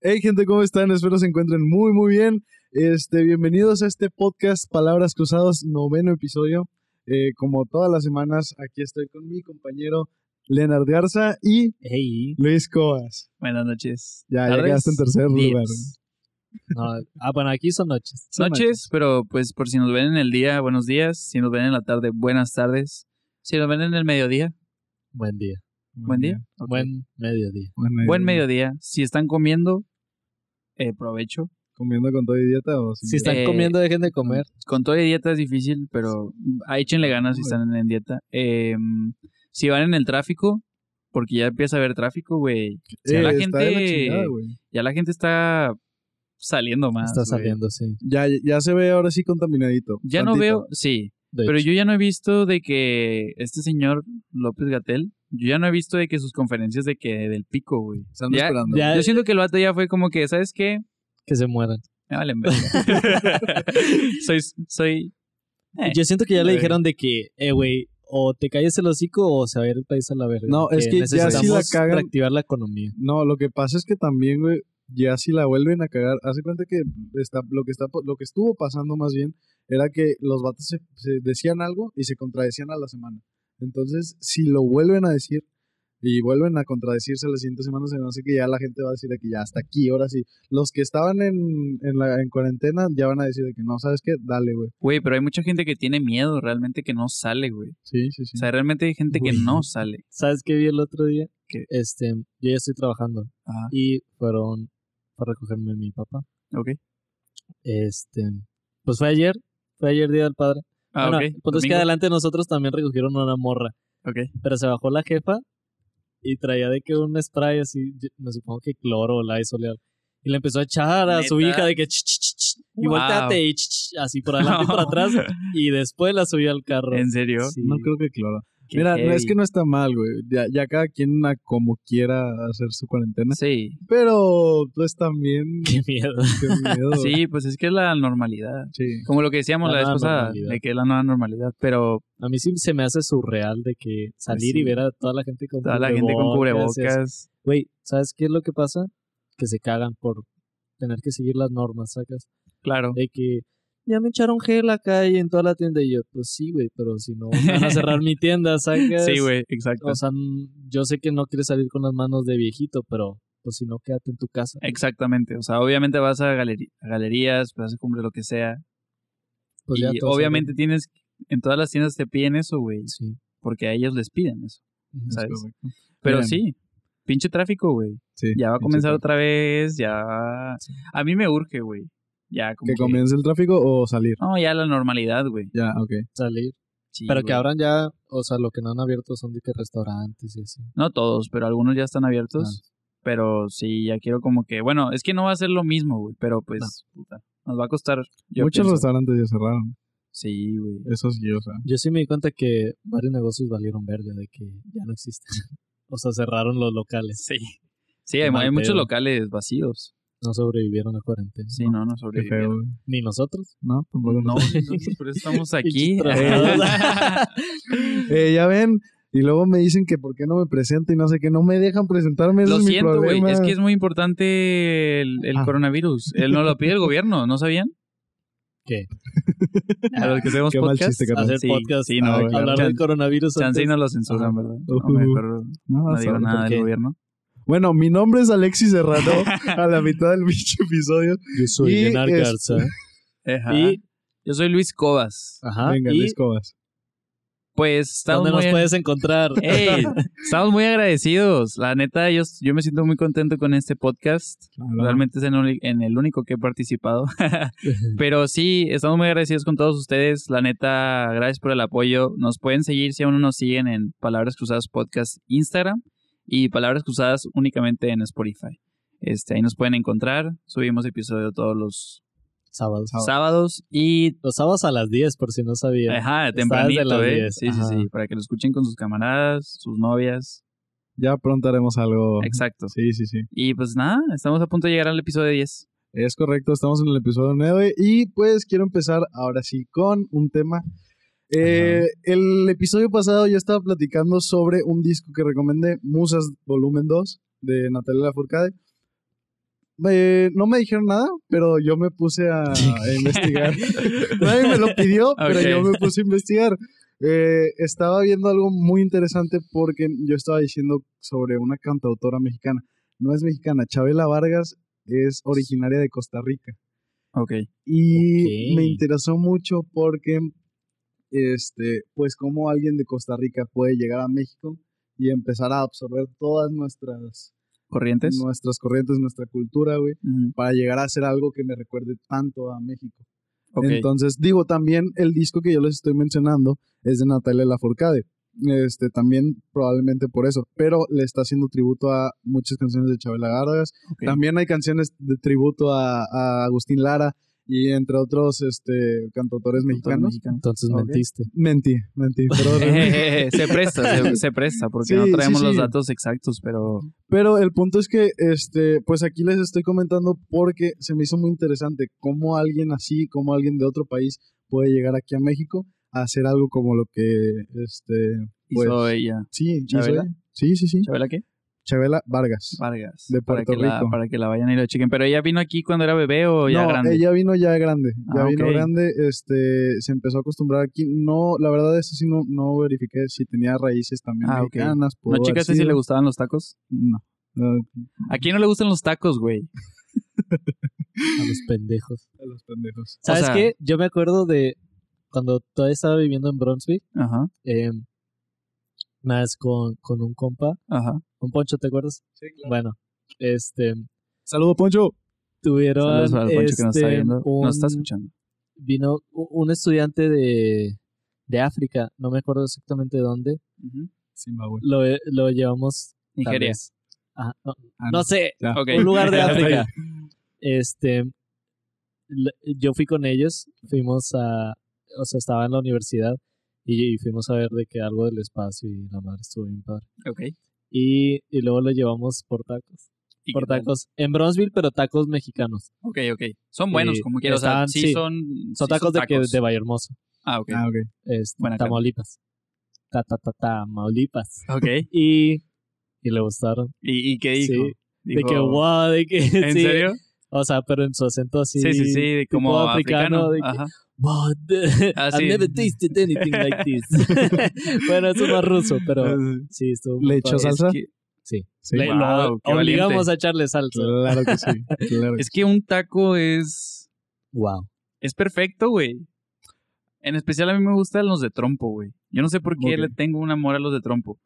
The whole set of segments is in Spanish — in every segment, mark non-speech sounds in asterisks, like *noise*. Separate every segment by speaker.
Speaker 1: Hey gente, ¿cómo están? Espero se encuentren muy muy bien. Este, bienvenidos a este podcast Palabras Cruzadas, noveno episodio. Eh, como todas las semanas, aquí estoy con mi compañero Leonard Garza y
Speaker 2: Hey,
Speaker 1: Luis Coas.
Speaker 3: Buenas noches.
Speaker 1: Ya, ya
Speaker 3: Tardes,
Speaker 1: quedaste en tercer
Speaker 3: días.
Speaker 1: lugar.
Speaker 2: no, ah, bueno, aquí son noches.
Speaker 1: Son
Speaker 3: Noches, pero pues por si nos ven en el día, buenos días. Si nos ven en la tarde, buenas tardes. Si nos ven en el mediodía,
Speaker 2: Buen día.
Speaker 3: buen día. Ok.
Speaker 2: Buen mediodía.
Speaker 1: Bueno,
Speaker 3: Buen
Speaker 1: eh,
Speaker 3: mediodía. Si están comiendo, eh, provecho.
Speaker 1: ¿Comiendo con todo y dieta o sin
Speaker 2: Si están
Speaker 3: Eh,
Speaker 2: comiendo, dejen de comer.
Speaker 3: Con toda dieta es difícil, pero ah, échenle ganas si están en dieta. Eh, si van en el tráfico, porque ya empieza a haber tráfico, güey.
Speaker 1: dieta?
Speaker 3: si a la
Speaker 1: Eh, está de la
Speaker 3: gente-
Speaker 1: chingada, güey.
Speaker 3: Ya la gente está saliendo más.
Speaker 2: Está
Speaker 3: güey.
Speaker 2: saliendo, sí.
Speaker 1: ya, ya se ve ahora sí contaminadito.
Speaker 3: Ah, Ya no
Speaker 1: Tantito.
Speaker 3: veo, sí,
Speaker 2: De
Speaker 3: Pero
Speaker 2: hecho.
Speaker 3: yo ya no he visto de que este señor López Gatel, yo ya no he visto de que sus conferencias de que del pico, güey.
Speaker 1: Están
Speaker 3: Ya-
Speaker 1: esperando.
Speaker 2: ya- eh,
Speaker 3: Yo siento que el vato ya fue como que, ¿sabes qué?
Speaker 2: que se mueran.
Speaker 3: Me valen
Speaker 2: *laughs*
Speaker 3: verga. soy, soy... Eh,
Speaker 2: Yo siento que ya le
Speaker 3: güey.
Speaker 2: dijeron de que, eh, güey, o te calles el hocico o se va a ir el país a la verga.
Speaker 1: No, es que ya si la
Speaker 2: necesitamos
Speaker 1: cagan-
Speaker 2: reactivar la economía.
Speaker 1: No, lo que pasa es que también, güey, ya si la vuelven a cagar, hace cuenta que está, lo, que está, lo que estuvo pasando más bien era que los vatos se, se decían algo y se contradecían a la semana. Entonces, si lo vuelven a decir y vuelven a contradecirse la siguiente semana, se me hace que ya la gente va a decir de que ya hasta aquí, ahora sí. Los que estaban en, en, la, en cuarentena ya van a decir de que no, ¿sabes qué? Dale, güey.
Speaker 3: Güey, pero hay mucha gente que tiene miedo realmente que no sale, güey.
Speaker 1: Sí, sí, sí.
Speaker 3: O sea, realmente hay gente que
Speaker 2: Güey.
Speaker 3: no sale.
Speaker 2: ¿Sabes qué vi el otro día?
Speaker 3: ¿Qué?
Speaker 2: Este, yo ya estoy trabajando
Speaker 3: Ajá,
Speaker 2: y fueron para recogerme mi papá.
Speaker 3: ok.
Speaker 2: Este, pues fue ayer, fue ayer Día del Padre.
Speaker 3: Ah,
Speaker 2: bueno,
Speaker 3: ok.
Speaker 2: el punto es que
Speaker 3: Domingo,
Speaker 2: adelante nosotros también recogieron una morra.
Speaker 3: ok.
Speaker 2: Pero se bajó la jefa y traía de que un spray así, yo- me supongo que cloro o Lysol. y algo, Y le empezó a echar a su
Speaker 3: ¿Neta?
Speaker 2: hija de que ch, ch, ch, ch, y
Speaker 3: Wow.
Speaker 2: volteate y ch, ch, así por
Speaker 3: *laughs*
Speaker 2: adelante y por atrás. Y después la subí al carro.
Speaker 3: ¿En serio?
Speaker 2: Sí.
Speaker 1: No creo que claro.
Speaker 3: Qué
Speaker 1: Mira, no, es
Speaker 3: heavy.
Speaker 1: que no está mal, güey. Ya, ya cada quien a como quiera hacer su cuarentena.
Speaker 3: Sí,
Speaker 1: Pero, pues también...
Speaker 2: *laughs* Qué miedo.
Speaker 1: Qué miedo.
Speaker 3: *laughs* sí, pues es que es la normalidad.
Speaker 1: Sí.
Speaker 3: Como lo que decíamos
Speaker 2: La
Speaker 3: la vez
Speaker 2: nueva
Speaker 3: pasada,
Speaker 2: normalidad.
Speaker 3: de que es la nueva normalidad, pero
Speaker 2: A mí sí se me hace surreal de que salir
Speaker 3: Sí.
Speaker 2: y ver a toda la gente con
Speaker 3: Toda la gente con
Speaker 2: y así.
Speaker 3: cubrebocas.
Speaker 2: Güey, ¿sabes qué es lo que pasa? Que se cagan por tener que seguir las normas, sacas.
Speaker 3: Claro.
Speaker 2: De que ya me echaron gel acá y en toda la tienda. Y yo, pues sí, güey, pero si no, van a cerrar
Speaker 3: *laughs*
Speaker 2: mi tienda, sacas.
Speaker 3: Sí, güey, exacto.
Speaker 2: O sea, n- yo sé que no quieres salir con las manos de viejito, pero pues si no, quédate en tu casa.
Speaker 3: Exactamente. O sea, obviamente vas a, galeri- a galerías, vas a cumbre lo que sea.
Speaker 2: Pues
Speaker 3: y
Speaker 2: ya todos
Speaker 3: obviamente tienes, en todas las tiendas te piden eso, güey.
Speaker 2: salen. Sí.
Speaker 3: Porque a ellos les piden eso.
Speaker 2: Ujú.
Speaker 3: ¿Sabes?
Speaker 1: Es correcto.
Speaker 3: Pero
Speaker 1: Miren.
Speaker 3: sí, pinche tráfico, güey.
Speaker 1: Sí,
Speaker 3: Ya va a comenzar
Speaker 1: sí, sí.
Speaker 3: otra vez, ya... A mí me urge, güey. Ya, como
Speaker 1: ¿Que
Speaker 3: que-
Speaker 1: comience el tráfico o salir?
Speaker 3: No, ya la normalidad, güey.
Speaker 1: Ya, ok.
Speaker 2: Salir.
Speaker 3: Sí,
Speaker 2: pero que
Speaker 3: güey.
Speaker 2: abran ya, o sea, lo que no han abierto son de que restaurantes y así.
Speaker 3: No todos, pero algunos ya están abiertos. Pero sí, ya quiero como que... Bueno, es que no va a ser lo mismo, güey. Pero pues, puta, nos va a costar... yo
Speaker 1: Muchos
Speaker 3: pienso.
Speaker 1: restaurantes ya cerraron.
Speaker 3: Sí, güey.
Speaker 1: Eso sí, o sea.
Speaker 2: Yo sí me di cuenta que varios negocios valieron verga de que ya no existen. *laughs* o sea, cerraron los locales.
Speaker 3: Sí. Sí,
Speaker 2: Qué
Speaker 3: hay,
Speaker 2: mal
Speaker 3: hay muchos
Speaker 2: pedo.
Speaker 3: locales vacíos.
Speaker 2: No sobrevivieron a cuarentena.
Speaker 3: Sí, no, no
Speaker 1: Qué feo,
Speaker 3: sobrevivieron.
Speaker 1: güey.
Speaker 2: Ni nosotros.
Speaker 1: No, tampoco.
Speaker 3: No, entonces por eso
Speaker 2: *laughs*
Speaker 3: estamos aquí.
Speaker 2: Pinches
Speaker 3: *laughs*
Speaker 2: trabajados.
Speaker 1: *laughs* Eh, ya ven. Y luego me dicen que por qué no me presento y no sé qué. No me dejan presentarme. Ese
Speaker 3: Lo
Speaker 1: es mi
Speaker 3: siento, güey.
Speaker 1: problema.
Speaker 3: Es que es muy importante el, el
Speaker 1: Ah.
Speaker 3: coronavirus. Él no lo pide el gobierno, ¿no sabían?
Speaker 2: ¿Qué?
Speaker 3: *laughs* A los que hacemos
Speaker 1: Qué mal
Speaker 3: podcast.
Speaker 1: chiste, carnal.
Speaker 2: Hacer
Speaker 3: sí,
Speaker 2: podcast.
Speaker 3: Sí, no,
Speaker 1: Ah,
Speaker 3: güey.
Speaker 2: Hablar
Speaker 3: Chan-
Speaker 2: del coronavirus.
Speaker 3: Chance y
Speaker 2: antes.
Speaker 3: no lo censuran,
Speaker 2: Ajá. Ah,
Speaker 3: ¿verdad? No, mejor
Speaker 1: No,
Speaker 3: no
Speaker 1: hasta
Speaker 3: digo
Speaker 1: ahorita.
Speaker 3: nada del
Speaker 2: qué?
Speaker 3: gobierno.
Speaker 1: Bueno, mi nombre es Alexis
Speaker 3: *laughs*
Speaker 1: Serrano. a la mitad del bicho episodio.
Speaker 2: Yo soy
Speaker 1: Y
Speaker 2: Leonard
Speaker 1: este-
Speaker 2: Garza.
Speaker 3: *laughs* Ajá.
Speaker 2: Y,
Speaker 3: Yo soy Luis Cobas.
Speaker 2: ajá,
Speaker 1: Venga,
Speaker 2: y
Speaker 1: Luis Cobas.
Speaker 3: Pues estamos
Speaker 2: ¿dónde nos
Speaker 3: muy-
Speaker 2: puedes encontrar?
Speaker 3: *laughs*
Speaker 2: *laughs*
Speaker 3: Ey, estamos muy agradecidos. La neta, yo, yo me siento muy contento con este podcast. Realmente es en, uni- en el único que he participado. *laughs*
Speaker 2: *laughs*
Speaker 3: Pero sí, estamos muy agradecidos con todos ustedes. La neta, gracias por el apoyo. Nos pueden seguir si aún no nos siguen en Palabras Cruzadas Podcast Instagram y Palabras Cruzadas únicamente en Spotify. Este, ahí nos pueden encontrar. Subimos episodio todos los
Speaker 2: Sábados.
Speaker 3: sábados y
Speaker 2: Los sábados a las 10, por si no sabía.
Speaker 3: ajá,
Speaker 2: desde las
Speaker 3: tempranito, eh.
Speaker 2: 10,
Speaker 3: Sí, sí,
Speaker 2: ajá.
Speaker 3: sí, para que lo escuchen con sus camaradas, sus novias.
Speaker 1: Ya pronto haremos algo.
Speaker 3: Exacto.
Speaker 1: Sí, sí, sí.
Speaker 3: Y pues nada, estamos a punto de llegar al episodio 10.
Speaker 1: Es correcto, estamos en el episodio 9 y pues quiero empezar ahora sí con un tema. Eh, el episodio pasado yo estaba platicando sobre un disco que recomendé, Musas Volumen 2 de Natalia Lafourcade. eh, no me dijeron nada, pero yo me puse a investigar. Nadie me lo pidió, pero
Speaker 3: Ok.
Speaker 1: yo me puse a investigar. Eh, estaba viendo algo muy interesante porque yo estaba diciendo sobre una cantautora mexicana. No es mexicana, Chabela Vargas es originaria de Costa Rica.
Speaker 3: Ok.
Speaker 1: Y me
Speaker 2: Ok.
Speaker 1: interesó mucho porque, este, pues, cómo alguien de Costa Rica puede llegar a México y empezar a absorber todas nuestras,
Speaker 3: Corrientes.
Speaker 1: nuestras corrientes, nuestra cultura, güey,
Speaker 3: Ujú,
Speaker 1: para llegar a hacer algo que me recuerde tanto a México.
Speaker 3: ok.
Speaker 1: Entonces, digo, también el disco que yo les estoy mencionando es de Natalia Lafourcade. Este, también probablemente por eso, pero le está haciendo tributo a muchas canciones de Chabela Vargas,
Speaker 3: ok.
Speaker 1: también hay canciones de tributo a, a Agustín Lara y entre otros este, cantautores mexicanos.
Speaker 3: Mexicano.
Speaker 2: *laughs* Entonces
Speaker 1: Ok.
Speaker 2: mentiste.
Speaker 1: Mentí, mentí,
Speaker 3: *laughs*
Speaker 1: perdón.
Speaker 3: se presta,
Speaker 1: *laughs*
Speaker 3: se, se presta, porque no
Speaker 1: Sí, sí,
Speaker 3: traemos los
Speaker 1: sí.
Speaker 3: datos exactos, pero
Speaker 1: Pero el punto es que, este, pues aquí les estoy comentando porque se me hizo muy interesante cómo alguien así, cómo alguien de otro país puede llegar aquí a México a hacer algo como lo que, este,
Speaker 3: hizo
Speaker 1: Pues,
Speaker 3: ella.
Speaker 1: sí, hizo
Speaker 3: ¿Chabela?
Speaker 1: ella. Sí, sí, sí.
Speaker 3: ¿Chabela qué?
Speaker 1: Chabela Vargas.
Speaker 3: Vargas.
Speaker 1: De
Speaker 3: para
Speaker 1: Puerto
Speaker 3: que la-
Speaker 1: Rico.
Speaker 3: para que la vayan y la chequen. Pero ella vino aquí cuando era bebé o ya
Speaker 1: no,
Speaker 3: grande.
Speaker 1: ella vino ya grande, ya
Speaker 3: Ah,
Speaker 1: vino
Speaker 3: ok.
Speaker 1: grande, este, se empezó a acostumbrar aquí, no, la verdad eso sí no, no verifiqué si tenía raíces también
Speaker 3: Ah, ok.
Speaker 1: mexicanas, pudo
Speaker 3: ¿No
Speaker 1: haber
Speaker 3: checaste si
Speaker 1: sido.
Speaker 3: le gustaban los tacos?
Speaker 1: No. no,
Speaker 3: ¿A quién no le gustan los tacos, güey?
Speaker 2: A los pendejos.
Speaker 1: a los pendejos.
Speaker 2: ¿Sabes
Speaker 3: sea-
Speaker 2: qué? Yo me acuerdo de cuando todavía estaba viviendo en Brunswick.
Speaker 3: Ajá,
Speaker 2: eh, una vez con, con un compa.
Speaker 3: ajá.
Speaker 2: Con Poncho, ¿te acuerdas? Bueno, este.
Speaker 1: Saludo, Poncho.
Speaker 2: Tuvieron.
Speaker 3: Saludos al Poncho que nos está
Speaker 2: este,
Speaker 3: viendo.
Speaker 2: un-
Speaker 3: Nos está escuchando.
Speaker 2: Vino u- un estudiante de, de África. No me acuerdo exactamente dónde.
Speaker 3: Ujú.
Speaker 1: Zimbabue.
Speaker 2: Lo, lo llevamos. tal
Speaker 3: Nigeria.
Speaker 2: vez. Ajá, no,
Speaker 1: Ah,
Speaker 2: no sé,
Speaker 1: ya.
Speaker 3: Ok.
Speaker 2: un
Speaker 3: *laughs*
Speaker 2: lugar de
Speaker 3: Hasta
Speaker 2: África.
Speaker 3: ahí.
Speaker 2: Este, l- yo fui con ellos, fuimos a, o sea, estaba en la universidad y, y fuimos a ver de que algo del espacio y la madre estuvo bien padre.
Speaker 3: Ok.
Speaker 2: Y, y luego lo llevamos por tacos,
Speaker 3: ¿Y
Speaker 2: por
Speaker 3: qué tal?
Speaker 2: tacos en Bronzeville, pero tacos mexicanos.
Speaker 3: Ok, ok. Son buenos,
Speaker 2: Eh,
Speaker 3: como quieras. o sea,
Speaker 2: estaban-
Speaker 3: sí,
Speaker 2: sí.
Speaker 3: son.
Speaker 2: Son
Speaker 3: sí
Speaker 2: tacos, de que de Vallehermoso,
Speaker 3: Ah, ok.
Speaker 1: Ah, ok.
Speaker 2: este,
Speaker 3: Buena carne.
Speaker 2: Tamaulipas. Ta, ta, ta, Tamaulipas.
Speaker 3: *laughs* Ok.
Speaker 2: Y, y le gustaron.
Speaker 3: ¿Y, y qué dijo?
Speaker 2: Sí. De
Speaker 3: Dijo,
Speaker 2: que wow, de que
Speaker 3: ¿En
Speaker 2: *laughs* sí.
Speaker 3: serio?
Speaker 2: O sea, pero en su acento así.
Speaker 3: Sí, sí, sí, de
Speaker 2: tipo
Speaker 3: como africano.
Speaker 2: africano, de que-
Speaker 3: Ajá.
Speaker 2: But *laughs*
Speaker 3: Ah,
Speaker 2: I've
Speaker 3: sí.
Speaker 2: never tasted anything like this.
Speaker 3: *laughs*
Speaker 2: *laughs* bueno, eso es más ruso,
Speaker 3: Ah,
Speaker 2: pero sí, estuvo. muy
Speaker 1: ¿Le echó
Speaker 2: padre.
Speaker 1: sal- salsa?
Speaker 3: Es que,
Speaker 2: Sí.
Speaker 1: Sí.
Speaker 2: Le- lo
Speaker 3: Guau, qué
Speaker 2: obligamos
Speaker 3: valiente.
Speaker 2: a echarle salsa.
Speaker 1: Claro que
Speaker 3: *laughs*
Speaker 1: sí. Claro.
Speaker 3: es que un taco es.
Speaker 2: Wow.
Speaker 3: Es perfecto, güey. En especial a mí me gustan los de trompo, güey. Yo no sé por qué
Speaker 1: Ok.
Speaker 3: le tengo un amor a los de trompo.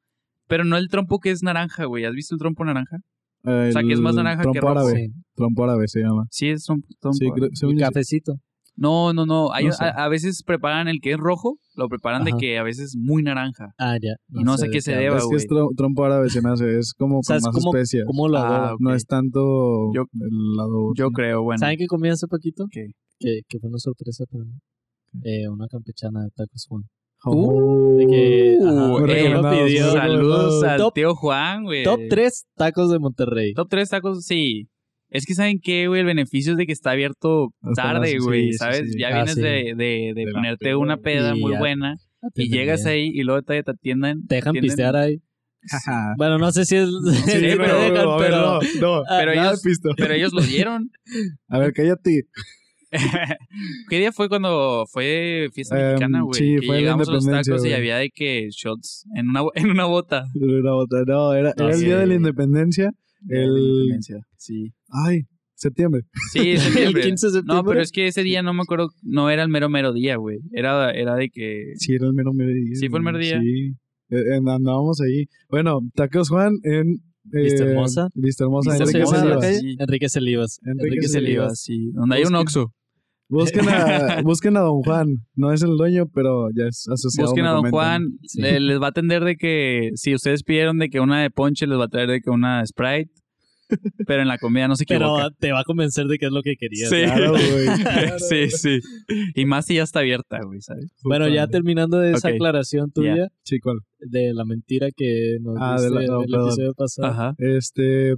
Speaker 3: Pero no el trompo que es naranja, güey. ¿Has visto el trompo naranja? o sea, que es más
Speaker 1: El
Speaker 3: naranja que
Speaker 1: trompo
Speaker 3: rojo.
Speaker 1: árabe.
Speaker 2: Sí.
Speaker 1: Trompo árabe se llama.
Speaker 3: Sí, es trompo. trompo.
Speaker 1: Sí, creo- según
Speaker 2: El
Speaker 1: yo-
Speaker 2: cafecito.
Speaker 3: No, no, no. Hay-
Speaker 1: No sé.
Speaker 3: a, a veces preparan el que es rojo, lo preparan de
Speaker 2: Ajá.
Speaker 3: que a veces es muy naranja.
Speaker 2: Ah, ya.
Speaker 3: Y no sé qué
Speaker 2: de
Speaker 3: se
Speaker 2: habla.
Speaker 3: deba,
Speaker 1: es que es
Speaker 3: güey.
Speaker 1: tro- trompo árabe se me hace. Es como
Speaker 2: O sea,
Speaker 1: con
Speaker 2: es
Speaker 1: más
Speaker 2: como-
Speaker 1: especias.
Speaker 2: ¿Cómo lo
Speaker 3: Ah,
Speaker 2: adoban?
Speaker 3: ok.
Speaker 1: No es tanto
Speaker 3: Yo-
Speaker 1: el lado.
Speaker 3: Yo creo, bueno.
Speaker 2: ¿Saben qué comí hace poquito?
Speaker 3: ¿Qué?
Speaker 2: Que, que fue una sorpresa para mí. Eh, una campechana de tacos Juan.
Speaker 1: Oh.
Speaker 2: de que- ajá,
Speaker 3: Uh,
Speaker 1: de que
Speaker 3: eh,
Speaker 1: lo pidió. *laughs*
Speaker 3: Saludos al
Speaker 2: Top-
Speaker 3: tío Juan, güey.
Speaker 2: Top 3 tacos de Monterrey.
Speaker 3: Top 3 tacos, sí. Es que saben qué, güey, el beneficio es de que está abierto
Speaker 1: Hasta
Speaker 3: tarde,
Speaker 1: más, sí,
Speaker 3: güey,
Speaker 1: sí,
Speaker 3: ¿sabes?
Speaker 1: sí.
Speaker 3: Ya
Speaker 2: Ah,
Speaker 3: vienes
Speaker 2: sí.
Speaker 3: de, de, de
Speaker 1: De la
Speaker 3: ponerte
Speaker 1: peda.
Speaker 3: una peda
Speaker 2: Y
Speaker 3: muy
Speaker 2: ya,
Speaker 3: buena y
Speaker 2: Atienden
Speaker 3: llegas
Speaker 2: bien.
Speaker 3: ahí y luego te, te atienden.
Speaker 2: Te dejan
Speaker 3: atienden-
Speaker 2: pistear ahí.
Speaker 1: Ajá.
Speaker 2: Bueno, no sé si es. *laughs*
Speaker 3: *laughs*
Speaker 2: si te
Speaker 3: pero- Ah,
Speaker 2: dejan,
Speaker 1: a ver,
Speaker 2: pero- Ah,
Speaker 1: no,
Speaker 3: *laughs*
Speaker 1: no, nada
Speaker 3: pero
Speaker 1: de
Speaker 3: ellos-
Speaker 1: pisto.
Speaker 3: Pero ellos lo dieron.
Speaker 1: A ver, cállate.
Speaker 3: ¿Qué día fue cuando fue fiesta
Speaker 1: Em,
Speaker 3: mexicana, güey?
Speaker 1: sí,
Speaker 3: que
Speaker 1: fue la
Speaker 3: llegamos a los
Speaker 1: independencia,
Speaker 3: tacos y
Speaker 1: güey.
Speaker 3: había de que shots en una, bo- en una bota.
Speaker 1: Era otra, no, era,
Speaker 2: No,
Speaker 1: era el
Speaker 3: sí. eh,
Speaker 1: día de la independencia.
Speaker 3: La
Speaker 1: El.
Speaker 3: independencia, Sí.
Speaker 1: Ay, septiembre.
Speaker 3: Sí,
Speaker 2: *laughs* El
Speaker 3: septiembre.
Speaker 2: 15 de septiembre.
Speaker 3: No, pero es que ese día no me acuerdo, no era el mero mero día, güey. Era, era de que
Speaker 1: Sí, era el mero mero día.
Speaker 3: Sí, fue el mero
Speaker 1: güey,
Speaker 3: día.
Speaker 1: Sí. Eh, en- andábamos ahí. Bueno, Tacos Juan en. eh,
Speaker 2: Vista Hermosa.
Speaker 1: Vista Hermosa.
Speaker 3: Vista
Speaker 1: Enrique
Speaker 3: Hermosa,
Speaker 1: Salivas.
Speaker 3: la calle.
Speaker 2: Enrique Celivas.
Speaker 1: Enrique
Speaker 3: que
Speaker 1: Enrique
Speaker 3: se le iba
Speaker 1: Celivas.
Speaker 3: así. Donde hay un
Speaker 1: Busquen-
Speaker 3: Oxxo.
Speaker 1: Busquen a, busquen a Don Juan. No es el dueño, pero ya es asociado.
Speaker 3: Busquen
Speaker 1: me
Speaker 3: a Don
Speaker 1: comentan.
Speaker 3: Juan.
Speaker 2: Sí.
Speaker 3: le- les va a atender de que si ustedes pidieron de que una de ponche, les va a traer de que una Sprite. Pero en la comida no se
Speaker 2: Pero
Speaker 3: equivoca.
Speaker 2: te va a convencer de que es lo que querías.
Speaker 3: Sí.
Speaker 1: Claro, Ah, *laughs* güey.
Speaker 3: *laughs*
Speaker 1: claro.
Speaker 3: sí, sí. Y más si ya está abierta, güey, ¿sabes?
Speaker 2: Bueno, ya terminando de esa
Speaker 3: Ok.
Speaker 2: aclaración tuya
Speaker 1: Sí, ¿cuál?
Speaker 2: de la mentira que nos
Speaker 1: Ah,
Speaker 2: diste
Speaker 1: de la-
Speaker 2: en
Speaker 1: no,
Speaker 2: el
Speaker 1: perdón.
Speaker 2: episodio pasado.
Speaker 3: Ajá.
Speaker 1: Este.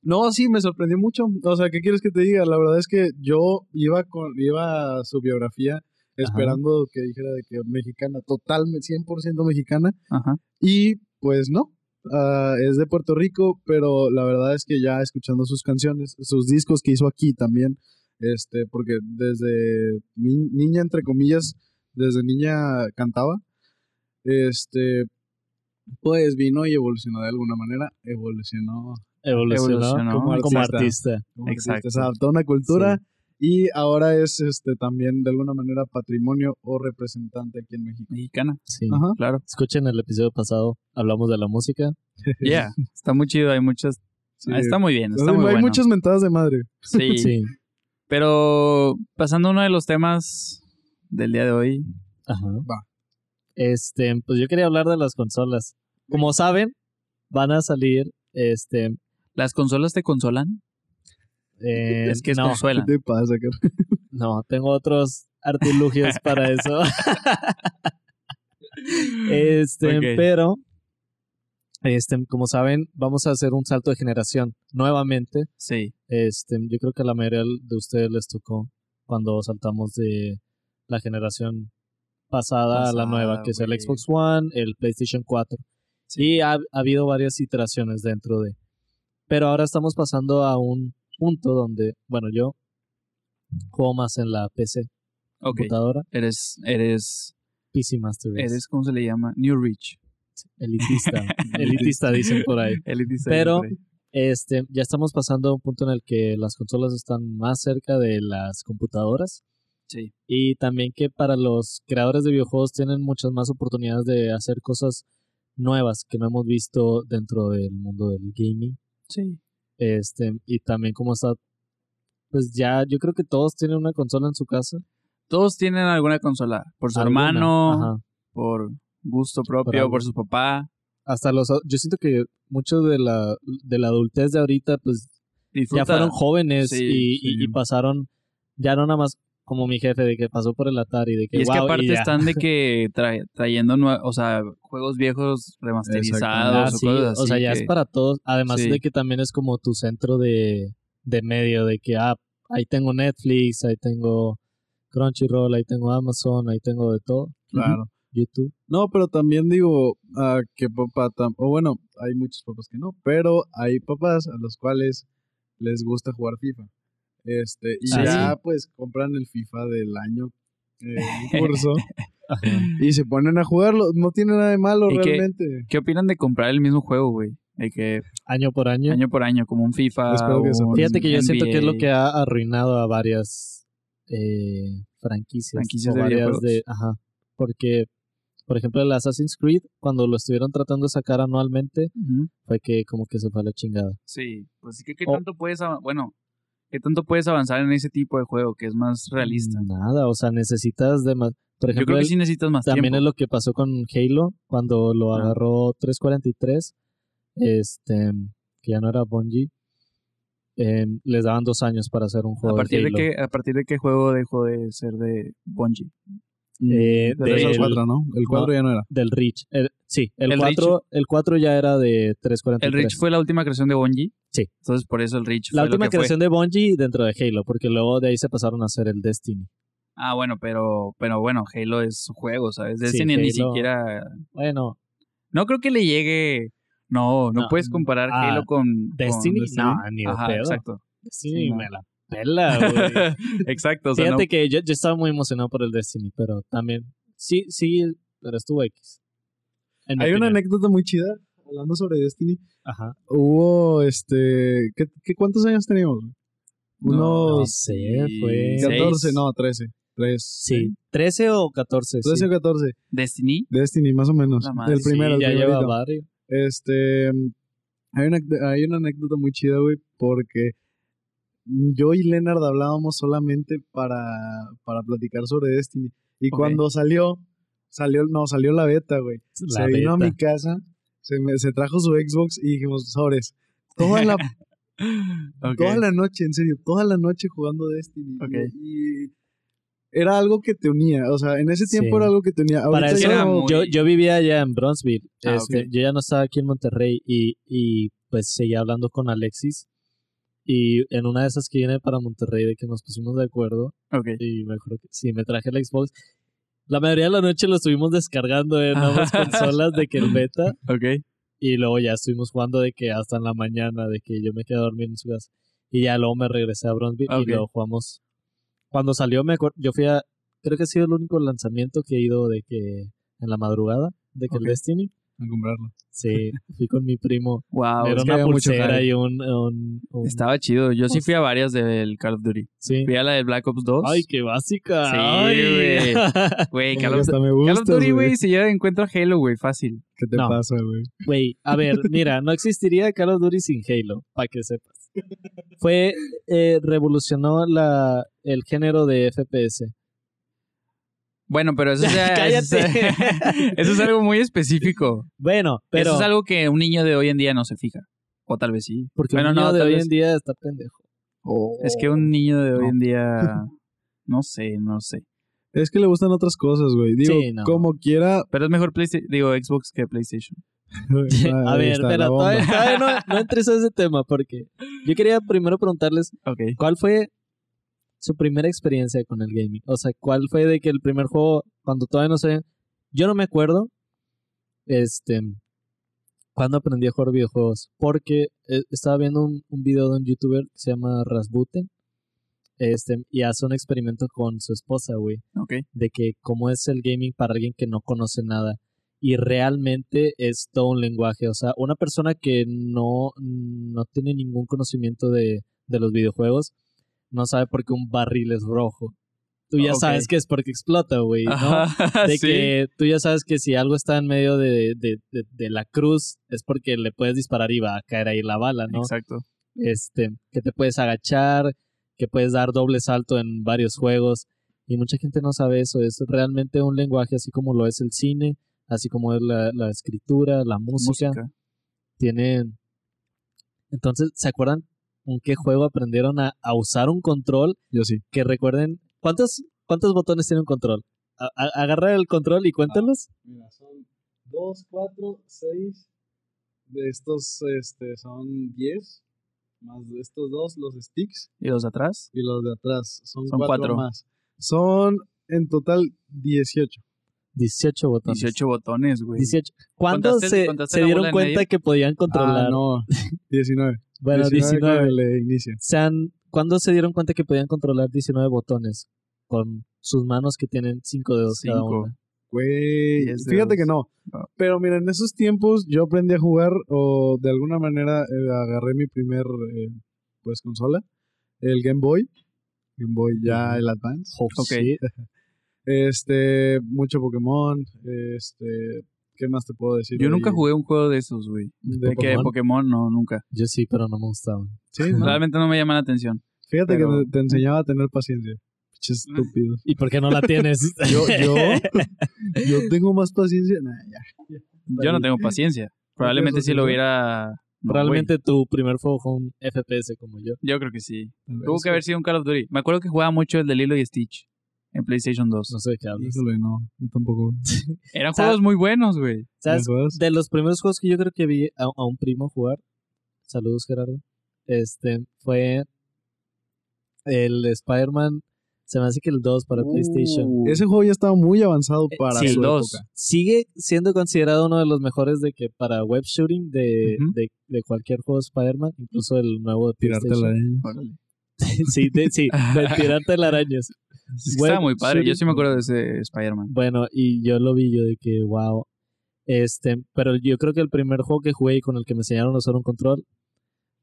Speaker 1: No, sí, me sorprendió mucho. O sea, ¿qué quieres que te diga? La verdad es que yo iba con iba a su biografía esperando que dijera de que mexicana, totalmente 100% mexicana,
Speaker 3: Ajá.
Speaker 1: y pues no. ah, es de Puerto Rico, pero la verdad es que ya escuchando sus canciones, sus discos que hizo aquí también, este, porque desde ni- niña, entre comillas, desde niña cantaba, este, pues vino y evolucionó de alguna manera, evolucionó
Speaker 2: Evolucionó,
Speaker 3: Evolucionó
Speaker 2: como,
Speaker 1: artista.
Speaker 2: como artista.
Speaker 1: como artista,
Speaker 3: Exacto.
Speaker 1: Se adaptó a una cultura y ahora es este también de alguna manera patrimonio o representante aquí en México.
Speaker 3: Mexicana,
Speaker 2: Sí.
Speaker 1: Ajá.
Speaker 3: claro.
Speaker 2: Escuchen el episodio pasado, hablamos de la música.
Speaker 3: Yeah, está muy chido, hay muchas...
Speaker 1: Sí. Pues
Speaker 3: ah, está muy bien, está
Speaker 1: Hay-
Speaker 3: muy
Speaker 1: hay
Speaker 3: bueno.
Speaker 1: muchas mentadas de madre.
Speaker 3: Sí,
Speaker 2: Sí.
Speaker 3: pero pasando a uno de los temas del día de hoy.
Speaker 2: Ajá.
Speaker 1: Va.
Speaker 2: Este, pues yo quería hablar de las consolas. Como saben, van a salir, este,
Speaker 3: ¿Las consolas te consolan?
Speaker 2: eh,
Speaker 3: es que es
Speaker 2: no, *laughs*
Speaker 3: consuelan.
Speaker 1: ¿Qué te pasa, cara?
Speaker 2: no, tengo otros artilugios para
Speaker 3: *laughs*
Speaker 2: eso. Este,
Speaker 3: Ok.
Speaker 2: pero, este, como saben, vamos a hacer un salto de generación nuevamente.
Speaker 3: Sí,
Speaker 2: Este, yo creo que a la mayoría de ustedes les tocó cuando saltamos de la generación pasada, a la
Speaker 3: Pasada,
Speaker 2: nueva, que es el
Speaker 3: güey.
Speaker 2: Xbox One, el PlayStation 4. Y ha, ha habido varias iteraciones dentro de. Pero ahora estamos pasando a un punto donde, bueno, yo juego más en la PC,
Speaker 3: ok.
Speaker 2: computadora,
Speaker 3: Eres, eres,
Speaker 2: PC Master Race.
Speaker 3: eres, ¿cómo se le llama? New Rich. *laughs*
Speaker 2: Elitista, elitista dicen por ahí.
Speaker 3: Elitista.
Speaker 2: Pero-
Speaker 3: dicen
Speaker 2: Este, ya estamos pasando a un punto en el que las consolas están más cerca de las computadoras.
Speaker 3: Sí.
Speaker 2: Y también que para los creadores de videojuegos tienen muchas más oportunidades de hacer cosas nuevas que no hemos visto dentro del mundo del gaming.
Speaker 3: por ahí.
Speaker 2: Este, y también como está, pues ya, yo creo que todos tienen una consola en su casa.
Speaker 3: Todos tienen alguna consola. Por su
Speaker 2: Alguna,
Speaker 3: hermano,
Speaker 2: ajá.
Speaker 3: por gusto
Speaker 2: Por
Speaker 3: propio,
Speaker 2: algo.
Speaker 3: por, su papá.
Speaker 2: Hasta los, yo siento que muchos de la, de la adultez de ahorita, pues
Speaker 3: Disfruta.
Speaker 2: ya fueron jóvenes
Speaker 3: Sí,
Speaker 2: y, y-
Speaker 1: sí.
Speaker 2: y pasaron, ya no nada más como mi jefe, de que pasó por el Atari, de que
Speaker 3: Y es que
Speaker 2: "Guau",
Speaker 3: aparte
Speaker 2: ya.
Speaker 3: están de
Speaker 2: *laughs*
Speaker 3: que tra- trayendo, nue- o sea, juegos viejos
Speaker 2: Ah,
Speaker 3: remasterizados o
Speaker 2: sí,
Speaker 3: cosas así.
Speaker 2: o sea, ya
Speaker 3: que-
Speaker 2: es para todos, además
Speaker 3: Sí.
Speaker 2: de que también es como tu centro de, de medio, de que, ah, ahí tengo Netflix, ahí tengo Crunchyroll, ahí tengo Amazon, ahí tengo de todo,
Speaker 1: Claro.
Speaker 2: YouTube.
Speaker 1: No, pero también digo ah, que papá, tam- o bueno, hay muchos papás que no, pero hay papás a los cuales les gusta jugar FIFA. Este, y
Speaker 2: Ah,
Speaker 1: ya
Speaker 2: sí.
Speaker 1: pues compran el FIFA del año eh, en curso y se ponen a jugarlo. No tiene nada de malo
Speaker 3: Y que-
Speaker 1: realmente.
Speaker 3: ¿Qué opinan de comprar el mismo juego, güey? De que
Speaker 2: Año por año.
Speaker 3: año por año, como un FIFA.
Speaker 1: Espero que se-
Speaker 3: un
Speaker 2: Fíjate que yo siento que es lo
Speaker 3: NBA.
Speaker 2: que ha arruinado a varias eh, franquicias.
Speaker 3: Franquicias
Speaker 2: o
Speaker 3: de
Speaker 2: varias
Speaker 3: videojuegos.
Speaker 2: de, Ajá. Porque, por ejemplo, el Assassin's Creed, cuando lo estuvieron tratando de sacar anualmente,
Speaker 3: Ujú.
Speaker 2: fue que como que se fue a la chingada.
Speaker 3: Sí, pues ¿qué, qué
Speaker 2: O-
Speaker 3: tanto puedes, av- bueno, qué tanto puedes avanzar en ese tipo de juego que es más realista?
Speaker 2: Nada, o sea, necesitas de más.
Speaker 3: Yo
Speaker 2: Por Mm, ejemplo,
Speaker 3: creo que
Speaker 2: el-
Speaker 3: sí necesitas más
Speaker 2: también
Speaker 3: tiempo.
Speaker 2: es lo que pasó con Halo cuando lo
Speaker 3: Ah.
Speaker 2: agarró 343, este, que ya no era Bungie. em, les daban dos años para hacer un
Speaker 3: ¿A
Speaker 2: juego.
Speaker 3: partir, de
Speaker 2: Halo.
Speaker 3: qué, ¿A partir de qué juego dejó de ser de Bungie?
Speaker 2: Eh,
Speaker 3: de
Speaker 1: Tres al
Speaker 2: del-
Speaker 1: cuatro, ¿no? El cuatro ya no era.
Speaker 2: del Rich. El- sí, el,
Speaker 3: El
Speaker 2: 4, el 4 ya era de 343.
Speaker 3: ¿El Reach fue la última creación de Bungie?
Speaker 2: Sí.
Speaker 3: Entonces por eso el Reach
Speaker 2: la
Speaker 3: fue
Speaker 2: última
Speaker 3: lo que fue.
Speaker 2: creación de Bungie dentro de Halo, porque luego de ahí se pasaron a hacer el Destiny.
Speaker 3: Ah, bueno, pero, pero bueno, Halo es su juego, ¿sabes?
Speaker 2: Sí,
Speaker 3: Destiny ni
Speaker 2: Halo-
Speaker 3: siquiera...
Speaker 2: Bueno,
Speaker 3: No creo que le llegue... No, no,
Speaker 2: No,
Speaker 3: puedes comparar
Speaker 2: ah,
Speaker 3: Halo con...
Speaker 2: Destiny,
Speaker 3: con
Speaker 2: no, ni de
Speaker 3: Ajá,
Speaker 2: pedo.
Speaker 3: exacto. *laughs*
Speaker 2: Destiny
Speaker 3: Sí, no.
Speaker 2: me la pela, güey.
Speaker 3: exacto, o sea, no-
Speaker 2: Fíjate que yo, yo estaba muy emocionado por el Destiny, pero también. Sí, sí, pero estuvo X. En mi
Speaker 1: Hay una
Speaker 2: opinión.
Speaker 1: anécdota muy chida hablando sobre Destiny.
Speaker 2: Ajá.
Speaker 1: Hubo este. ¿qué, qué- cuántos años teníamos?
Speaker 3: No,
Speaker 2: No
Speaker 1: Unos
Speaker 2: sé,
Speaker 3: sí,
Speaker 2: fue.
Speaker 3: sí.
Speaker 1: 14,
Speaker 3: seis.
Speaker 1: no, 13. 3.
Speaker 2: Sí, 13 o 14.
Speaker 1: 13 o 14.
Speaker 3: Destiny...
Speaker 1: Destiny, más o menos.
Speaker 3: La madre,
Speaker 1: el
Speaker 3: sí,
Speaker 1: primero,
Speaker 2: sí.
Speaker 1: el
Speaker 2: Ya lleva
Speaker 1: primerito.
Speaker 2: varios.
Speaker 1: Este. Hay una, hay una anécdota muy chida, güey, porque yo y Leonard hablábamos solamente para, para platicar sobre Destiny. Y
Speaker 3: Ok.
Speaker 1: cuando salió, salió, no, salió la beta, güey.
Speaker 2: La
Speaker 1: Se vino a
Speaker 2: neta.
Speaker 1: mi casa, se, me- se trajo su Xbox y dijimos, sobres. Toda la,
Speaker 3: Ok.
Speaker 1: toda la noche, en serio, toda la noche jugando Destiny.
Speaker 3: Ok.
Speaker 1: Y, y era algo que te unía, o sea, en ese tiempo
Speaker 2: Sí.
Speaker 1: era algo que te unía.
Speaker 2: Para
Speaker 1: Ahorita
Speaker 2: eso,
Speaker 1: ya
Speaker 3: era
Speaker 1: no-
Speaker 3: muy-
Speaker 2: yo, yo vivía allá en Bronzeville.
Speaker 3: Ah,
Speaker 2: este,
Speaker 3: ok.
Speaker 2: Yo ya no estaba aquí en Monterrey y, y pues seguía hablando con Alexis. Y en una de esas que viene para Monterrey, de que nos pusimos de acuerdo,
Speaker 3: Ok.
Speaker 2: y me acuerdo que sí, me traje el Xbox.
Speaker 3: *laughs*
Speaker 2: La mayoría de la noche lo estuvimos descargando en ambas consolas de que el beta.
Speaker 3: Ok.
Speaker 2: Y luego ya estuvimos jugando de que hasta en la mañana, de que yo me quedé a dormir en su casa. Y ya luego me regresé a Bronzeville
Speaker 3: Ok.
Speaker 2: y luego jugamos. Cuando salió, me acuer- yo fui a. Creo que ha sido el único lanzamiento que he ido de que. En la madrugada, de que
Speaker 1: Ok.
Speaker 2: el Destiny.
Speaker 1: a comprarlo.
Speaker 2: Sí, fui con mi
Speaker 3: *laughs*
Speaker 2: primo.
Speaker 3: Wow,
Speaker 1: es
Speaker 2: Era
Speaker 1: que
Speaker 2: una
Speaker 1: había mucho
Speaker 2: pulsera
Speaker 1: hype.
Speaker 2: y un. un- un-
Speaker 3: estaba chido. Yo sí fui a varias del Call of Duty.
Speaker 2: sí.
Speaker 3: Fui a la del Black Ops 2.
Speaker 2: Ay, qué básica.
Speaker 3: Sí,
Speaker 2: Ay.
Speaker 3: güey.
Speaker 2: *laughs*
Speaker 3: Güey, Call of
Speaker 1: Hasta me
Speaker 3: Call of
Speaker 1: gustas,
Speaker 3: Duty, güey, si yo encuentro a Halo, güey, fácil.
Speaker 1: ¿Qué te
Speaker 2: No.
Speaker 1: pasa, güey?
Speaker 2: Güey, a ver,
Speaker 1: *laughs*
Speaker 2: mira, no existiría Call of Duty sin Halo, para que sepas. Fue, eh, revolucionó la, el género de FPS.
Speaker 3: Bueno, pero
Speaker 2: *laughs*
Speaker 3: eso, *laughs* ya-
Speaker 2: Cállate.
Speaker 3: eso es- eso es algo muy específico.
Speaker 2: *laughs* Bueno, pero
Speaker 3: Eso es algo que un niño de hoy en día no se fija. O tal vez sí.
Speaker 2: porque
Speaker 3: bueno,
Speaker 2: un niño
Speaker 3: no,
Speaker 2: de
Speaker 3: tal
Speaker 2: hoy
Speaker 3: vez-
Speaker 2: en día está pendejo.
Speaker 3: Es que
Speaker 2: Oh,
Speaker 3: un niño de hoy
Speaker 1: No.
Speaker 3: en
Speaker 2: *laughs*
Speaker 3: día. No sé, no sé.
Speaker 1: Es que le gustan otras cosas, güey. Digo,
Speaker 2: Sí, no.
Speaker 1: como
Speaker 2: *laughs*
Speaker 1: quiera.
Speaker 3: Pero es mejor Playsta- digo, Xbox que PlayStation.
Speaker 2: a
Speaker 1: Ahí
Speaker 2: ver,
Speaker 1: está,
Speaker 2: pero
Speaker 1: la bomba.
Speaker 2: todavía, todavía
Speaker 1: *laughs*
Speaker 2: no, no entres a ese tema porque yo quería primero preguntarles
Speaker 3: Ok.
Speaker 2: cuál fue su primera experiencia con el gaming. O sea, cuál fue de que el primer juego, cuando todavía no sé, yo no me acuerdo, este, cuando aprendí a jugar videojuegos. Porque eh, estaba viendo un, un video de un youtuber que se llama Rasputin. Este, y hace un experimento con su esposa, güey.
Speaker 3: Ok.
Speaker 2: de que cómo es el gaming para alguien que no conoce nada. Y realmente es todo un lenguaje. O sea, una persona que no, no tiene ningún conocimiento de, de los videojuegos no sabe por qué un barril es rojo. Tú ya
Speaker 3: Ok.
Speaker 2: sabes que es porque explota, güey, ¿no?
Speaker 3: Ajá, *laughs*
Speaker 2: De
Speaker 3: sí.
Speaker 2: que tú ya sabes que si algo está en medio de, de, de- de la cruz es porque le puedes disparar y va a caer ahí la bala, ¿no?
Speaker 3: Exacto.
Speaker 2: este, que te puedes agachar, que puedes dar doble salto en varios juegos. Y mucha gente no sabe eso. Es realmente un lenguaje así como lo es el cine, así como es la, la escritura, la música.
Speaker 3: Música.
Speaker 2: Tienen. Entonces, ¿se acuerdan con qué juego aprendieron a, a usar un control?
Speaker 1: Yo sí.
Speaker 2: Que recuerden. ¿Cuántos, cuántos botones tiene un control? A- a- agarra el control y cuéntalos.
Speaker 1: Mira, son 2, 4, 6. De estos este, son 10. Más de estos dos, los sticks.
Speaker 3: ¿Y los de atrás?
Speaker 1: Y los de atrás son,
Speaker 3: Son
Speaker 1: 4
Speaker 3: cuatro.
Speaker 1: más. Son en total 18.
Speaker 2: 18 botones.
Speaker 3: 18 botones, güey.
Speaker 2: 18. ¿Cuándo
Speaker 3: ¿Contaste-
Speaker 2: se,
Speaker 3: contaste
Speaker 2: se
Speaker 3: la
Speaker 2: dieron
Speaker 3: bola en
Speaker 2: cuenta
Speaker 3: medio?
Speaker 2: que podían controlar?
Speaker 1: Ah,
Speaker 2: *laughs*
Speaker 1: no. 19.
Speaker 2: Bueno, 19.
Speaker 1: con el inicio.
Speaker 2: se han, ¿cuándo se dieron cuenta que podían controlar 19 botones con sus manos que tienen 5 dedos cada
Speaker 3: Cinco.
Speaker 2: una?
Speaker 1: Güey,
Speaker 3: Diez
Speaker 1: fíjate
Speaker 3: dedos.
Speaker 1: que no.
Speaker 3: No.
Speaker 1: Pero mira, en esos tiempos yo aprendí a jugar o de alguna manera eh, agarré mi primer eh, pues consola, el Game Boy, Game Boy ya
Speaker 2: Ujú.
Speaker 1: el Advance.
Speaker 2: Oh,
Speaker 3: Ok.
Speaker 2: shit.
Speaker 1: *laughs* Este, mucho Pokémon, este, ¿qué más te puedo decir?
Speaker 3: Yo
Speaker 1: de-
Speaker 3: nunca jugué un juego de esos, güey.
Speaker 1: de
Speaker 3: De que
Speaker 1: Pokémon?
Speaker 3: Pokémon, no, nunca.
Speaker 2: Yo sí, pero no me gustaban.
Speaker 3: *laughs*
Speaker 1: Sí, ¿no?
Speaker 3: Realmente no me llama la atención.
Speaker 1: Fíjate
Speaker 3: pero-
Speaker 1: que te, te enseñaba a tener paciencia.
Speaker 3: *laughs*
Speaker 1: Pinches estúpidos.
Speaker 2: ¿Y por qué no la *laughs* tienes?
Speaker 1: Yo, yo,
Speaker 3: *laughs*
Speaker 1: yo tengo más paciencia. Nah, ya.
Speaker 3: Yo no tengo
Speaker 2: *laughs*
Speaker 3: paciencia. Probablemente si lo hubiera. no,
Speaker 2: Realmente tu primer juego fue un FPS como yo.
Speaker 3: güey. Yo creo que sí.
Speaker 1: tengo.
Speaker 3: Tuvo que haber sido un Call of Duty. Me acuerdo que jugaba mucho el de Lilo y Stitch en PlayStation 2.
Speaker 2: No sé de qué hablas.
Speaker 1: Híjole, no, yo tampoco.
Speaker 3: Eran
Speaker 2: sea,
Speaker 3: juegos muy buenos, güey.
Speaker 2: ¿Sabes?
Speaker 1: ¿Me acuerdas?
Speaker 2: De los primeros juegos que yo creo que vi a, a un primo jugar, saludos Gerardo, este fue el Spider-Man, se me hace que el 2 para PlayStation.
Speaker 3: Uh,
Speaker 1: Ese juego ya estaba muy avanzado para
Speaker 2: sí,
Speaker 1: su
Speaker 3: Eh, el dos.
Speaker 1: época.
Speaker 2: sigue siendo considerado uno de los mejores de que para web shooting de,
Speaker 3: Ujú.
Speaker 2: de, de cualquier juego de Spider-Man, incluso el nuevo de
Speaker 1: Tirarte
Speaker 2: PlayStation.
Speaker 1: la leña.
Speaker 3: órale.
Speaker 2: *laughs* sí,
Speaker 1: *laughs*
Speaker 2: de, sí, de tirar telarañas.
Speaker 3: Es que
Speaker 2: Web
Speaker 3: estaba muy padre. Yo sí me
Speaker 2: shooting.
Speaker 3: acuerdo de ese Spider-Man.
Speaker 2: Bueno, y yo lo vi yo de que, wow. Este, pero yo creo que el primer juego que jugué y con el que me enseñaron a usar un control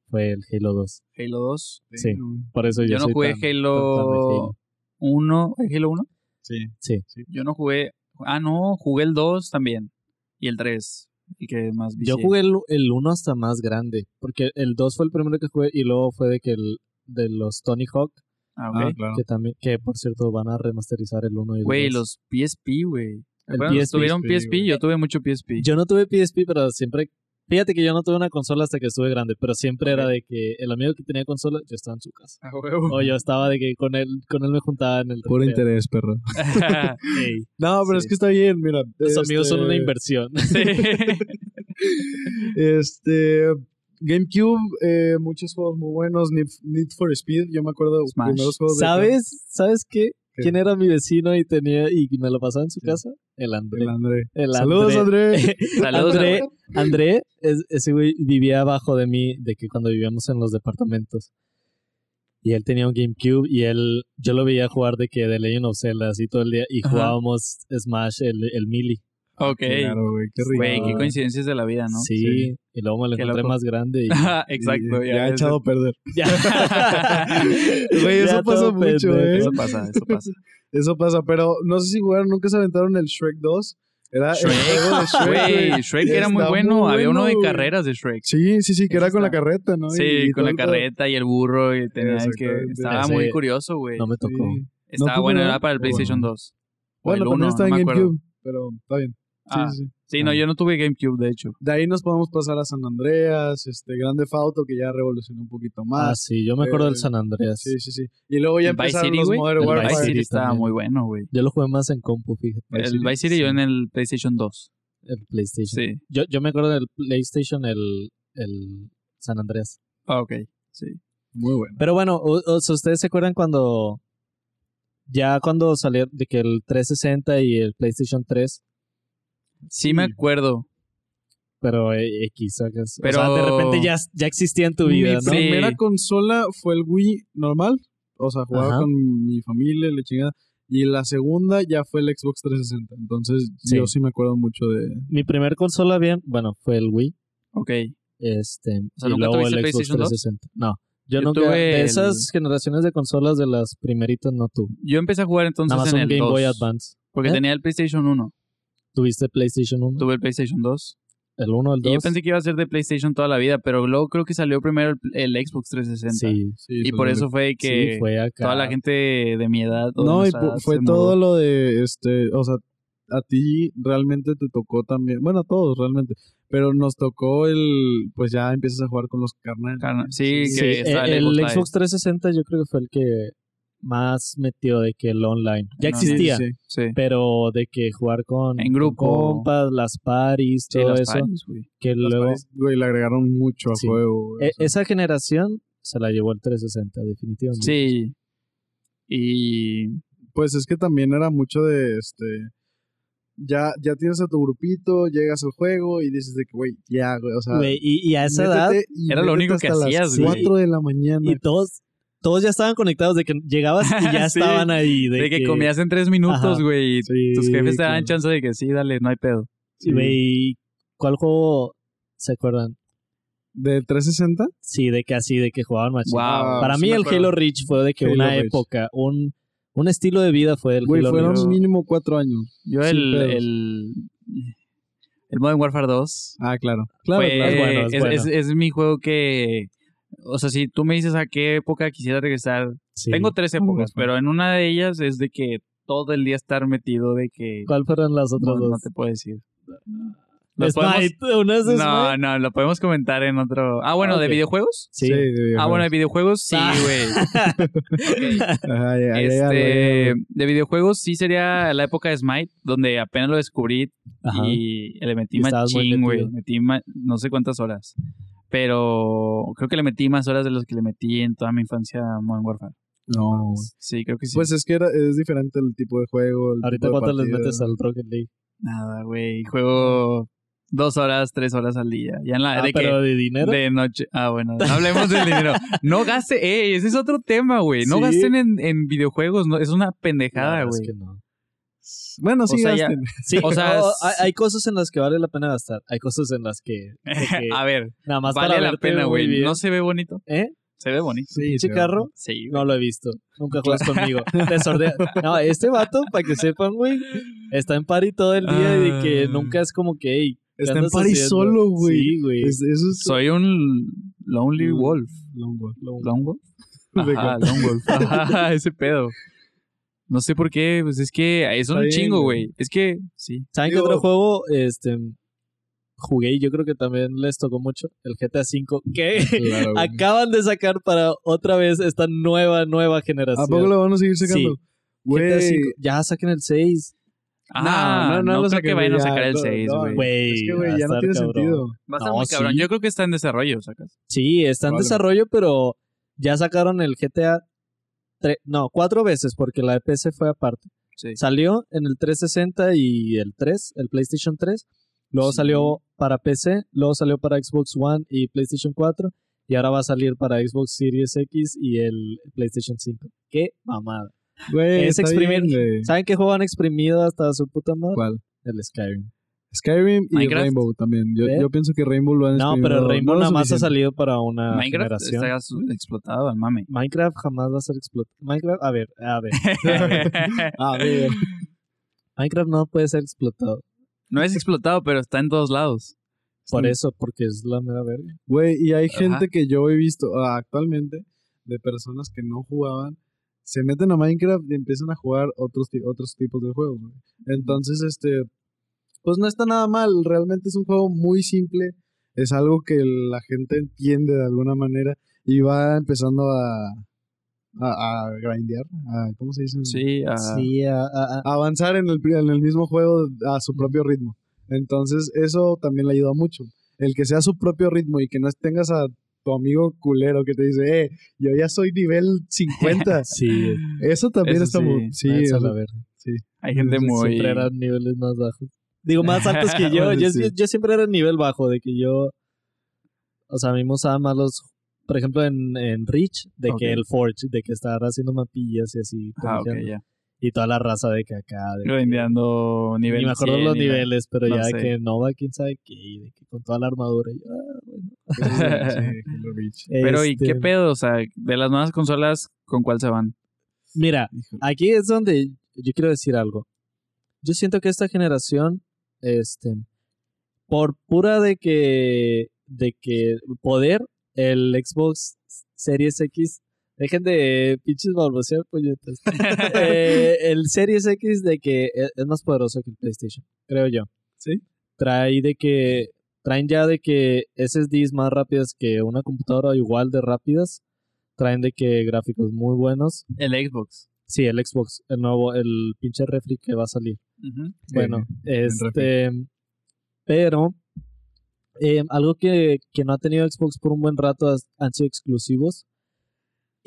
Speaker 2: fue el Halo 2.
Speaker 3: Halo 2.
Speaker 2: Sí. Por eso yo,
Speaker 3: Yo no
Speaker 2: soy
Speaker 3: jugué
Speaker 2: tan- tan fan de
Speaker 3: Halo 1. ¿eh, ¿Halo 1?
Speaker 1: Sí.
Speaker 2: Sí.
Speaker 3: Yo no jugué. Ah, no, jugué el 2 también. Y el 3. El que más vi.
Speaker 2: Yo jugué el, el 1 hasta más grande, porque el 2 fue el primero que jugué y luego fue de que el de los Tony Hawk
Speaker 3: Ah,
Speaker 1: Ah,
Speaker 3: ok.
Speaker 1: claro.
Speaker 2: Que también, que por cierto van a remasterizar el 1 y el
Speaker 3: Güey,
Speaker 2: 2.
Speaker 3: los PSP, güey. ¿Te
Speaker 2: El
Speaker 3: acuerdas?
Speaker 2: PSP,
Speaker 3: Tuvieron
Speaker 1: güey.
Speaker 3: PSP, yo tuve
Speaker 1: *laughs*
Speaker 3: mucho PSP.
Speaker 2: Yo no tuve PSP, pero siempre. Fíjate que yo no tuve una consola hasta que estuve grande, pero siempre era
Speaker 3: Ok.
Speaker 2: de que el amigo que tenía consola, yo estaba en su casa.
Speaker 3: A
Speaker 1: Oh.
Speaker 3: huevo.
Speaker 2: O yo estaba de que con él, con él me juntaba en el.
Speaker 1: Puro
Speaker 2: recreo.
Speaker 1: interés, perro.
Speaker 2: Ey,
Speaker 1: No, pero
Speaker 2: Sí.
Speaker 1: es que está bien, mira.
Speaker 2: los amigos son una
Speaker 1: este, *laughs*
Speaker 2: inversión.
Speaker 3: *laughs* Sí.
Speaker 1: Este. GameCube, eh, muchos juegos muy buenos. Need, Need for Speed, yo me acuerdo los
Speaker 3: Smash.
Speaker 1: primeros juegos de.
Speaker 2: ¿Sabes? ¿Sabes qué?
Speaker 1: ¿Qué?
Speaker 2: ¿Quién era mi vecino y tenía y me lo pasaba en su
Speaker 1: ¿Quién?
Speaker 2: casa? El André.
Speaker 1: El André.
Speaker 2: El
Speaker 1: Saludos,
Speaker 2: André.
Speaker 1: André.
Speaker 3: Saludos.
Speaker 2: André, André, es- ese güey vivía abajo de mí, de que cuando vivíamos en los departamentos. Y él tenía un GameCube y él, yo lo veía jugar de que de Legend of Zelda así todo el día y
Speaker 3: Ajá.
Speaker 2: jugábamos Smash, el, el Melee.
Speaker 3: Ok.
Speaker 1: Claro, güey, qué rico.
Speaker 3: Güey, qué
Speaker 2: Ah.
Speaker 3: coincidencias de la vida, ¿no? *laughs*
Speaker 2: sí,
Speaker 1: Sí.
Speaker 2: y luego me lo
Speaker 3: Qué
Speaker 2: encontré
Speaker 3: loco.
Speaker 2: más grande y
Speaker 3: Exacto.
Speaker 1: Y-
Speaker 3: Ya,
Speaker 1: Ya, ha
Speaker 3: es-
Speaker 1: echado a perder.
Speaker 2: ya.
Speaker 1: Güey, eso
Speaker 2: Ya
Speaker 1: pasa
Speaker 2: todo
Speaker 1: mucho,
Speaker 2: pendejo.
Speaker 1: ¿eh?
Speaker 3: *laughs* Eso pasa, eso pasa.
Speaker 1: Eso pasa, pero no sé si jugaron, nunca se aventaron el Shrek 2. Era el
Speaker 3: Shrek.
Speaker 1: juego de *laughs* Shrek.
Speaker 3: Güey,
Speaker 1: güey.
Speaker 3: Shrek era muy
Speaker 1: Está
Speaker 3: bueno.
Speaker 1: muy
Speaker 3: Había uno de
Speaker 1: bueno, güey.
Speaker 3: carreras de Shrek.
Speaker 1: Sí, sí, sí, que era
Speaker 3: Eso
Speaker 1: con la
Speaker 3: está.
Speaker 1: carreta, ¿no?
Speaker 3: Sí,
Speaker 1: Y- y
Speaker 3: con
Speaker 1: todo
Speaker 3: la
Speaker 1: el pedo.
Speaker 3: carreta y el burro y tenía que...
Speaker 1: Exactamente.
Speaker 3: Estaba
Speaker 2: Ese-
Speaker 3: muy curioso, güey.
Speaker 2: no me tocó.
Speaker 1: Sí.
Speaker 3: Estaba
Speaker 1: tuve
Speaker 3: bueno,
Speaker 1: nada.
Speaker 3: era para el PlayStation
Speaker 2: Bueno.
Speaker 3: 2. O
Speaker 1: Bueno,
Speaker 3: el
Speaker 1: también
Speaker 3: 1,
Speaker 1: está
Speaker 3: no me
Speaker 1: en
Speaker 3: acuerdo.
Speaker 1: GameCube, pero está bien. Sí,
Speaker 3: Ah,
Speaker 1: sí, sí.
Speaker 3: Sí, no,
Speaker 2: Ah.
Speaker 3: yo no tuve GameCube, de hecho.
Speaker 1: De ahí nos podemos pasar a San Andreas, este Grande Fauto, que ya revolucionó un poquito
Speaker 2: Ah,
Speaker 1: más.
Speaker 2: sí, yo me acuerdo del
Speaker 1: Eh,
Speaker 2: San Andreas.
Speaker 1: Sí, sí, sí. Y luego ya
Speaker 3: ¿El Vice
Speaker 1: empezaron
Speaker 3: City,
Speaker 1: los
Speaker 3: güey?
Speaker 1: Modern
Speaker 2: El
Speaker 3: El
Speaker 1: Warfare.
Speaker 3: Vice City
Speaker 2: City
Speaker 3: estaba
Speaker 2: también.
Speaker 3: muy bueno, güey.
Speaker 2: Yo lo jugué más en compu, fíjate.
Speaker 3: El Vice City yo en el PlayStation 2.
Speaker 2: el PlayStation.
Speaker 3: Sí.
Speaker 2: Yo, yo me acuerdo del PlayStation, el, el San Andreas.
Speaker 3: Ah, ok. Sí.
Speaker 1: Muy bueno.
Speaker 2: Pero bueno, o- o sea, ¿ustedes se acuerdan cuando ya cuando salió de que el 360 y el PlayStation 3,
Speaker 3: Sí me
Speaker 1: Sí.
Speaker 3: acuerdo.
Speaker 2: pero eh, X, sacas?
Speaker 3: Pero-
Speaker 2: o sea, de repente ya, ya existía en tu vida,
Speaker 1: mi
Speaker 2: ¿no?
Speaker 3: Sí.
Speaker 1: primera consola fue el Wii normal. O sea, jugaba
Speaker 2: Ajá.
Speaker 1: con mi familia, la chingada. Y la segunda ya fue el Xbox 360. Entonces,
Speaker 2: Sí.
Speaker 1: yo sí me acuerdo mucho de.
Speaker 2: Mi primer consola bien, bueno, fue el Wii,
Speaker 3: Ok.
Speaker 2: este,
Speaker 3: sea,
Speaker 2: y
Speaker 3: ¿nunca
Speaker 2: luego el
Speaker 3: tuviste
Speaker 2: Xbox
Speaker 3: PlayStation 2?
Speaker 2: 360. No,
Speaker 3: Yo
Speaker 2: yo, nunca
Speaker 3: tuve
Speaker 2: de
Speaker 3: el-
Speaker 2: esas generaciones de consolas de las primeritas no tuve.
Speaker 3: Yo empecé a jugar entonces
Speaker 2: Nada más
Speaker 3: en
Speaker 2: un
Speaker 3: el
Speaker 2: Game
Speaker 3: 2.
Speaker 2: Boy Advance.
Speaker 3: Porque
Speaker 2: ¿Eh?
Speaker 3: tenía el PlayStation 1.
Speaker 2: ¿Tuviste PlayStation 1?
Speaker 3: Tuve el PlayStation 2.
Speaker 2: ¿El 1 el 2?
Speaker 3: Y yo pensé que iba a ser de PlayStation toda la vida, pero luego creo que salió primero el, el Xbox 360.
Speaker 2: sí,
Speaker 1: sí,
Speaker 3: Y
Speaker 1: fue
Speaker 3: por
Speaker 1: el-
Speaker 3: eso fue que
Speaker 2: sí, fue acá.
Speaker 3: toda la gente de mi edad. o
Speaker 1: No, y
Speaker 3: nuestra
Speaker 1: pu-
Speaker 3: edad
Speaker 1: fue
Speaker 3: se mudó.
Speaker 1: todo lo de. este O sea, a ti realmente te tocó también. Bueno, a todos realmente. Pero nos tocó el. Pues ya empiezas a jugar con los carnales.
Speaker 3: Carna- Sí,
Speaker 2: Sí,
Speaker 3: que estaba
Speaker 2: eh, el
Speaker 3: Xbox Live.
Speaker 2: Xbox 360 yo creo que fue el que más metió de que el online. Ya
Speaker 3: No, sí, sí,
Speaker 2: existía,
Speaker 1: Sí, sí.
Speaker 3: Sí.
Speaker 2: pero de que jugar con,
Speaker 3: En grupo.
Speaker 2: con compas, las paris,
Speaker 3: Sí,
Speaker 2: todo
Speaker 3: las
Speaker 2: eso,
Speaker 3: paris, güey.
Speaker 2: que
Speaker 1: Las
Speaker 2: luego
Speaker 1: pares, güey, le agregaron mucho al
Speaker 2: Sí.
Speaker 1: juego. güey,
Speaker 2: e-
Speaker 1: o sea.
Speaker 2: esa generación se la llevó el 360 definitivamente.
Speaker 3: Sí. Y
Speaker 1: Pues es que también era mucho de este. Ya, ya tienes a tu grupito, llegas al juego y dices de que, güey, ya, güey, o sea.
Speaker 2: Güey, y, y a esa edad
Speaker 1: métete y
Speaker 3: Era lo
Speaker 1: métete
Speaker 3: único que
Speaker 1: hasta
Speaker 3: hacías,
Speaker 1: las
Speaker 3: güey.
Speaker 1: 4 de la mañana.
Speaker 2: y todos todos ya estaban conectados de que llegabas y
Speaker 3: *laughs*
Speaker 2: ya
Speaker 3: Sí,
Speaker 2: estaban ahí de,
Speaker 3: de, que, comías en tres minutos,
Speaker 2: Ajá.
Speaker 3: güey. y
Speaker 1: Sí,
Speaker 3: Tus jefes te
Speaker 1: claro.
Speaker 3: daban chance de que sí, dale, no hay pedo.
Speaker 1: Sí.
Speaker 2: güey, ¿cuál juego se acuerdan?
Speaker 1: ¿De 360?
Speaker 2: Sí, de que así de que jugaban machín.
Speaker 1: Ah,
Speaker 3: Wow.
Speaker 2: Para
Speaker 1: sí
Speaker 2: mí
Speaker 1: me
Speaker 2: el
Speaker 1: acuerdo.
Speaker 2: Halo Reach fue de que
Speaker 1: Halo
Speaker 2: una
Speaker 1: Reach.
Speaker 2: época, un, un estilo de vida fue el
Speaker 1: Güey,
Speaker 2: Halo
Speaker 1: fueron
Speaker 2: Reach.
Speaker 3: Reach.
Speaker 1: mínimo 4 años.
Speaker 3: Yo
Speaker 1: Sin
Speaker 3: el,
Speaker 1: pedos.
Speaker 3: el, el Modern Warfare 2
Speaker 1: Ah, claro. Claro,
Speaker 3: fue-
Speaker 1: claro.
Speaker 2: es bueno, es
Speaker 3: es,
Speaker 2: bueno.
Speaker 3: es- es mi juego que... O sea, si tú me dices a qué época quisiera regresar...
Speaker 2: Sí.
Speaker 3: Tengo tres
Speaker 1: Modern
Speaker 3: épocas,
Speaker 1: Warfare.
Speaker 3: pero en una de ellas es de que todo el día estar metido de que...
Speaker 2: ¿Cuál fueron las otras
Speaker 3: No, no
Speaker 2: dos?
Speaker 3: te puedo decir. ¿Los
Speaker 2: Smite, una es
Speaker 3: No,
Speaker 2: Smite.
Speaker 3: no, lo podemos comentar en otro... Ah, bueno,
Speaker 2: Ah,
Speaker 3: ¿de
Speaker 2: ok.
Speaker 3: videojuegos?
Speaker 2: Sí.
Speaker 1: de
Speaker 3: Ah, bueno, de
Speaker 1: videojuegos.
Speaker 3: videojuegos sí,
Speaker 2: Ah.
Speaker 3: güey.
Speaker 2: *laughs*
Speaker 1: Ajá, ya, ya, ya,
Speaker 3: Este,
Speaker 1: ya, ya.
Speaker 3: de videojuegos sí sería la época de Smite, donde apenas lo descubrí
Speaker 2: Ajá.
Speaker 3: y le metí
Speaker 2: Y estabas muy
Speaker 3: machín, güey.
Speaker 2: metido.
Speaker 3: Metí ma- no sé cuántas horas. Pero creo que le metí más horas de las que le metí en toda mi infancia a Modern Warfare.
Speaker 1: No, güey.
Speaker 3: Sí, creo que sí.
Speaker 1: Pues es que era, es diferente el tipo de juego. el
Speaker 2: Ahorita
Speaker 1: tipo de
Speaker 2: cuánto les
Speaker 1: partida.
Speaker 2: metes al Rocket League.
Speaker 3: nada, güey. Juego dos horas, tres horas al día. Ya en la,
Speaker 2: Ah,
Speaker 3: de que-
Speaker 2: pero de dinero.
Speaker 3: de noche. Ah, bueno, no hablemos del dinero. No gaste, eh, ese es otro tema, güey. No
Speaker 1: Sí.
Speaker 3: gasten en, en videojuegos, no, es una
Speaker 2: No,
Speaker 3: pendejada,
Speaker 2: es
Speaker 3: güey.
Speaker 2: que
Speaker 3: *laughs*
Speaker 2: no.
Speaker 1: Bueno, sí,
Speaker 3: sea, ya-
Speaker 1: gasten.
Speaker 2: Sí,
Speaker 3: O sea,
Speaker 2: no,
Speaker 3: es-
Speaker 2: hay, hay cosas en las que vale la pena gastar. Hay cosas en las que, de
Speaker 3: *laughs*
Speaker 2: que
Speaker 3: A ver,
Speaker 2: nada más
Speaker 3: Ah, vale
Speaker 2: para
Speaker 3: la
Speaker 2: verte
Speaker 3: pena,
Speaker 2: muy
Speaker 3: güey.
Speaker 2: bien.
Speaker 3: ¿No se ve bonito?
Speaker 2: ¿Eh?
Speaker 3: Se ve bonito.
Speaker 1: Sí,
Speaker 2: Pinche
Speaker 1: sí,
Speaker 2: carro,
Speaker 3: Sí, güey.
Speaker 2: no lo he visto. Nunca juegas
Speaker 1: *laughs*
Speaker 2: conmigo. Te sordea. No, este vato, para que sepan, güey, está en party todo el día y de que
Speaker 3: Ah.
Speaker 2: nunca es como que, "Ey, ¿qué
Speaker 1: Está en
Speaker 2: andas
Speaker 1: party
Speaker 2: haciendo?"
Speaker 1: solo, güey.
Speaker 2: Sí, güey.
Speaker 1: Es- eso es
Speaker 3: Soy un Lonely Wolf.
Speaker 1: Long
Speaker 2: *laughs*
Speaker 1: Walk.
Speaker 3: ¿Lone Wolf?
Speaker 1: Venga.
Speaker 3: Ajá, Lone Wolf. Ajá, ese pedo. No sé por qué, pues es que son un
Speaker 1: Está bien,
Speaker 3: chingo,
Speaker 1: güey.
Speaker 3: güey. Es que, sí.
Speaker 2: ¿Saben qué
Speaker 1: Digo-
Speaker 2: otro juego este, jugué y yo creo que también les tocó mucho? El GTA V,
Speaker 1: *laughs*
Speaker 2: que
Speaker 1: Claro, Ah, güey.
Speaker 2: acaban de sacar para otra vez esta nueva, nueva generación.
Speaker 1: ¿A poco lo van a seguir sacando?
Speaker 2: Sí. GTA
Speaker 1: Güey.
Speaker 2: V, ya saquen el 6.
Speaker 3: Ah, no,
Speaker 1: no, no lo
Speaker 3: creo que
Speaker 1: saquen,
Speaker 3: vayan a
Speaker 1: ya,
Speaker 3: sacar el
Speaker 1: no,
Speaker 3: 6,
Speaker 1: no,
Speaker 3: güey.
Speaker 2: Güey,
Speaker 1: Es que,
Speaker 2: va
Speaker 1: güey,
Speaker 2: a
Speaker 1: ya no
Speaker 2: estar
Speaker 1: tiene
Speaker 2: cabrón.
Speaker 1: sentido.
Speaker 3: Va a estar
Speaker 2: no,
Speaker 3: muy cabrón.
Speaker 2: sí.
Speaker 3: Yo creo que está en desarrollo, sacas.
Speaker 2: Sí, está en
Speaker 1: Probablemente.
Speaker 2: desarrollo, pero ya sacaron el GTA tre- no, cuatro veces porque la de PC fue aparte.
Speaker 3: Sí.
Speaker 2: Salió en el 360 y el 3, el PlayStation 3. Luego
Speaker 3: Sí.
Speaker 2: salió para PC, luego salió para Xbox One y PlayStation 4. Y ahora va a salir para Xbox Series X y el PlayStation 5. ¡Qué mamada!
Speaker 1: Güey,
Speaker 2: Es
Speaker 1: está
Speaker 2: exprimir-
Speaker 1: bien, güey.
Speaker 2: ¿Saben qué juego han exprimido hasta su puta madre?
Speaker 1: ¿Cuál?
Speaker 2: El Skyrim.
Speaker 1: Skyrim y
Speaker 3: Minecraft.
Speaker 1: Rainbow tambiw Yo,
Speaker 2: ¿Eh?
Speaker 1: yo pienso que Rainbow lo han
Speaker 2: No,
Speaker 1: exprimido-
Speaker 2: pero Rainbow
Speaker 1: lo
Speaker 2: nada más ha
Speaker 1: suficiente.
Speaker 2: salido para una
Speaker 3: Minecraft
Speaker 2: Ah, generación.
Speaker 3: está su- explotado al mame.
Speaker 2: Minecraft jamás va a ser explotado. Minecraft, a ver, a ver.
Speaker 3: Ah,
Speaker 1: A ver.
Speaker 2: *laughs* Minecraft no puede ser explotado.
Speaker 3: *laughs* no es explotado, pero está en todos lados.
Speaker 2: Por
Speaker 3: Sí.
Speaker 2: eso, porque es la mera verga.
Speaker 1: Güey, y hay
Speaker 3: Ajá.
Speaker 1: gente que yo he visto ah, actualmente de personas que no jugaban, se meten a Minecraft y empiezan a jugar otros, ti- otros tipos de juegos, güey. Entonces, este, pues no está nada mal, realmente es un juego muy simple, es algo que la gente entiende de alguna manera y va empezando a, a, a grindear, a- ¿cómo se dice?
Speaker 3: Sí, ah,
Speaker 2: Sí,
Speaker 1: eh.
Speaker 2: a- a- a-
Speaker 1: a avanzar en el, pri- en el mismo juego a su propio ritmo. Entonces, eso también le ayuda mucho. El que sea su propio ritmo y que no tengas a tu amigo culero que te dice, eh, yo ya soy nivel
Speaker 2: *laughs*
Speaker 1: 50.
Speaker 2: sí,
Speaker 1: eso también
Speaker 3: Eso
Speaker 1: está
Speaker 3: sí,
Speaker 1: muy... Sí,
Speaker 2: váyanse a
Speaker 1: eso-
Speaker 2: la verga.
Speaker 3: hay gente muy...
Speaker 2: Siempre eran niveles más bajos.
Speaker 3: *laughs*
Speaker 2: Digo, más altos que yo.
Speaker 1: Bueno,
Speaker 2: yo,
Speaker 1: sí.
Speaker 2: yo siempre era nivel bajo, de que yo. O sea, a mí me usaban más los. Por ejemplo, en, en Reach, de
Speaker 3: Ok.
Speaker 2: que el Forge, de que estar haciendo mapillas y así.
Speaker 3: Ah, ok,
Speaker 2: pendejeando.
Speaker 3: ya.
Speaker 2: Y toda la raza de que acá. De que-
Speaker 3: Grindeando niveles.
Speaker 2: Ni me acuerdo
Speaker 3: 100
Speaker 2: los
Speaker 3: y la-
Speaker 2: niveles, pero
Speaker 3: no
Speaker 2: ya de
Speaker 3: sé.
Speaker 2: que Nova, quién sabe qué, y de que con toda la armadura. y yo, ah, bueno.
Speaker 1: eso sí,
Speaker 3: *laughs*
Speaker 2: *laughs*
Speaker 1: sí, Halo Reach.
Speaker 3: Pero, ¿y
Speaker 2: Este,
Speaker 3: qué pedo? O sea, de las nuevas consolas, ¿con cuál se van? *laughs*
Speaker 2: Mira, aquí es donde yo quiero decir algo. Yo siento que esta generación, este, por pura de que, de que poder, el Xbox Series X, dejen de pinches balbucear, puñetas. Eh, el Series X de que es es más poderoso que el PlayStation, creo yo.
Speaker 1: ¿Sí?
Speaker 2: Trae de que, traen ya de que SSDs más rápidas que una computadora igual de rápidas. Traen de que gráficos muy buenos.
Speaker 3: El Xbox.
Speaker 2: Sí, el Xbox, el nuevo, el pinche refri que va a salir.
Speaker 3: Ujú.
Speaker 2: Bueno,
Speaker 1: refri.
Speaker 2: este. Pero. eh, algo que, que no ha tenido Xbox por un buen rato has- han sido exclusivos.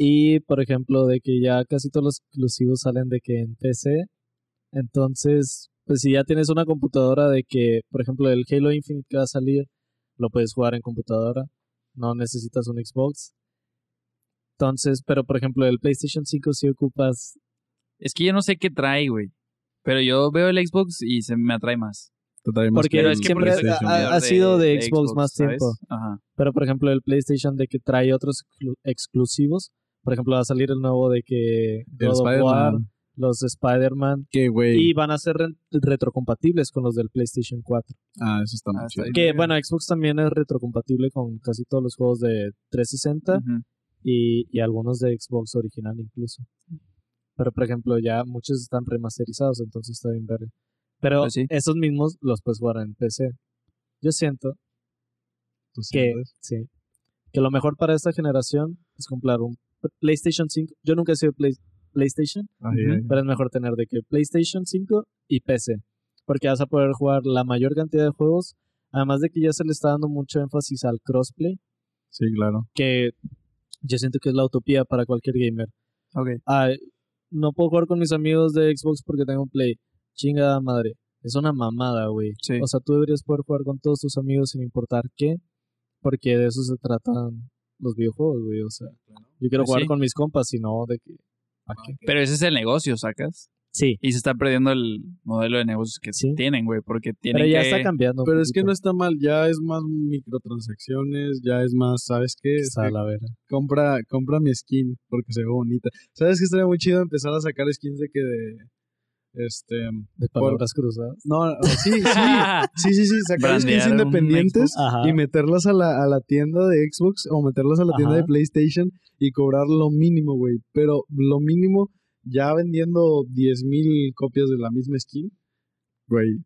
Speaker 2: Y, por ejemplo, de que ya casi todos los exclusivos salen de que en PC. Entonces, pues si ya tienes una computadora de que, por ejemplo, el Halo Infinite que va a salir, lo puedes jugar en computadora. No necesitas un Xbox. Entonces, pero por ejemplo, el PlayStation 5 si ocupas
Speaker 3: Es que yo no sé qué trae, güey. Pero yo veo el Xbox y se me atrae más.
Speaker 1: Total, más
Speaker 2: Porque
Speaker 1: que
Speaker 3: Pero
Speaker 1: el
Speaker 3: es que
Speaker 2: siempre
Speaker 3: porque soy
Speaker 2: ha-
Speaker 3: consumidor
Speaker 2: ha sido de Xbox más
Speaker 3: ¿sabes?
Speaker 2: tiempo.
Speaker 3: Ajá.
Speaker 2: Pero por ejemplo el PlayStation de que trae otros exclu- exclusivos. Por ejemplo va a salir el nuevo de que
Speaker 1: el
Speaker 2: God of War,
Speaker 1: Spider-Man.
Speaker 2: los Spider-Man.
Speaker 1: Que,
Speaker 2: Y
Speaker 1: güey.
Speaker 2: van a ser ren- retrocompatibles con los del PlayStation 4.
Speaker 1: Ah, eso está
Speaker 3: Ah,
Speaker 1: muy
Speaker 3: está
Speaker 1: chido.
Speaker 3: bien.
Speaker 2: Que bueno, Xbox también es retrocompatible con casi todos los juegos de 360
Speaker 3: Ujú.
Speaker 2: y, y algunos de Xbox original incluso. Pero por ejemplo ya muchos están remasterizados, entonces está bien verga. Pero
Speaker 3: Pues sí.
Speaker 2: esos mismos los puedes jugar en PC. Yo siento
Speaker 1: Tú
Speaker 2: que,
Speaker 1: sientes.
Speaker 2: sí, que lo mejor para esta generación es comprar un PlayStation 5. Yo nunca he sido Play- PlayStation,
Speaker 1: Ay,
Speaker 3: Ujú.
Speaker 1: ay.
Speaker 2: pero es mejor tener de que PlayStation 5 y PC, porque vas a poder jugar la mayor cantidad de juegos, además de que ya se le está dando mucho énfasis al crossplay,
Speaker 1: Sí, claro.
Speaker 2: que yo siento que es la utopía para cualquier gamer.
Speaker 3: Ok.
Speaker 2: Ah, no puedo jugar con mis amigos de Xbox porque tengo Play. Chingada madre. Es una mamada, güey.
Speaker 3: Sí.
Speaker 2: O sea, tú deberías poder jugar con todos tus amigos sin importar qué, porque de eso se tratan los videojuegos, güey. O sea, yo quiero
Speaker 3: Pues
Speaker 2: jugar
Speaker 3: sí.
Speaker 2: con mis compas, si no, de que. ¿pa'
Speaker 1: Ah,
Speaker 2: qué?
Speaker 3: Pero ese es el negocio, ¿sacas?
Speaker 2: Sí,
Speaker 3: Y se está perdiendo el modelo de negocios que
Speaker 2: Sí.
Speaker 3: tienen, güey. Porque tienen
Speaker 2: pero ya
Speaker 3: que...
Speaker 2: está
Speaker 3: *laughs*
Speaker 2: cambiando. un
Speaker 1: Pero es que no
Speaker 2: poquito.
Speaker 1: está mal, ya es más microtransacciones, ya es más, ¿sabes qué? Es
Speaker 2: Está
Speaker 1: que
Speaker 2: a la verga.
Speaker 1: compra, compra mi skin porque se ve bonita. ¿Sabes que estaría muy chido empezar a sacar skins de que de este
Speaker 2: De
Speaker 1: por-
Speaker 2: palabras cruzadas.
Speaker 1: no, o- sí, sí. Sí, sí, sí, sacar skins
Speaker 3: Brandear un
Speaker 1: independientes
Speaker 2: Xbox. Ajá.
Speaker 1: y meterlas a la, a la tienda de Xbox o meterlas a la tienda
Speaker 2: Ajá.
Speaker 1: de PlayStation y cobrar lo mínimo, güey. Pero lo mínimo, ya vendiendo 10.000 copias de la misma skin, güey,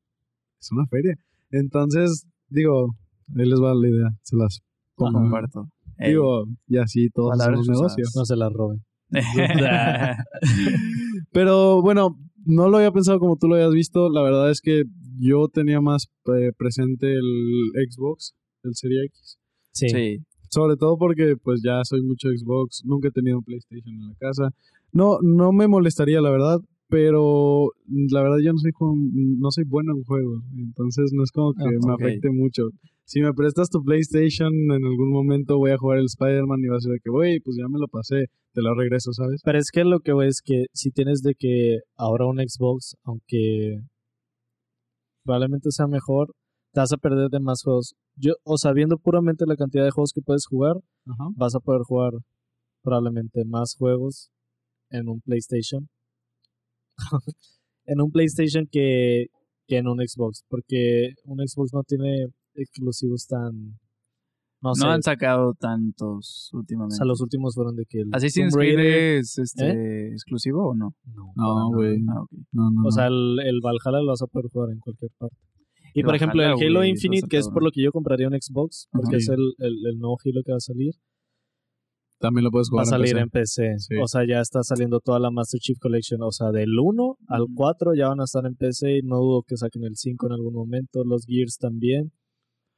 Speaker 1: es una feria. Entonces, digo, ahí les va la idea, se las pongo.
Speaker 3: Comparto. Ey.
Speaker 1: Digo, y así todos
Speaker 3: Palabras
Speaker 1: hacemos
Speaker 3: cruzadas.
Speaker 1: negocio.
Speaker 2: No se las roben.
Speaker 3: Eh,
Speaker 2: *laughs*
Speaker 1: *laughs* Pero bueno, no lo había pensado como tú lo habías visto. La verdad es que yo tenía más eh, presente el Xbox, el Serie X.
Speaker 3: *laughs*
Speaker 2: Sí.
Speaker 3: sí.
Speaker 1: Sobre todo porque pues ya soy mucho Xbox, nunca he tenido un PlayStation en la casa. No, no me molestaría, la verdad, pero la verdad yo no soy, jue- no soy bueno en juegos, entonces no es como que
Speaker 3: Ah,
Speaker 1: me
Speaker 3: ok.
Speaker 1: afecte mucho. Si me prestas tu PlayStation, en algún momento voy a jugar el Spider-Man y vas a decir de que, güey, pues ya me lo pasé, te lo regreso, ¿sabes?
Speaker 2: Pero es que lo que voy es que si tienes de que ahora un Xbox, aunque probablemente sea mejor, te vas a perder de más juegos. Yo, o sabiendo puramente la cantidad de juegos que puedes jugar,
Speaker 1: Ajá.
Speaker 2: vas a poder jugar probablemente más juegos en un PlayStation. *laughs* en un PlayStation que, que en un Xbox. Porque un Xbox no tiene exclusivos tan. No sé.
Speaker 3: No han sacado tantos
Speaker 2: o
Speaker 3: últimamente.
Speaker 2: sea, los últimos fueron de que. el
Speaker 3: ¿Así sin
Speaker 2: Tomb
Speaker 3: Creed
Speaker 2: Raider-
Speaker 3: es este, exclusivo o no?
Speaker 2: No,
Speaker 1: ¿Eh? No,
Speaker 2: para nada.
Speaker 1: güey.
Speaker 3: Ah, ok.
Speaker 1: No, no.
Speaker 2: O
Speaker 1: no.
Speaker 2: sea, el, el Valhalla lo vas a poder jugar en cualquier parte. Y
Speaker 3: El
Speaker 2: por ejemplo, el
Speaker 3: Valhalla,
Speaker 2: Halo
Speaker 3: güey, eso
Speaker 2: Infinite,
Speaker 3: está
Speaker 2: que es por
Speaker 3: cabrón.
Speaker 2: lo que yo compraría un Xbox, porque
Speaker 1: Ajá.
Speaker 2: es el, el, el nuevo Halo que va a salir,
Speaker 1: también lo puedes jugar
Speaker 2: va a
Speaker 1: en
Speaker 2: salir
Speaker 1: PC.
Speaker 2: en PC.
Speaker 1: Sí.
Speaker 2: O sea, ya está saliendo toda la Master Chief Collection. O sea, del 1 al
Speaker 3: Ujú.
Speaker 2: 4 ya van a estar en PC y no dudo que saquen el 5 en algún momento, los Gears también.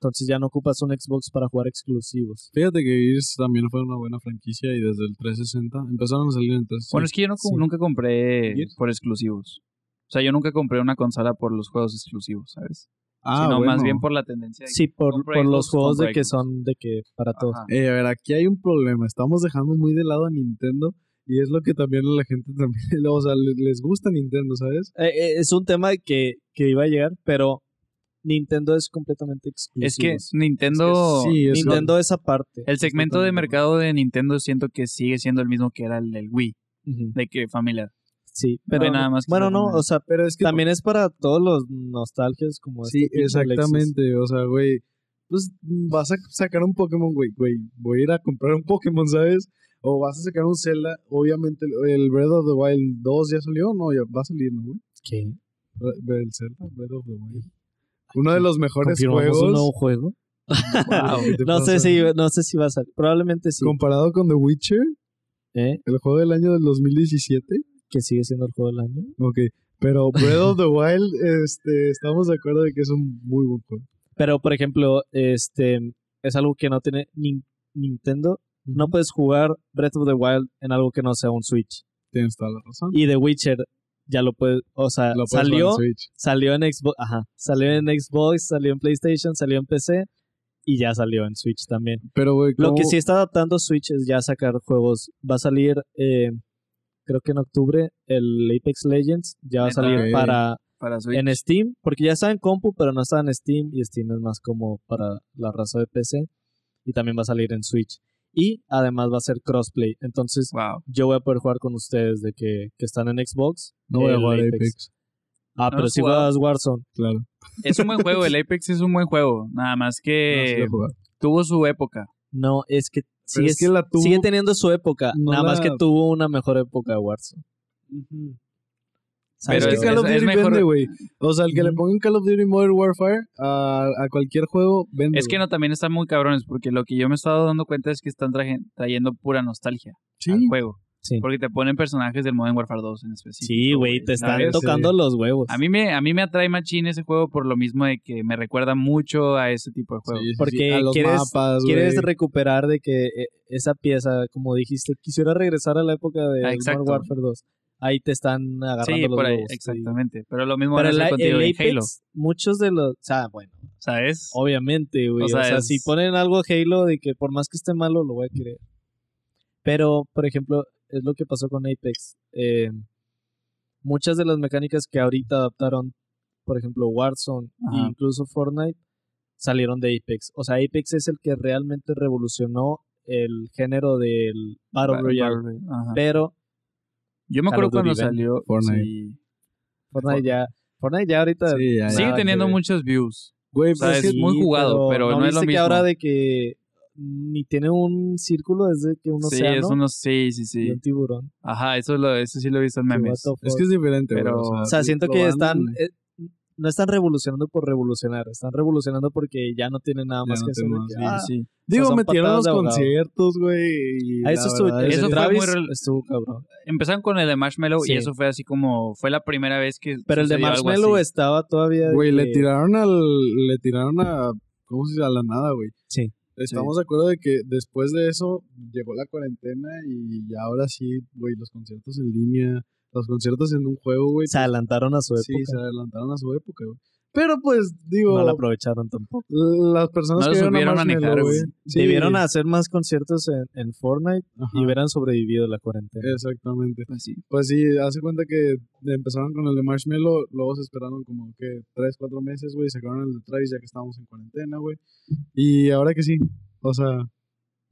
Speaker 2: Entonces ya no ocupas un Xbox para jugar exclusivos.
Speaker 1: Fíjate que Gears también fue una buena franquicia y desde el 360 empezaron a salir en 360.
Speaker 3: Bueno, es que yo no com-
Speaker 2: Sí.
Speaker 3: nunca compré
Speaker 1: ¿Gears?
Speaker 3: por exclusivos. O sea, yo nunca compré una consola por los juegos exclusivos, ¿sabes?
Speaker 1: ah,
Speaker 3: Sino más
Speaker 1: bueno.
Speaker 3: bien por la tendencia. de-
Speaker 2: Sí, por,
Speaker 3: compra
Speaker 2: por los
Speaker 3: Xbox,
Speaker 2: juegos de
Speaker 3: compra
Speaker 2: que
Speaker 3: Xbox.
Speaker 2: son de que para todos.
Speaker 3: Ajá.
Speaker 1: Eh, a ver, aquí hay un problema. Estamos dejando muy de lado a Nintendo y es lo que también a la gente *laughs* también, o sea, le- les gusta Nintendo, ¿sabes?
Speaker 2: Eh, eh, es un tema que, que iba a llegar, pero Nintendo es completamente exclusivo.
Speaker 3: Es que Nintendo...
Speaker 1: Sí, es
Speaker 2: Nintendo es aparte.
Speaker 3: El segmento de
Speaker 2: Totalmente.
Speaker 3: mercado de Nintendo siento que sigue siendo el mismo que era el del Wii,
Speaker 2: Ujú.
Speaker 3: de que
Speaker 1: *laughs*
Speaker 3: familiar.
Speaker 2: Sí,
Speaker 3: No hay
Speaker 2: pero
Speaker 3: nada más que
Speaker 2: bueno,
Speaker 3: sea
Speaker 2: no,
Speaker 3: familiar.
Speaker 2: o sea,
Speaker 1: Pero es que
Speaker 2: también es para todos los nostalgias como
Speaker 1: Sí,
Speaker 2: este pinche Alexis.
Speaker 1: exactamente. O sea, güey, pues vas a sacar un Pokémon, güey, güey, voy a ir a comprar un Pokémon, ¿sabes? O vas a sacar un Zelda. Obviamente, el- el Breath of the Wild 2 ya salió, no, ya va a salir, ¿no, güey?
Speaker 2: ¿Qué?
Speaker 1: Bre- El Zelda, Breath of the Wild. Uno de los mejores
Speaker 2: ¿Confirmamos
Speaker 1: juegos.
Speaker 2: un nuevo juego?
Speaker 3: Ah,
Speaker 1: ¿Qué te
Speaker 2: *laughs* No sé
Speaker 1: pasa?
Speaker 2: si no sé si va a salir, probablemente sí,
Speaker 1: Comparado con The Witcher,
Speaker 2: ¿eh?
Speaker 1: el juego del año del 2017.
Speaker 2: que sigue siendo el juego del año.
Speaker 1: Ok. Pero Breath of the Wild,
Speaker 3: *laughs*
Speaker 1: este, estamos de acuerdo de que es un muy buen juego.
Speaker 2: Pero por ejemplo, este es algo que no tiene Nin- Nintendo. No puedes jugar Breath of the Wild en algo que no sea un Switch.
Speaker 1: Tienes toda la razón.
Speaker 2: Y The Witcher ya lo puedes, o sea,
Speaker 1: Lo puedes jugar en
Speaker 2: salió
Speaker 1: Switch.
Speaker 2: Salió en Xbox, ajá, salió en Xbox, salió en PlayStation, salió en PC y ya salió en Switch también.
Speaker 1: Pero, güey,
Speaker 2: Lo que
Speaker 1: ¿cómo-
Speaker 2: sí está adaptando Switch es ya sacar juegos. Va a salir, eh, creo que en octubre, el Apex Legends ya va a
Speaker 3: Neta.
Speaker 2: salir
Speaker 1: Ah, Ok.
Speaker 2: para
Speaker 3: Para Switch.
Speaker 2: en Steam, porque ya está en compu, pero no está en Steam y Steam es más como para la raza de PC y también va a salir en Switch y además va a ser crossplay. Entonces
Speaker 3: Wow.
Speaker 2: yo voy a poder jugar con ustedes de que, que están en Xbox.
Speaker 1: No voy a
Speaker 2: el
Speaker 1: jugar Apex.
Speaker 2: Ah,
Speaker 3: No
Speaker 2: pero
Speaker 3: has
Speaker 2: si
Speaker 3: jugado.
Speaker 2: juegas Warzone.
Speaker 1: claro.
Speaker 3: Es un buen
Speaker 1: *laughs*
Speaker 3: juego, el Apex es un buen juego. Nada
Speaker 1: no,
Speaker 3: más
Speaker 1: sí
Speaker 3: que
Speaker 1: voy a jugar.
Speaker 3: tuvo su época.
Speaker 2: No, es que,
Speaker 1: Pero
Speaker 2: sigue,
Speaker 1: es que la tuvo-
Speaker 2: sigue teniendo su época.
Speaker 1: no
Speaker 2: nada más que
Speaker 1: la-
Speaker 2: tuvo una mejor época de Warzone.
Speaker 3: Pero
Speaker 1: es que
Speaker 3: es-
Speaker 1: Call of
Speaker 3: es
Speaker 1: Duty
Speaker 3: mejor-
Speaker 1: vende, güey. O sea, el que le
Speaker 2: Ujú.
Speaker 1: pongan Call of Duty Modern Warfare a, a cualquier juego, vende.
Speaker 3: Es que
Speaker 1: güey.
Speaker 3: no, también están muy cabrones, porque lo que yo me he estado dando cuenta es que están traje- trayendo pura nostalgia al
Speaker 1: Sí.
Speaker 3: juego.
Speaker 2: Sí.
Speaker 3: Porque te ponen personajes del Modern Warfare 2 en específico.
Speaker 2: Sí, güey, te están
Speaker 3: ¿sabes?
Speaker 2: tocando
Speaker 1: eh,
Speaker 2: los huevos.
Speaker 3: A mí, me, a mí me atrae machín ese juego por lo mismo de que me recuerda mucho a ese tipo de juego.
Speaker 1: Sí, sí,
Speaker 2: Porque
Speaker 1: sí. A los
Speaker 2: quieres-
Speaker 1: mapas,
Speaker 2: Quieres
Speaker 1: güey.
Speaker 2: recuperar de que eh, esa pieza, como dijiste, quisiera regresar a la época de
Speaker 3: Ah,
Speaker 2: Modern
Speaker 3: exacto.
Speaker 2: Warfare 2. Ahí te están agarrando
Speaker 3: Sí,
Speaker 2: los
Speaker 3: por ahí,
Speaker 2: huevos. sí.
Speaker 3: exactamente. Pero lo mismo
Speaker 2: Pero
Speaker 3: ahora
Speaker 2: el,
Speaker 3: hacer contigo
Speaker 2: el
Speaker 3: en
Speaker 2: Apex,
Speaker 3: Halo,
Speaker 2: muchos de los... O sea, bueno,
Speaker 3: ¿sabes?
Speaker 2: Obviamente, güey. O
Speaker 3: O
Speaker 2: sea,
Speaker 3: sea, es-
Speaker 2: si ponen algo de Halo de que por más que esté malo, lo voy a querer. Pero, por ejemplo, es lo que pasó con Apex. Eh, muchas de las mecánicas que ahorita adaptaron, por ejemplo, Warzone e
Speaker 3: Ajá.
Speaker 2: incluso Fortnite, salieron de Apex. O sea, Apex es el que realmente revolucionó el género del Battle
Speaker 3: Ba-
Speaker 2: Royale.
Speaker 3: Battle Royale, ajá.
Speaker 2: Pero
Speaker 3: Yo me
Speaker 2: Call
Speaker 3: acuerdo
Speaker 2: of Duty
Speaker 3: cuando
Speaker 2: Ven-
Speaker 3: salió
Speaker 1: Fortnite.
Speaker 3: sí.
Speaker 2: Fortnite ya, Fortnite ya ahorita...
Speaker 1: Sí, ya,
Speaker 2: Nada
Speaker 3: Sigue
Speaker 1: ya,
Speaker 3: teniendo
Speaker 1: güey.
Speaker 3: muchos views.
Speaker 1: Güey,
Speaker 3: o sea,
Speaker 1: pues
Speaker 3: es
Speaker 1: sí,
Speaker 3: muy jugado, pero no es lo
Speaker 2: viste que
Speaker 3: mismo.
Speaker 2: ahora de que ni tiene un círculo, es de que un
Speaker 3: sí,
Speaker 2: océano
Speaker 3: es unos. Sí, sí,
Speaker 2: y
Speaker 3: sí.
Speaker 2: un tiburón.
Speaker 3: Ajá, eso, lo, eso sí lo he visto en
Speaker 2: que
Speaker 3: memes.
Speaker 2: what the
Speaker 1: Es
Speaker 2: fuck.
Speaker 1: que es diferente,
Speaker 3: Pero-
Speaker 1: güey.
Speaker 2: o sea, siento
Speaker 1: lo
Speaker 2: que
Speaker 1: van-
Speaker 2: están... eh, no están revolucionando por revolucionar, están revolucionando porque ya no tienen nada
Speaker 1: Ya
Speaker 2: más
Speaker 1: no
Speaker 2: que hacer.
Speaker 1: tienen
Speaker 2: de que,
Speaker 1: más,
Speaker 2: ah,
Speaker 1: sí,
Speaker 3: Sí, sí.
Speaker 1: Digo,
Speaker 2: son
Speaker 1: metieron
Speaker 2: patadas
Speaker 1: los
Speaker 2: de ahogado.
Speaker 1: conciertos, güey. y
Speaker 2: ah, eso
Speaker 1: la
Speaker 2: estuvo,
Speaker 1: verdad
Speaker 2: el
Speaker 1: es
Speaker 2: de
Speaker 3: Eso
Speaker 1: que-
Speaker 3: fue
Speaker 2: Travis
Speaker 3: muy rel-
Speaker 2: estuvo cabrón.
Speaker 3: Empezaron con el de Marshmallow
Speaker 2: Sí.
Speaker 3: y eso fue así como. Fue la primera vez que.
Speaker 2: Pero el de
Speaker 3: sucedió algo
Speaker 2: Marshmallow
Speaker 3: así.
Speaker 2: estaba todavía... de
Speaker 1: Güey, le
Speaker 2: que-
Speaker 1: tiraron al. Le tiraron a. ¿Cómo se dice? A la nada, güey.
Speaker 2: Sí.
Speaker 1: Estamos de acuerdo de que después de eso llegó la cuarentena y ya ahora sí, güey, los conciertos en línea, los conciertos en un juego, güey. pues,
Speaker 2: Se adelantaron a su época.
Speaker 1: Sí, se adelantaron a su época, güey. Pero pues, digo,
Speaker 2: No la aprovecharon tampoco.
Speaker 1: las personas
Speaker 3: No
Speaker 1: que
Speaker 3: lo
Speaker 1: vieron a
Speaker 3: supieron
Speaker 1: Marshmello,
Speaker 3: manejar,
Speaker 1: güey.
Speaker 3: güey.
Speaker 1: Sí,
Speaker 2: Debieron hacer más conciertos en, en Fortnite
Speaker 1: ajá, Eh.
Speaker 2: y hubieran sobrevivido la cuarentena.
Speaker 1: Exactamente.
Speaker 3: Pues sí.
Speaker 1: Pues sí, hace cuenta que empezaron con el de Marshmallow, luego se esperaron como que tres, cuatro meses, güey, y sacaron el de Travis ya que estábamos en cuarentena, güey. Y ahora que sí, o sea,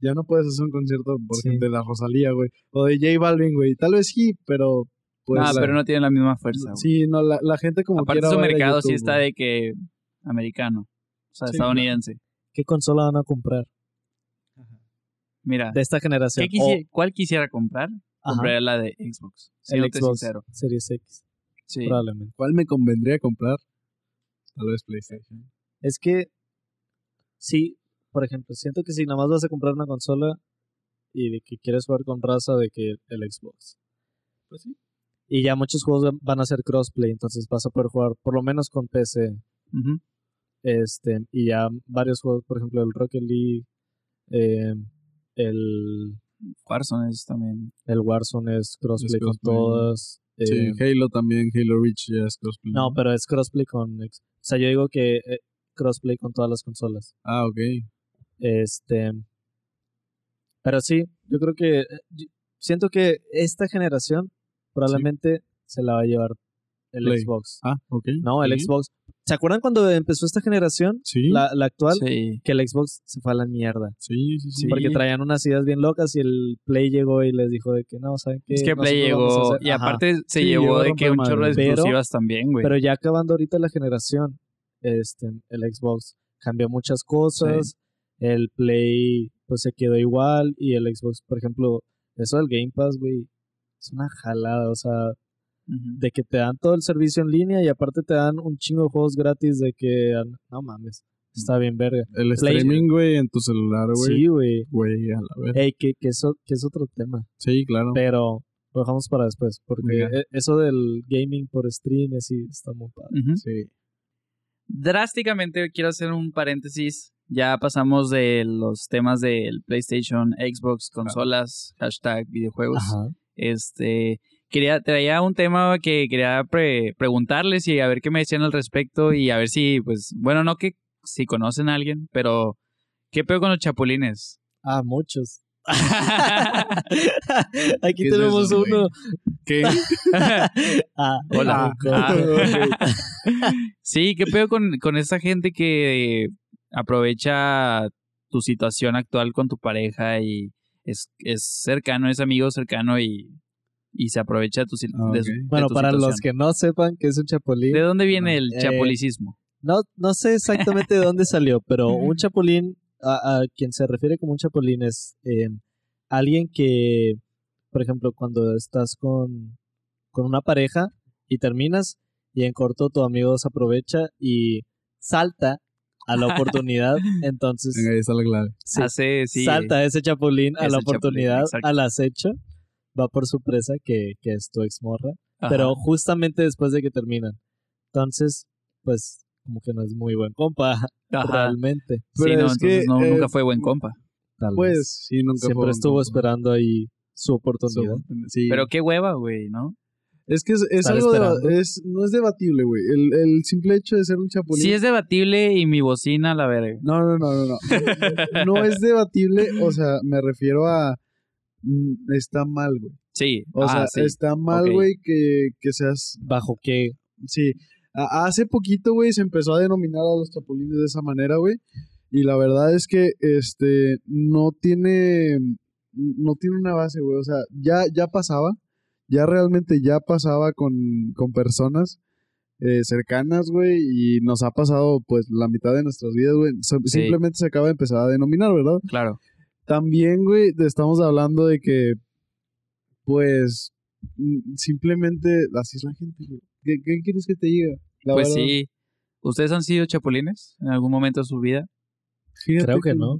Speaker 1: ya no puedes hacer un concierto, por
Speaker 2: Sí.
Speaker 1: ejemplo, de la Rosalía, güey, o de J Balvin, güey. Tal vez sí, pero pues...
Speaker 3: ah,
Speaker 1: la-
Speaker 3: pero no tienen la misma fuerza. güey.
Speaker 1: Sí, no, la, la gente como
Speaker 3: Aparte
Speaker 1: quiera
Speaker 3: su
Speaker 1: va a ir a
Speaker 3: mercado sí
Speaker 1: YouTube,
Speaker 3: está
Speaker 1: güey.
Speaker 3: de que americano, o sea,
Speaker 1: Sí,
Speaker 3: estadounidense.
Speaker 2: ¿Qué consola van a comprar
Speaker 3: Mira,
Speaker 2: de esta generación?
Speaker 3: ¿qué quisi- ¿cuál quisiera comprar?
Speaker 2: O- ajá,
Speaker 3: Compraría la de Xbox.
Speaker 2: el
Speaker 3: siéndote
Speaker 2: Xbox
Speaker 3: sincero.
Speaker 2: Series X,
Speaker 3: Sí.
Speaker 2: probablemente.
Speaker 1: ¿Cuál me convendría comprar? Tal vez PlayStation.
Speaker 2: Es que, sí, por ejemplo, siento que si nada más vas a comprar una consola y de que quieres jugar con raza, de que el Xbox.
Speaker 1: Pues sí.
Speaker 2: Y ya muchos juegos van- van a ser crossplay, entonces vas a poder jugar por lo menos con PC.
Speaker 3: Ujú.
Speaker 2: Este, y ya varios juegos, por ejemplo, el Rocket League, eh, el,
Speaker 3: Warzone es también.
Speaker 2: el Warzone es crossplay con
Speaker 1: crossplay, ¿no?
Speaker 2: todas. eh,
Speaker 1: Sí, Halo también, Halo Reach ya es crossplay.
Speaker 2: No, pero es crossplay con. ex- O sea, yo digo que eh, crossplay con todas las consolas.
Speaker 1: Ah, ok.
Speaker 2: Este. Pero sí, yo creo que. eh, yo Siento que esta generación probablemente se la va a llevar el
Speaker 1: Play.
Speaker 2: Xbox.
Speaker 1: Ah, ok.
Speaker 2: No, el
Speaker 1: Sí.
Speaker 2: Xbox. ¿Se acuerdan cuando empezó esta generación?
Speaker 1: Sí,
Speaker 2: La, la actual.
Speaker 3: Sí.
Speaker 2: Que el Xbox se fue a la mierda.
Speaker 1: sí, sí, sí.
Speaker 2: Porque traían unas ideas bien locas y el Play llegó y les dijo de que no, ¿saben qué?
Speaker 3: Es que Play
Speaker 2: Nosotros vamos a
Speaker 3: llegó.
Speaker 2: hacer-
Speaker 3: Y
Speaker 2: Ajá.
Speaker 3: aparte se
Speaker 1: Sí, llegó
Speaker 3: llevó
Speaker 1: a
Speaker 3: de que
Speaker 1: romper
Speaker 3: un chorro de
Speaker 2: madres. Pero-
Speaker 3: exclusivas también, güey.
Speaker 2: Pero ya acabando ahorita la generación, este, el Xbox cambió muchas cosas, el Play pues se quedó igual y el Xbox, por ejemplo, eso del Game Pass, güey, es una jalada, o sea,
Speaker 3: Ujú.
Speaker 2: de que te dan todo el servicio en línea y aparte te dan un chingo de juegos gratis de que, ah, no mames, está bien verga.
Speaker 1: El
Speaker 2: Play-
Speaker 1: streaming, güey, en tu celular, Mm. güey.
Speaker 2: Sí, güey.
Speaker 1: Güey, a la vez.
Speaker 2: Ey, que, que eso, que es otro tema,
Speaker 1: Sí, claro.
Speaker 2: pero lo dejamos para después, porque
Speaker 1: Venga.
Speaker 2: e- eso del gaming por stream y así está muy padre.
Speaker 3: Ujú.
Speaker 1: Sí.
Speaker 3: drásticamente quiero hacer un paréntesis. Ya pasamos de los temas del PlayStation, Xbox, consolas, hashtag videojuegos.
Speaker 1: pues,
Speaker 2: Ajá.
Speaker 3: Este quería traía un tema que quería pre- preguntarles y a ver qué me decían al respecto y a ver si pues bueno, no que si conocen a alguien, pero ¿qué pedo con los chapulines?
Speaker 2: Ah,
Speaker 1: *laughs*
Speaker 2: muchos. *laughs*
Speaker 1: ¿Qué
Speaker 2: Aquí
Speaker 1: es
Speaker 2: tenemos
Speaker 1: eso, güey?
Speaker 2: uno.
Speaker 1: ¿Qué?
Speaker 2: Ah,
Speaker 3: Hola.
Speaker 2: ah, co-
Speaker 1: *laughs*
Speaker 3: Ah. sí, ¿qué pedo con, con esa gente que aprovecha tu situación actual con tu pareja y es, es cercano, es amigo cercano y, y se aprovecha de tu, si-
Speaker 1: Ah,
Speaker 3: de-
Speaker 1: ok.
Speaker 3: de
Speaker 2: Bueno,
Speaker 3: tu
Speaker 2: para los
Speaker 3: situación?
Speaker 2: que no sepan que es un chapulín,
Speaker 3: ¿De dónde viene el
Speaker 2: Eh,
Speaker 3: chapulicismo?
Speaker 2: no, no sé exactamente de dónde salió, pero
Speaker 1: *laughs*
Speaker 2: un chapulín, a, a quien se refiere como un chapulín es eh, alguien que, por ejemplo, cuando estás con, con una pareja y terminas y en corto tu amigo se aprovecha y salta a
Speaker 1: *laughs*
Speaker 2: la oportunidad, entonces
Speaker 1: Venga, ahí está la clave.
Speaker 2: sí.
Speaker 3: Hace, sí,
Speaker 2: salta ese chapulín a
Speaker 3: Ese
Speaker 2: la
Speaker 3: chapulín,
Speaker 2: oportunidad,
Speaker 3: exacto.
Speaker 2: al acecho, va por su presa, que, que es tu ex morra,
Speaker 3: ajá.
Speaker 2: pero justamente después de que terminan. Entonces, pues, como que no es muy buen compa,
Speaker 3: Ajá.
Speaker 2: realmente.
Speaker 3: Sí,
Speaker 1: Pero
Speaker 3: no,
Speaker 1: es que,
Speaker 3: entonces no,
Speaker 1: eh,
Speaker 3: nunca fue buen compa.
Speaker 2: Tal vez.
Speaker 1: Pues sí, nunca
Speaker 2: Siempre
Speaker 1: fue un
Speaker 2: estuvo
Speaker 1: grupo.
Speaker 2: esperando ahí su oportunidad.
Speaker 1: Sí.
Speaker 3: Pero qué hueva, güey, ¿no?
Speaker 1: es que es, es
Speaker 2: Estar
Speaker 1: algo deba-
Speaker 2: esperando.
Speaker 1: es, no es debatible, güey. El, el simple hecho de ser un chapulín.
Speaker 3: Sí es debatible y mi bocina, la verga.
Speaker 1: No, no, no, no, no. No es debatible, o sea, me refiero a mm, está mal, güey.
Speaker 3: Sí,
Speaker 1: O
Speaker 3: ah,
Speaker 1: sea,
Speaker 3: sí.
Speaker 1: está mal,
Speaker 3: ok.
Speaker 1: güey, que, que seas
Speaker 2: Bajo que
Speaker 1: Sí. A- hace poquito, güey, se empezó a denominar a los chapulines de esa manera, güey. Y la verdad es que este no tiene no tiene una base, güey. O sea, ya, ya pasaba. Ya realmente ya pasaba con, con personas eh, cercanas, güey. Y nos ha pasado, pues, la mitad de nuestras vidas, güey. So-
Speaker 3: Sí.
Speaker 1: Simplemente se acaba de empezar a denominar, ¿verdad?
Speaker 3: Claro.
Speaker 1: También, güey, te estamos hablando de que, pues, mm, simplemente así es la gente, güey. ¿Qué, qué quieres que te diga? La
Speaker 3: pues
Speaker 1: verdad,
Speaker 3: sí. ¿Ustedes han sido chapulines en algún momento de su vida?
Speaker 1: fíjate
Speaker 2: creo que no.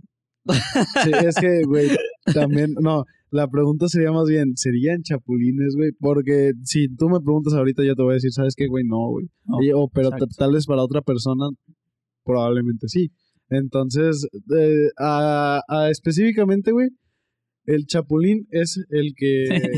Speaker 1: Sí, es que, güey, también, no, la pregunta sería más bien, ¿serían chapulines, güey? Porque si tú me preguntas ahorita, yo te voy a decir, ¿sabes qué, güey? No, güey.
Speaker 3: No,
Speaker 1: Y- o, pero ta-
Speaker 3: exacto.
Speaker 1: tal vez para otra persona, probablemente sí. Entonces, eh, a- a específicamente, güey, el Chapulín es el que
Speaker 3: *laughs*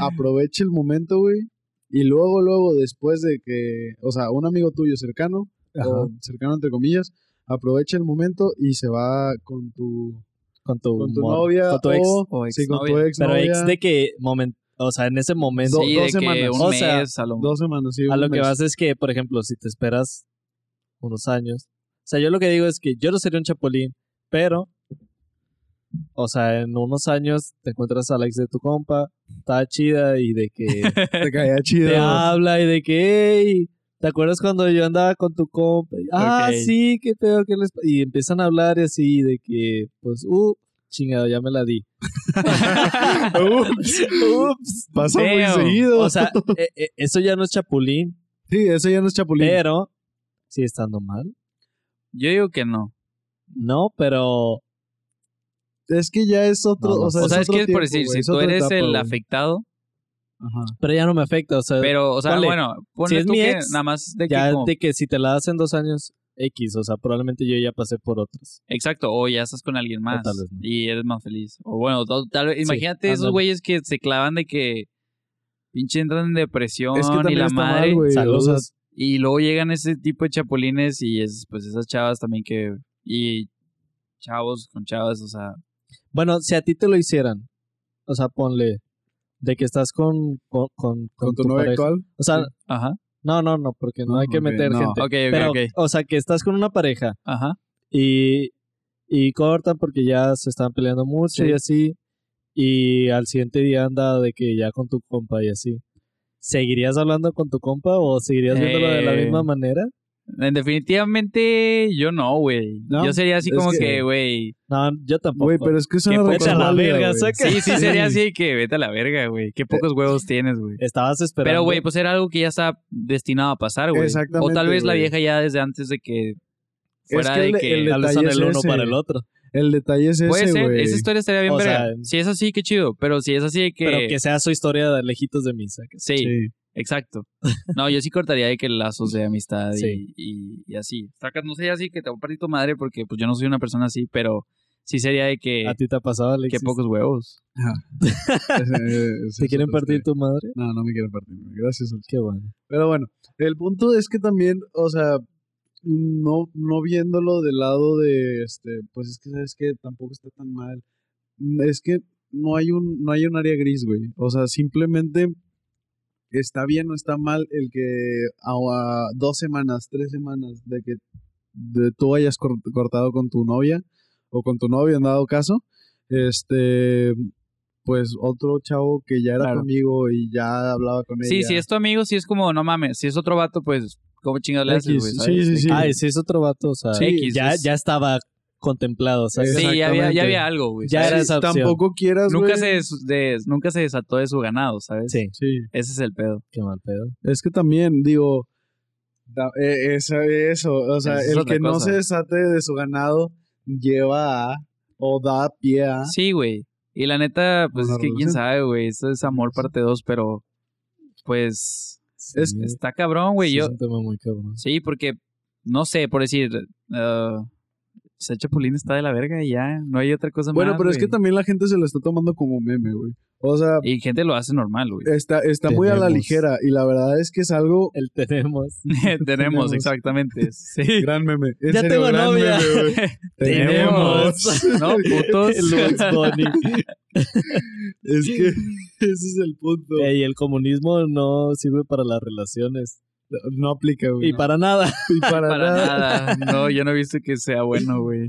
Speaker 1: aprovecha el momento, güey. Y luego, luego, después de que, o sea, un amigo tuyo cercano, o cercano entre comillas, aprovecha el momento y se va con tu,
Speaker 2: Con tu,
Speaker 1: con tu
Speaker 2: morra,
Speaker 1: novia.
Speaker 2: Con tu ex.
Speaker 1: o-
Speaker 3: o
Speaker 1: sí, con tu
Speaker 3: exnovia.
Speaker 1: ex.
Speaker 2: pero ex de que momento, o sea, en ese momento.
Speaker 1: Do-
Speaker 3: sí,
Speaker 1: dos
Speaker 3: de que
Speaker 1: semanas.
Speaker 3: un
Speaker 2: O sea,
Speaker 3: mes a lo
Speaker 1: Dos semanas, sí.
Speaker 2: a
Speaker 1: un
Speaker 2: lo que
Speaker 1: mes.
Speaker 2: vas es que, por ejemplo, si te esperas unos años. O sea, yo lo que digo es que yo no sería un chapulín, pero. O sea, en unos años te encuentras a la ex de tu compa, está chida y de
Speaker 1: *laughs*
Speaker 2: que
Speaker 1: Te
Speaker 2: *laughs*
Speaker 1: caía chido.
Speaker 2: te habla y de que, "Ey, ¿te acuerdas cuando yo andaba con tu compa? Y, Ah,
Speaker 3: Ok.
Speaker 2: sí, qué pedo, que les... pa-". Y empiezan a hablar y así de que, pues, uh, chingado, ya me la di.
Speaker 1: Ups,
Speaker 2: Ups.
Speaker 1: Pasa muy
Speaker 3: Damn.
Speaker 1: seguido.
Speaker 2: O sea, e- e- eso ya no es chapulín,
Speaker 1: sí, eso ya no es Chapulín.
Speaker 2: pero sigue estando mal.
Speaker 3: Yo digo que no.
Speaker 2: No, pero
Speaker 1: Es que ya es otro.
Speaker 2: No, no
Speaker 1: o sea,
Speaker 2: sé.
Speaker 3: O
Speaker 1: es
Speaker 3: sea, es
Speaker 1: otro
Speaker 3: que
Speaker 1: tiempo,
Speaker 3: por decir,
Speaker 1: güey,
Speaker 3: si
Speaker 1: es
Speaker 3: tú
Speaker 1: otra
Speaker 3: eres
Speaker 1: etapa,
Speaker 3: el
Speaker 1: güey.
Speaker 3: afectado,
Speaker 1: Ajá.
Speaker 2: pero ya no me afecta, o sea,
Speaker 3: pero, o sea,
Speaker 2: ponle,
Speaker 3: bueno, ponle
Speaker 2: es
Speaker 3: tú
Speaker 2: mi
Speaker 3: que
Speaker 2: ex,
Speaker 3: nada más de que
Speaker 2: ya
Speaker 3: como-
Speaker 2: de que si te la das en dos años, X, o sea, probablemente yo ya pasé por otras.
Speaker 3: Exacto, o ya estás con alguien más
Speaker 2: tal vez no.
Speaker 3: y eres más feliz. O bueno, tal, tal vez,
Speaker 2: Sí,
Speaker 3: imagínate esos
Speaker 2: ándale.
Speaker 3: güeyes que se clavan de que pinche entran en depresión
Speaker 1: Es que
Speaker 3: y
Speaker 1: también
Speaker 3: la
Speaker 1: está
Speaker 3: madre.
Speaker 1: mal, güey. o
Speaker 2: Saludos.
Speaker 1: sea,
Speaker 3: y luego llegan ese tipo de chapulines y es, pues esas chavas también que... Y chavos con chavas, o sea...
Speaker 2: Bueno, si a ti te lo hicieran, o sea, ponle de que estás con con, con,
Speaker 1: Con tu novia
Speaker 2: pareja.
Speaker 1: actual.
Speaker 2: O sea,
Speaker 1: Sí.
Speaker 3: Ajá,
Speaker 2: no, no, no, porque no
Speaker 1: No,
Speaker 2: hay que
Speaker 1: ok,
Speaker 2: meter
Speaker 1: no.
Speaker 2: gente.
Speaker 3: ok, ok,
Speaker 2: Pero,
Speaker 3: ok.
Speaker 2: o sea, que estás con una pareja
Speaker 3: Ajá,
Speaker 2: y, y cortan porque ya se están peleando mucho
Speaker 3: Sí.
Speaker 2: y así. Y al siguiente día anda de que ya con tu compa y así. ¿Seguirías hablando con tu compa o seguirías viéndolo de la
Speaker 3: Eh,
Speaker 2: misma manera?
Speaker 3: En- Eh, definitivamente yo no, güey.
Speaker 1: ¿No?
Speaker 3: Yo sería así
Speaker 1: Es
Speaker 3: como
Speaker 1: que- *laughs*
Speaker 3: que, güey...
Speaker 2: No, yo tampoco.
Speaker 1: Güey, pero es que es una
Speaker 3: Que
Speaker 2: Vete a la
Speaker 1: responsabilidad,
Speaker 2: verga,
Speaker 1: güey.
Speaker 2: saca.
Speaker 3: Sí, sí, sería así que vete a la verga, güey. Qué
Speaker 1: Eh,
Speaker 3: pocos huevos tienes, güey.
Speaker 2: Estabas esperando.
Speaker 3: Pero, güey, pues era algo que ya está destinado a pasar, güey. O
Speaker 1: Exactamente,
Speaker 3: tal vez la
Speaker 1: güey.
Speaker 3: vieja ya desde antes de que fuera
Speaker 1: que
Speaker 3: de
Speaker 1: el-
Speaker 3: que...
Speaker 1: el-
Speaker 2: tal vez son
Speaker 1: detalle es
Speaker 2: el uno
Speaker 1: ese.
Speaker 2: para el otro.
Speaker 1: El detalle es
Speaker 3: Puede
Speaker 1: *laughs* ese,
Speaker 3: ser,
Speaker 1: güey.
Speaker 2: *laughs*
Speaker 3: esa historia estaría bien
Speaker 2: O
Speaker 3: verga.
Speaker 2: sea,
Speaker 3: si es así, qué chido. Pero si es así de que...
Speaker 2: Pero que sea su historia de lejitos de misa.
Speaker 3: Sí,
Speaker 1: Sí.
Speaker 3: exacto. No, yo sí cortaría de que lazos de amistad y-
Speaker 2: Sí.
Speaker 3: y, y así. Sacas, no sería así que te voy a partir tu madre porque pues yo no soy una persona así, pero sí sería de que...
Speaker 2: ¿A ti te ha pasado,
Speaker 3: Qué
Speaker 2: Alexis?
Speaker 3: pocos huevos.
Speaker 2: ¿Te quieren partir tu madre?
Speaker 1: No, no me quieren partir. Gracias. Alex.
Speaker 2: Qué bueno.
Speaker 1: Pero bueno, el punto es que también, o sea, no, no viéndolo del lado de, este, pues es que sabes que tampoco está tan mal. Es que no hay un, no hay un área gris, güey. O sea, simplemente está bien o está mal el que a, a dos semanas, tres semanas de que de tú hayas cor- cortado con tu novia o con tu novio en dado caso, este, pues otro chavo que ya era tu
Speaker 3: Claro.
Speaker 1: amigo y ya hablaba con
Speaker 3: Sí,
Speaker 1: ella.
Speaker 3: si es tu amigo, si es como, no mames. Si es otro vato, pues, ¿cómo chingados le haces,
Speaker 1: X,
Speaker 3: güey?
Speaker 1: sí,
Speaker 3: ¿sabes?
Speaker 1: sí,
Speaker 3: De
Speaker 1: sí.
Speaker 3: que-
Speaker 2: Ah, si es otro vato, o sea,
Speaker 1: Sí,
Speaker 3: X,
Speaker 2: ya,
Speaker 3: es-
Speaker 2: ya estaba contemplado, o sea,
Speaker 1: Es-
Speaker 3: Sí, ya había,
Speaker 1: Exactamente.
Speaker 3: ya había algo, güey.
Speaker 2: Ya
Speaker 3: ¿sabes?
Speaker 2: era esa opción.
Speaker 1: Tampoco quieras,
Speaker 3: Nunca
Speaker 1: güey.
Speaker 3: se, des- des- nunca se desató de su ganado, ¿sabes?
Speaker 2: Sí,
Speaker 1: Sí,
Speaker 3: Ese es el pedo.
Speaker 2: qué mal pedo.
Speaker 1: es que también, digo, da- eh, eso, eso, o sea,
Speaker 3: Esa es
Speaker 1: el
Speaker 3: otra
Speaker 1: que no
Speaker 3: cosa.
Speaker 1: se desate de su ganado lleva a, o da pie a,
Speaker 3: Sí, güey. Y la neta, pues
Speaker 1: Una
Speaker 3: es que quién
Speaker 1: relación.
Speaker 3: sabe, güey. Esto es amor parte 2, pero pues
Speaker 1: Es-
Speaker 2: Sí,
Speaker 3: está cabrón, güey.
Speaker 2: sí
Speaker 3: Yo
Speaker 2: Es un tema muy cabrón.
Speaker 3: sí, porque no sé, por decir, uh, ese Chapulín está de la verga y ya, no hay otra cosa
Speaker 1: Bueno,
Speaker 3: más,
Speaker 1: pero es que
Speaker 3: güey.
Speaker 1: también la gente se lo está tomando como meme, güey. O sea,
Speaker 3: y gente lo hace normal, güey.
Speaker 1: está, está muy a la
Speaker 2: Tenemos.
Speaker 1: ligera y la verdad es que es
Speaker 2: *laughs*
Speaker 1: algo
Speaker 2: El tenemos.
Speaker 3: *laughs* Tenemos exactamente. *laughs* Sí.
Speaker 1: gran meme. En
Speaker 2: Ya
Speaker 1: serio,
Speaker 2: tengo
Speaker 1: gran
Speaker 2: novia.
Speaker 1: meme,
Speaker 2: *laughs*
Speaker 1: güey.
Speaker 3: *laughs* No, putos.
Speaker 2: El
Speaker 3: *laughs*
Speaker 2: Bugs Bunny.
Speaker 1: es
Speaker 2: *laughs*
Speaker 1: que ese es el punto.
Speaker 2: Ey, el comunismo no sirve para las relaciones.
Speaker 1: No aplica, güey.
Speaker 2: Y para nada.
Speaker 1: Y para,
Speaker 3: Para
Speaker 1: nada.
Speaker 3: nada. No, yo no he visto que sea bueno, güey.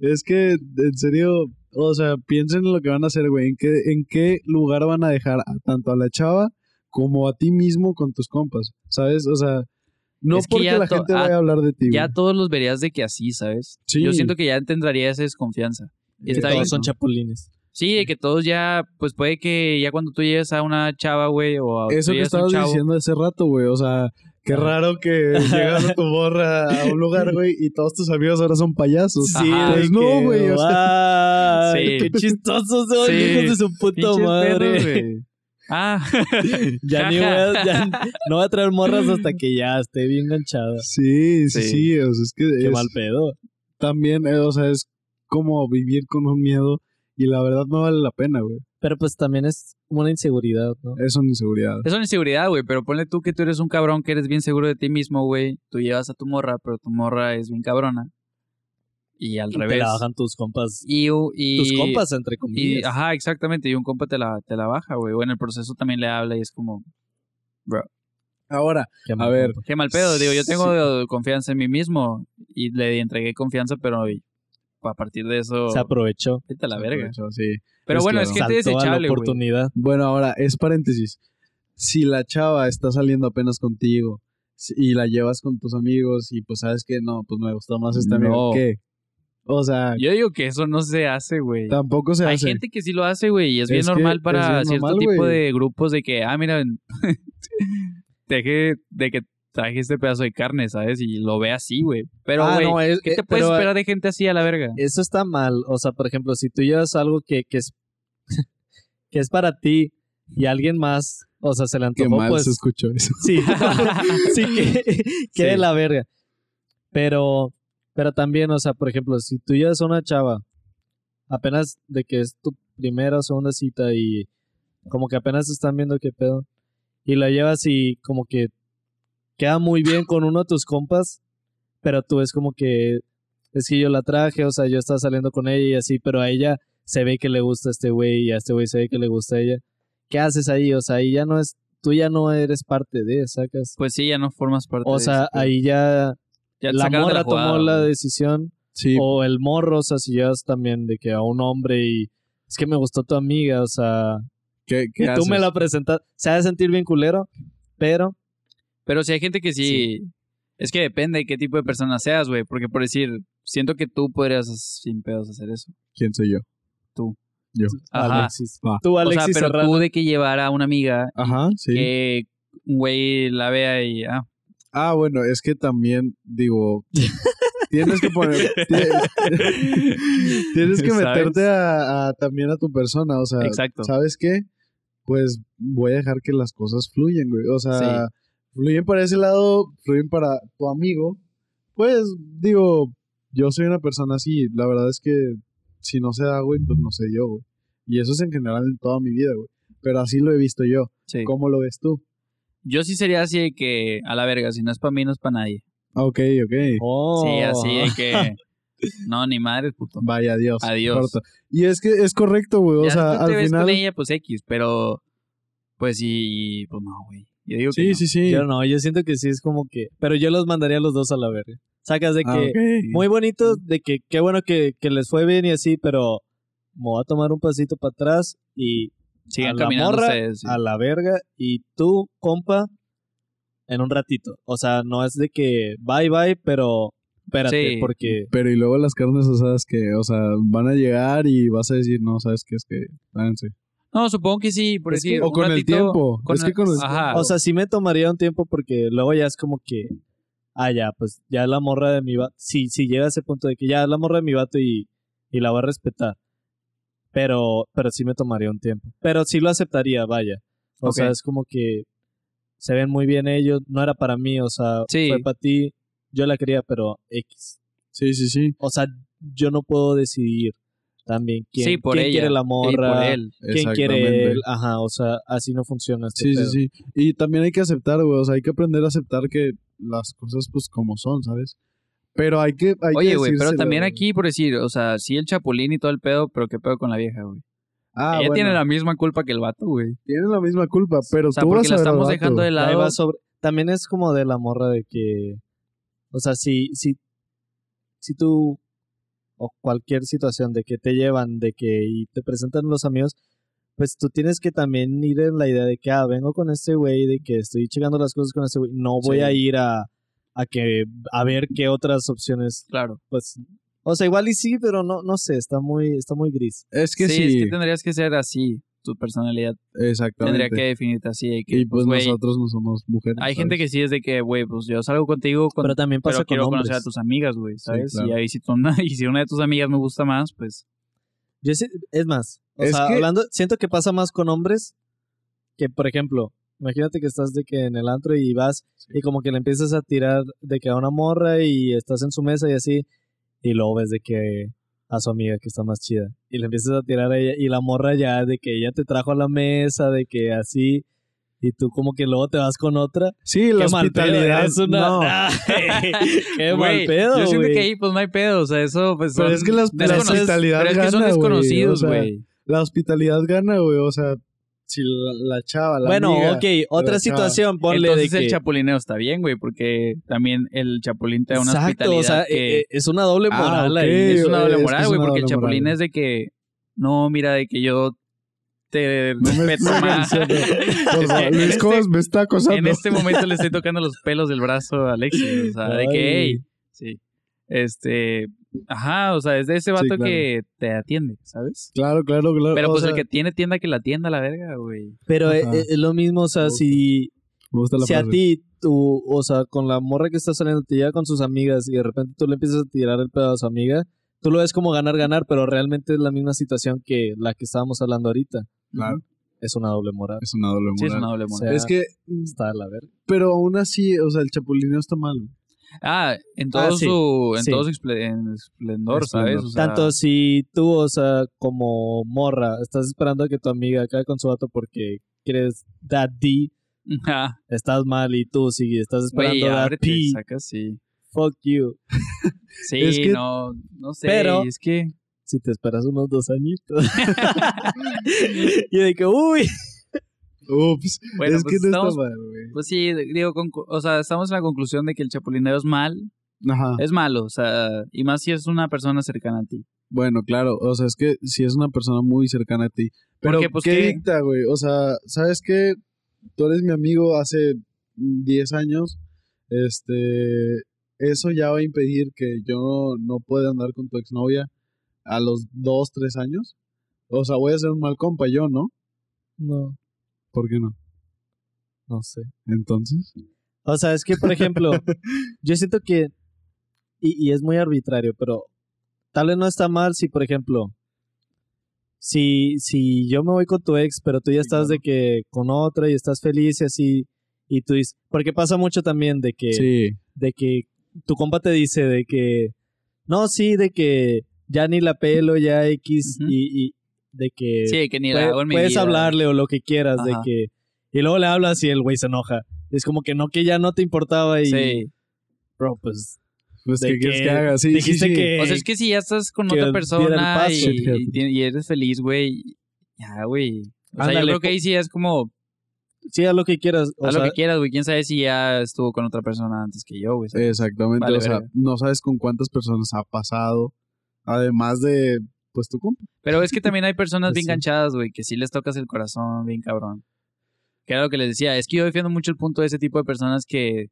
Speaker 1: Es que, en serio, o sea, piensen en lo que van a hacer, güey. ¿En qué, en qué lugar van a dejar a- tanto a la chava como a ti mismo con tus compas? ¿Sabes? O sea, no
Speaker 3: Es que
Speaker 1: porque
Speaker 3: ya
Speaker 1: la
Speaker 3: to-
Speaker 1: gente
Speaker 3: ah,
Speaker 1: vaya a hablar de ti.
Speaker 3: Ya
Speaker 1: güey.
Speaker 3: todos los verías de que así, ¿sabes?
Speaker 1: Sí. eh,
Speaker 3: Yo siento que ya tendría esa desconfianza. Y
Speaker 1: Que
Speaker 3: está
Speaker 2: todos
Speaker 3: bien.
Speaker 2: son chapulines.
Speaker 3: Sí, de que todos ya, pues puede que ya cuando tú llegues a una chava, güey, o a tú
Speaker 1: Eso que
Speaker 3: llegas a un
Speaker 1: estabas
Speaker 3: chavo, Ah.
Speaker 1: diciendo hace rato, güey. O sea, qué raro que llegas a tu borra a un
Speaker 3: *laughs*
Speaker 1: lugar, güey, y todos tus amigos ahora son payasos.
Speaker 3: Sí, Ajá.
Speaker 1: Pues
Speaker 2: de
Speaker 1: no,
Speaker 2: que,
Speaker 1: güey. o sea,
Speaker 2: "Ay,
Speaker 3: Sí.
Speaker 2: Qué chistosos son,
Speaker 3: Sí.
Speaker 2: hijos de su puta
Speaker 3: pinches perros, *laughs*
Speaker 2: madre.
Speaker 3: güey. Ah,
Speaker 2: Ya *laughs* ni voy a, ya no voy a traer morras hasta que ya esté bien enganchada.
Speaker 1: sí, sí, sí,
Speaker 3: Sí.
Speaker 1: O sea, es que
Speaker 2: Qué
Speaker 1: es-
Speaker 2: mal pedo.
Speaker 1: también, eh, o sea, es como vivir con un miedo y la verdad no vale la pena, güey.
Speaker 2: Pero pues también es una inseguridad, ¿no?
Speaker 1: Es una inseguridad.
Speaker 3: Es una inseguridad, güey, pero ponle tú que tú eres un cabrón que eres bien seguro de ti mismo, güey. Tú llevas a tu morra, pero tu morra es bien cabrona. Y al
Speaker 2: Y
Speaker 3: revés.
Speaker 2: Te la bajan tus compas.
Speaker 3: Y, y-
Speaker 2: tus compas, entre
Speaker 3: y-
Speaker 2: comillas.
Speaker 3: ajá, exactamente. Y un compa te la, te la baja, güey. O en el proceso también le habla y es como,
Speaker 1: Ahora,
Speaker 2: Qué
Speaker 1: a
Speaker 2: mal
Speaker 1: ver,
Speaker 2: compa.
Speaker 3: qué mal pedo. Digo, yo tengo eh, confianza en mí mismo y le entregué confianza, pero a partir de eso,
Speaker 2: Se aprovechó.
Speaker 3: vete a la verga.
Speaker 1: Eso, sí.
Speaker 3: Pero
Speaker 1: es
Speaker 3: bueno,
Speaker 1: claro.
Speaker 3: es gente
Speaker 2: Saltó a
Speaker 3: desechable,
Speaker 2: la
Speaker 3: güey.
Speaker 2: oportunidad.
Speaker 1: Bueno, ahora, es paréntesis. Si la chava está saliendo apenas contigo si- y la llevas con tus amigos y pues sabes que no, pues me gustó más esta
Speaker 3: No.
Speaker 1: amigo, ¿qué? O sea,
Speaker 3: Yo digo que eso no se hace, güey.
Speaker 1: tampoco se
Speaker 3: Hay
Speaker 1: hace.
Speaker 3: gente que sí lo hace, güey, y es, bien
Speaker 1: Es que
Speaker 3: normal
Speaker 1: es
Speaker 3: para
Speaker 1: bien
Speaker 3: cierto
Speaker 1: normal,
Speaker 3: tipo
Speaker 1: güey.
Speaker 3: de grupos de que, ah, mira, *laughs* deje de que traje este pedazo de carne, ¿sabes? Y lo ve así, güey. Pero,
Speaker 2: Ah,
Speaker 3: güey,
Speaker 2: no, es-
Speaker 3: ¿qué
Speaker 2: eh,
Speaker 3: te puedes
Speaker 2: pero,
Speaker 3: esperar de gente así a la verga?
Speaker 2: Eso está mal. O sea, por ejemplo, si tú llevas algo que, que es *laughs* que es para ti y alguien más, o sea, se le
Speaker 1: que
Speaker 2: antojó,
Speaker 1: mal
Speaker 2: pues
Speaker 1: se escuchó eso. *laughs*
Speaker 2: sí, *laughs* sí que, que de
Speaker 3: Sí.
Speaker 2: la verga. Pero, pero también, o sea, por ejemplo, si tú llevas a una chava, apenas de que es tu primera o segunda cita y como que apenas están viendo qué pedo, y la llevas y como que queda muy bien con uno de tus compas, pero tú es como que es que yo la traje, o sea, yo estaba saliendo con ella y así, pero a ella se ve que le gusta este güey y a este güey se ve que le gusta a ella. ¿Qué haces ahí? O sea, ahí ya no es, tú ya no eres parte de, sacas.
Speaker 3: Pues sí, ya no formas parte
Speaker 2: O
Speaker 3: de
Speaker 2: sea,
Speaker 3: eso, güey.
Speaker 2: ahí ya
Speaker 3: Ya te
Speaker 2: la
Speaker 3: sacaron de
Speaker 2: morra
Speaker 3: jugada,
Speaker 2: tomó la
Speaker 3: güey.
Speaker 2: decisión
Speaker 1: Sí,
Speaker 2: o el morro, o sea, si llevas también de que a un hombre y es que me gustó tu amiga, o sea,
Speaker 1: ¿qué, qué
Speaker 2: y tú me
Speaker 1: haces?
Speaker 2: la presentas, se ha de sentir bien culero, pero
Speaker 3: Pero si hay gente que sí... Es que depende de qué tipo de persona seas, güey. Porque por decir, siento que tú podrías sin pedos hacer eso.
Speaker 1: ¿Quién soy yo?
Speaker 3: Tú.
Speaker 1: Yo.
Speaker 3: Ajá.
Speaker 2: Alexis,
Speaker 1: Va.
Speaker 2: tú
Speaker 3: O sea,
Speaker 2: Alexis
Speaker 3: pero
Speaker 2: Serrano,
Speaker 3: tú de que llevar a una amiga
Speaker 1: Ajá, sí.
Speaker 3: que un güey la vea y...
Speaker 2: *laughs*
Speaker 3: Ah,
Speaker 1: Ah, bueno, es que también,
Speaker 3: *laughs*
Speaker 1: digo, tienes que poner, ti- *laughs* tienes que
Speaker 3: ¿Sabes?
Speaker 1: meterte a, a- también a tu persona, o sea,
Speaker 3: Exacto.
Speaker 1: ¿sabes qué? Pues voy a dejar que las cosas fluyen, güey, o sea,
Speaker 3: Sí.
Speaker 1: fluyen para ese lado, fluyen para tu amigo, pues, digo, yo soy una persona así, la verdad es que si no se da, güey, pues no se dio, güey, y eso es en general en toda mi vida, güey, pero así lo he visto yo,
Speaker 3: sí.
Speaker 1: ¿cómo lo ves tú?
Speaker 3: Yo sí sería así de que, a la verga, si no es para mí, no es para nadie.
Speaker 1: Ah, Ok, ok,
Speaker 2: Oh.
Speaker 3: Sí, así de que.
Speaker 2: *laughs*
Speaker 3: No, ni madre, puto.
Speaker 1: vaya, adiós.
Speaker 3: Adiós.
Speaker 1: Corta. Y es que es correcto, güey. O
Speaker 3: Ya,
Speaker 1: sea,
Speaker 3: tú te
Speaker 1: al
Speaker 3: ves
Speaker 1: final.
Speaker 3: con ella, pues X, pero. Pues sí, pues no, güey. Yo digo que.
Speaker 1: Sí,
Speaker 3: no.
Speaker 1: sí, *laughs* sí.
Speaker 2: Yo no, yo siento que sí es como que, pero yo los mandaría a los dos a la verga. Sacas de que
Speaker 1: Ah, ok.
Speaker 2: muy bonito, de que qué bueno que, que les fue bien y así, pero me voy a tomar un pasito para atrás y
Speaker 3: Sigan
Speaker 2: a la
Speaker 3: caminando
Speaker 2: morra,
Speaker 3: ustedes, sí.
Speaker 2: a la verga y tú, compa, en un ratito. O sea, no es de que bye bye, pero espérate,
Speaker 3: Sí.
Speaker 2: porque
Speaker 1: Pero y luego las carnes asadas que, o sea, van a llegar y vas a decir, no, sabes qué es que. Váyanse.
Speaker 3: No, supongo que sí, por
Speaker 1: Es que-
Speaker 3: decir.
Speaker 1: o
Speaker 3: un
Speaker 1: con el
Speaker 3: ratito-
Speaker 1: tiempo.
Speaker 3: con
Speaker 1: es que
Speaker 3: el-
Speaker 1: con el
Speaker 3: ajá.
Speaker 1: tiempo.
Speaker 2: o sea, sí me tomaría un tiempo porque luego ya es como que ah ya, pues ya la morra de mi vato, si sí, llega a ese punto de que ya es la morra de mi vato y, y la voy a respetar. Pero pero sí me tomaría un tiempo. Pero sí lo aceptaría, vaya. O
Speaker 3: Ok.
Speaker 2: sea, es como que se ven muy bien ellos, no era para mí, o sea,
Speaker 3: Sí.
Speaker 2: fue para ti. Yo la quería, pero X.
Speaker 1: Sí, sí, sí.
Speaker 2: O sea, yo no puedo decidir también quién,
Speaker 3: sí, por
Speaker 2: quién
Speaker 3: ella.
Speaker 2: quiere la
Speaker 3: y por
Speaker 2: morra,
Speaker 3: él.
Speaker 2: quién
Speaker 1: Exactamente.
Speaker 2: quiere él. Ajá, o sea, así no funciona este
Speaker 1: Sí,
Speaker 2: pedo.
Speaker 1: sí, sí. Y también hay que aceptar, güey. O sea, hay que aprender a aceptar que las cosas, pues, como son, ¿sabes? Pero hay que. hay que
Speaker 3: Oye, güey, pero
Speaker 1: decírselo,
Speaker 3: también
Speaker 1: güey.
Speaker 3: aquí, por decir, o sea, sí el chapulín y todo el pedo, pero qué pedo con la vieja, güey.
Speaker 1: Ah,
Speaker 3: ella
Speaker 1: bueno,
Speaker 3: tiene la misma culpa que el vato, güey.
Speaker 1: misma culpa, pero
Speaker 3: O sea,
Speaker 1: tú
Speaker 3: porque
Speaker 1: vas a
Speaker 3: la
Speaker 1: ver al
Speaker 3: estamos
Speaker 1: vato.
Speaker 3: dejando de
Speaker 2: Ahí
Speaker 3: lado.
Speaker 2: va sobre- También es como de la morra de que, o sea, si, si, si tú, o cualquier situación de que te llevan, de que y te presentan los amigos, pues tú tienes que también ir en la idea de que, ah, vengo con este güey, de que estoy checando las cosas con este güey, no voy
Speaker 3: Sí.
Speaker 2: a ir a, a que, a ver qué otras opciones,
Speaker 3: Claro.
Speaker 2: pues, o sea, igual y sí, pero no, no sé, está muy, está muy gris.
Speaker 1: Es que
Speaker 3: sí,
Speaker 1: sí.
Speaker 3: es que tendrías que ser así. Tu personalidad
Speaker 1: Exactamente.
Speaker 3: tendría que definirte así. De que,
Speaker 1: Y pues
Speaker 3: güey,
Speaker 1: nosotros no somos mujeres.
Speaker 3: hay gente que sí es de que, güey, pues yo salgo contigo, con- pero,
Speaker 2: Pero también pasa con
Speaker 3: quiero
Speaker 2: hombres.
Speaker 3: conocer a tus amigas, güey, ¿sabes?
Speaker 1: claro.
Speaker 3: Y ahí si, tú- *laughs* y si una de tus amigas me gusta más, pues
Speaker 2: Yo sí- es más, o
Speaker 1: Es
Speaker 2: sea,
Speaker 1: que-
Speaker 2: hablando, siento que pasa más con hombres que, por ejemplo, imagínate que estás de que en el antro y vas y como que le empiezas a tirar de que a una morra y estás en su mesa y así, Y luego ves de que a su amiga que está más chida. Y le empiezas a tirar a ella. Y la morra ya, de que ella te trajo a la mesa, de que así. Y tú como que luego te vas con otra.
Speaker 1: Sí, la
Speaker 2: Qué mal pedo,
Speaker 1: hospitalidad.
Speaker 2: es una- *laughs*
Speaker 3: *laughs*
Speaker 1: no.
Speaker 3: Ah,
Speaker 2: Qué mal
Speaker 3: Güey,
Speaker 2: pedo,
Speaker 3: Yo siento
Speaker 2: güey.
Speaker 3: que ahí, pues no hay pedo. O sea, eso, pues.
Speaker 1: Eh, Pero
Speaker 3: son
Speaker 1: es que las- la
Speaker 3: desconoc-
Speaker 1: hospitalidad
Speaker 3: Pero es que son
Speaker 1: gana, güey,
Speaker 3: desconocidos,
Speaker 1: o sea,
Speaker 3: güey.
Speaker 1: La hospitalidad gana, güey. O sea, si la, la chava, la
Speaker 2: Bueno,
Speaker 1: amiga,
Speaker 2: ok, otra
Speaker 1: chava.
Speaker 2: situación, ponle
Speaker 3: Entonces
Speaker 2: de que...
Speaker 3: el chapulineo está bien, güey, porque también el chapulín te da una
Speaker 2: Exacto,
Speaker 3: hospitalidad
Speaker 2: o sea,
Speaker 3: que
Speaker 2: eh, eh, es una doble
Speaker 1: Ah,
Speaker 2: moral
Speaker 1: ok.
Speaker 2: ahí.
Speaker 3: es una
Speaker 1: eh,
Speaker 3: doble
Speaker 1: es que
Speaker 3: moral,
Speaker 1: es
Speaker 3: güey,
Speaker 1: una
Speaker 3: porque el
Speaker 1: doble moral.
Speaker 3: chapulín es de que no, mira, de que yo te
Speaker 1: No me
Speaker 3: respeto
Speaker 1: sigas
Speaker 3: más.
Speaker 1: diciendo. Por favor,
Speaker 3: En
Speaker 1: Luis
Speaker 3: este-
Speaker 1: Cobos me está acosando.
Speaker 3: *laughs* En este momento le estoy tocando los pelos del brazo a Alexis, o sea, de que,
Speaker 2: Ay.
Speaker 3: hey, sí. Este, ajá, o sea, es de ese vato
Speaker 1: claro.
Speaker 3: que te atiende, ¿sabes?
Speaker 1: Claro, claro, claro.
Speaker 3: Pero
Speaker 1: o
Speaker 3: pues
Speaker 1: sea,
Speaker 3: el que tiene tienda, que la tienda, la verga, güey.
Speaker 2: Pero eh,
Speaker 1: Ajá.
Speaker 2: eh, es lo mismo, o
Speaker 1: Me
Speaker 2: sea,
Speaker 1: gusta.
Speaker 2: si,
Speaker 1: me gusta la
Speaker 2: si a
Speaker 1: frase.
Speaker 2: ti, tú, o sea, con la morra que está saliendo, te llega con sus amigas y de repente tú le empiezas a tirar el pedo a su amiga, tú lo ves como ganar, ganar, pero realmente es la misma situación que la que estábamos hablando ahorita.
Speaker 1: Claro.
Speaker 2: Es una doble moral.
Speaker 1: Es una doble moral.
Speaker 3: Sí, es una doble moral.
Speaker 2: sea,
Speaker 1: Es que,
Speaker 2: Está de la verga.
Speaker 1: pero aún así, o sea, el chapulineo está mal.
Speaker 3: Ah, en todo
Speaker 2: Ah, sí,
Speaker 3: su, en
Speaker 2: sí.
Speaker 3: todo su esple- en esplendor, ¿sabes? O sea,
Speaker 2: Tanto si tú, o sea, como morra, estás esperando a que tu amiga acabe con su vato porque quieres that D,
Speaker 3: *laughs* ajá,
Speaker 2: estás mal y tú sí estás esperando
Speaker 3: güey,
Speaker 2: that
Speaker 3: ábrete,
Speaker 2: P,
Speaker 3: saca, sí.
Speaker 2: fuck you.
Speaker 3: Sí,
Speaker 1: Es que-
Speaker 3: no, no sé,
Speaker 2: Pero-
Speaker 3: es que...
Speaker 2: Si te esperas unos dos añitos. y de que, uy,
Speaker 1: Ups.
Speaker 3: Bueno,
Speaker 1: es
Speaker 3: pues
Speaker 1: que no
Speaker 3: estamos-
Speaker 1: está mal, güey.
Speaker 3: Pues sí, digo, concu- o sea, estamos en la conclusión de que el chapulineo es mal,
Speaker 1: Ajá.
Speaker 2: Ah.
Speaker 3: es malo, o sea, y más si es una persona cercana a ti.
Speaker 1: Bueno, claro, o sea, es que si es una persona muy cercana a ti. Pero,
Speaker 3: Porque, pues,
Speaker 1: ¿qué,
Speaker 3: ¿qué?
Speaker 1: dicta, güey? O sea, ¿sabes qué? Tú eres mi amigo hace 10 años. Este. Eso ya va a impedir que yo no pueda andar con tu exnovia a los 2, 3 años. O sea, voy a ser un mal compa yo, ¿no?
Speaker 2: no,
Speaker 1: ¿Por qué no?
Speaker 2: no sé.
Speaker 1: Entonces.
Speaker 2: O sea, es que, por ejemplo, yo siento que, y, y es muy arbitrario, pero tal vez no está mal si, por ejemplo, si, si yo me voy con tu ex, pero tú ya
Speaker 1: Sí,
Speaker 2: estás de que con otra y estás feliz y así, y tú dices, porque pasa mucho también de que...
Speaker 1: Sí.
Speaker 2: de que tu compa te dice de que no, sí, de que ya ni la pelo, ya X
Speaker 3: Ujú.
Speaker 2: y, y de que
Speaker 3: Sí, que ni
Speaker 2: pue-
Speaker 3: la hago en mi
Speaker 2: Eh, puedes
Speaker 3: vida.
Speaker 2: hablarle o lo que quieras, de
Speaker 3: Ajá.
Speaker 2: que y luego le hablas y el güey se enoja. Es como que no que ya no te importaba y
Speaker 3: Sí.
Speaker 2: bro, pues
Speaker 1: Pues,
Speaker 2: de
Speaker 1: ¿qué quieres que haga? Sí, sí,
Speaker 2: dijiste
Speaker 1: sí.
Speaker 2: que
Speaker 3: O sea, es que si ya estás con
Speaker 2: Eh, que
Speaker 3: otra
Speaker 2: diera el
Speaker 3: persona
Speaker 2: paso.
Speaker 3: y,
Speaker 1: Sí, fíjate.
Speaker 3: y tien- y eres feliz, güey, ya, güey. O sea, yo
Speaker 2: Ándale,
Speaker 3: creo que ahí sí es como,
Speaker 2: sí haz lo que quieras, o
Speaker 3: haz lo
Speaker 2: sea,
Speaker 3: que quieras, güey. Quién sabe si ya estuvo con otra persona antes que yo, güey.
Speaker 2: Eh,
Speaker 3: ¿sabes?
Speaker 1: Exactamente,
Speaker 3: Vale,
Speaker 1: o sea,
Speaker 3: verga.
Speaker 1: no sabes con cuántas personas ha pasado, además de, pues, tu compa.
Speaker 3: Pero es que también hay personas
Speaker 2: Pues
Speaker 3: bien
Speaker 2: sí.
Speaker 3: ganchadas, güey, que sí les tocas el corazón, bien cabrón. Que era lo que les decía. Es que yo defiendo mucho el punto de ese tipo de personas que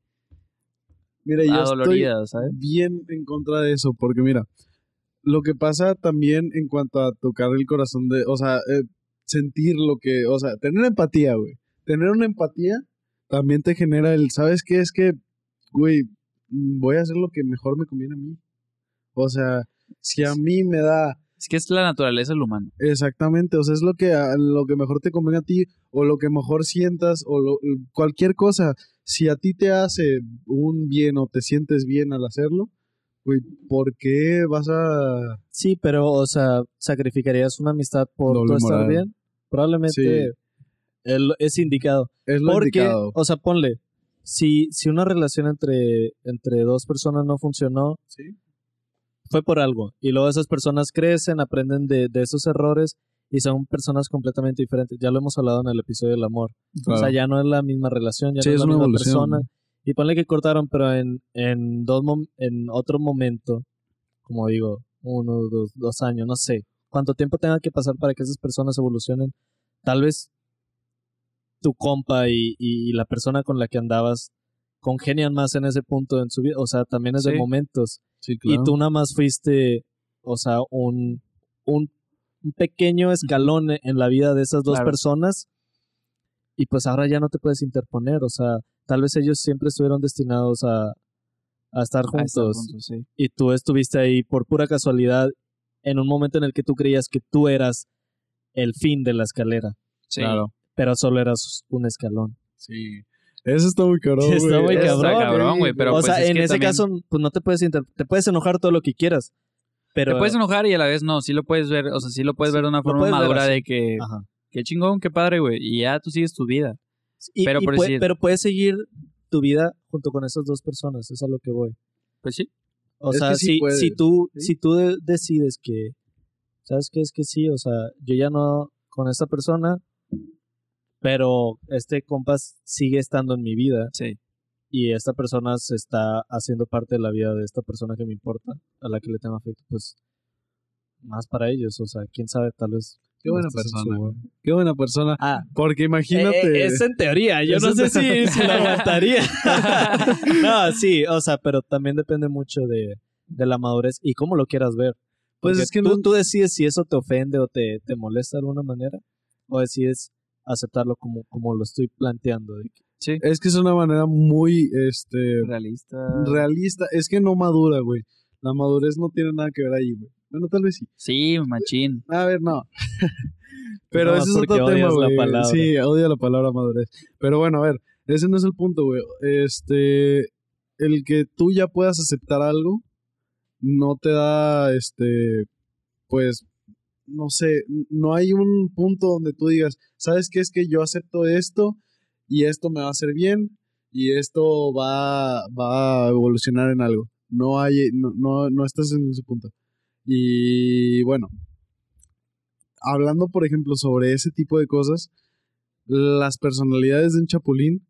Speaker 1: Mira, yo
Speaker 3: Ah,
Speaker 1: estoy
Speaker 3: adoloridas, ¿sabes?
Speaker 1: bien en contra de eso, porque mira, lo que pasa también en cuanto a tocar el corazón de, o sea, eh, sentir lo que, o sea, tener empatía, güey. Tener una empatía también te genera el, ¿sabes qué? Es que, güey, mm, voy a hacer lo que mejor me conviene a mí. O sea, si a mí me da
Speaker 3: Es que es la naturaleza del humano.
Speaker 1: Exactamente, o sea, es lo que, a- lo que mejor te convenga a ti o lo que mejor sientas o lo- cualquier cosa. Si a ti te hace un bien o te sientes bien al hacerlo, güey, ¿por qué vas a...?
Speaker 2: sí, pero o sea, sacrificarías una amistad por
Speaker 1: Doble
Speaker 2: tú estar
Speaker 1: moral.
Speaker 2: bien? Probablemente el- es indicado.
Speaker 1: Es lo
Speaker 2: Porque,
Speaker 1: indicado.
Speaker 2: o sea, ponle, si, si una relación entre, entre dos personas no funcionó,
Speaker 1: ¿sí?
Speaker 2: fue por algo. Y luego esas personas crecen, aprenden de, de esos errores y son personas completamente diferentes. Ya lo hemos hablado en el episodio del amor. O sea,
Speaker 1: Claro.
Speaker 2: ya no es la misma relación, ya
Speaker 1: Sí,
Speaker 2: no
Speaker 1: es
Speaker 2: es, la
Speaker 1: una
Speaker 2: misma
Speaker 1: evolución,
Speaker 2: persona. Y ponle que cortaron, pero en, en, dos mom- en otro momento, como digo, uno, dos, dos años, no sé, cuánto tiempo tenga que pasar para que esas personas evolucionen, tal vez tu compa y, y la persona con la que andabas congenian más en ese punto en su vida. O sea, también es de
Speaker 3: Sí.
Speaker 2: momentos.
Speaker 1: Sí, claro.
Speaker 2: Y tú nada más fuiste, o sea, un, un, un pequeño escalón e, en la vida de esas dos
Speaker 3: Claro.
Speaker 2: personas. Y pues ahora ya no te puedes interponer. O sea, tal vez ellos siempre estuvieron destinados a, a estar
Speaker 3: A este
Speaker 2: juntos.
Speaker 3: punto, sí.
Speaker 2: y tú estuviste ahí por pura casualidad en un momento en el que tú creías que tú eras el fin de la escalera.
Speaker 3: Sí.
Speaker 1: Claro,
Speaker 2: Pero solo eras un escalón.
Speaker 1: sí. Eso está muy cabrón, güey.
Speaker 2: Está muy
Speaker 1: Eso
Speaker 2: cabrón,
Speaker 3: güey, pero-
Speaker 2: o
Speaker 3: pues
Speaker 2: sea,
Speaker 3: es
Speaker 2: en
Speaker 3: que
Speaker 2: ese
Speaker 3: también-
Speaker 2: caso, pues no te puedes inter- te puedes enojar todo lo que quieras. Pero
Speaker 3: Te puedes enojar y a la vez no, sí lo puedes ver, o sea, sí lo puedes ver de una forma
Speaker 2: puedes ver
Speaker 3: madura
Speaker 2: así. Ah.
Speaker 3: de que,
Speaker 2: Ajá.
Speaker 3: qué chingón, qué padre, güey, y ya tú sigues tu vida.
Speaker 2: Y-
Speaker 3: Pero
Speaker 2: y
Speaker 3: por
Speaker 2: pue-
Speaker 3: decir-
Speaker 2: pero puedes seguir tu vida junto con esas dos personas, es a lo que voy.
Speaker 3: Pues sí,
Speaker 2: O
Speaker 1: Es
Speaker 2: sea,
Speaker 1: que sí
Speaker 2: si,
Speaker 1: puedes,
Speaker 2: si tú,
Speaker 1: ¿sí?
Speaker 2: si tú de- decides que, ¿sabes qué? Es que sí, o sea, yo ya no con esta persona, pero este compás sigue estando en mi vida
Speaker 3: sí.
Speaker 2: y esta persona se está haciendo parte de la vida de esta persona que me importa, a la que le tengo afecto, pues más para ellos, o sea, quién sabe, tal vez.
Speaker 1: Qué
Speaker 2: no
Speaker 1: buena
Speaker 2: estés en su
Speaker 1: persona,
Speaker 2: boda.
Speaker 1: pues, Qué buena persona.
Speaker 2: Ah,
Speaker 1: Porque imagínate.
Speaker 2: eh, eh, es en teoría, yo
Speaker 1: Es
Speaker 2: no
Speaker 1: en
Speaker 2: sé si, *laughs*
Speaker 1: teoría.
Speaker 2: si lo aguantaría. no, sí, o sea, pero también depende mucho de, de la madurez y cómo lo quieras ver.
Speaker 1: Pues
Speaker 2: Porque
Speaker 1: es que
Speaker 2: tú,
Speaker 1: no-
Speaker 2: tú decides si eso te ofende o te, te molesta de alguna manera o decides aceptarlo como, como lo estoy planteando. de que-
Speaker 1: Es que es una manera muy este
Speaker 3: Realista.
Speaker 1: realista. Es que no madura, güey. La madurez no tiene nada que ver ahí, güey. Bueno, tal vez sí.
Speaker 3: Sí, machín.
Speaker 1: A ver,
Speaker 2: *laughs*
Speaker 1: no. Pero
Speaker 2: No,
Speaker 1: ese es
Speaker 2: porque
Speaker 1: otro tema,
Speaker 2: odias la
Speaker 1: güey.
Speaker 2: palabra.
Speaker 1: Sí, odio la palabra madurez. Pero bueno, a ver, ese no es el punto, güey. Este, el que tú ya puedas aceptar algo no te da, este, pues, no sé, n- no hay un punto donde tú digas, ¿sabes qué? Es que yo acepto esto y esto me va a hacer bien y esto va, va a evolucionar en algo. No hay, no, no, no estás en ese punto. Y bueno, hablando, por ejemplo, sobre ese tipo de cosas, las personalidades de un chapulín,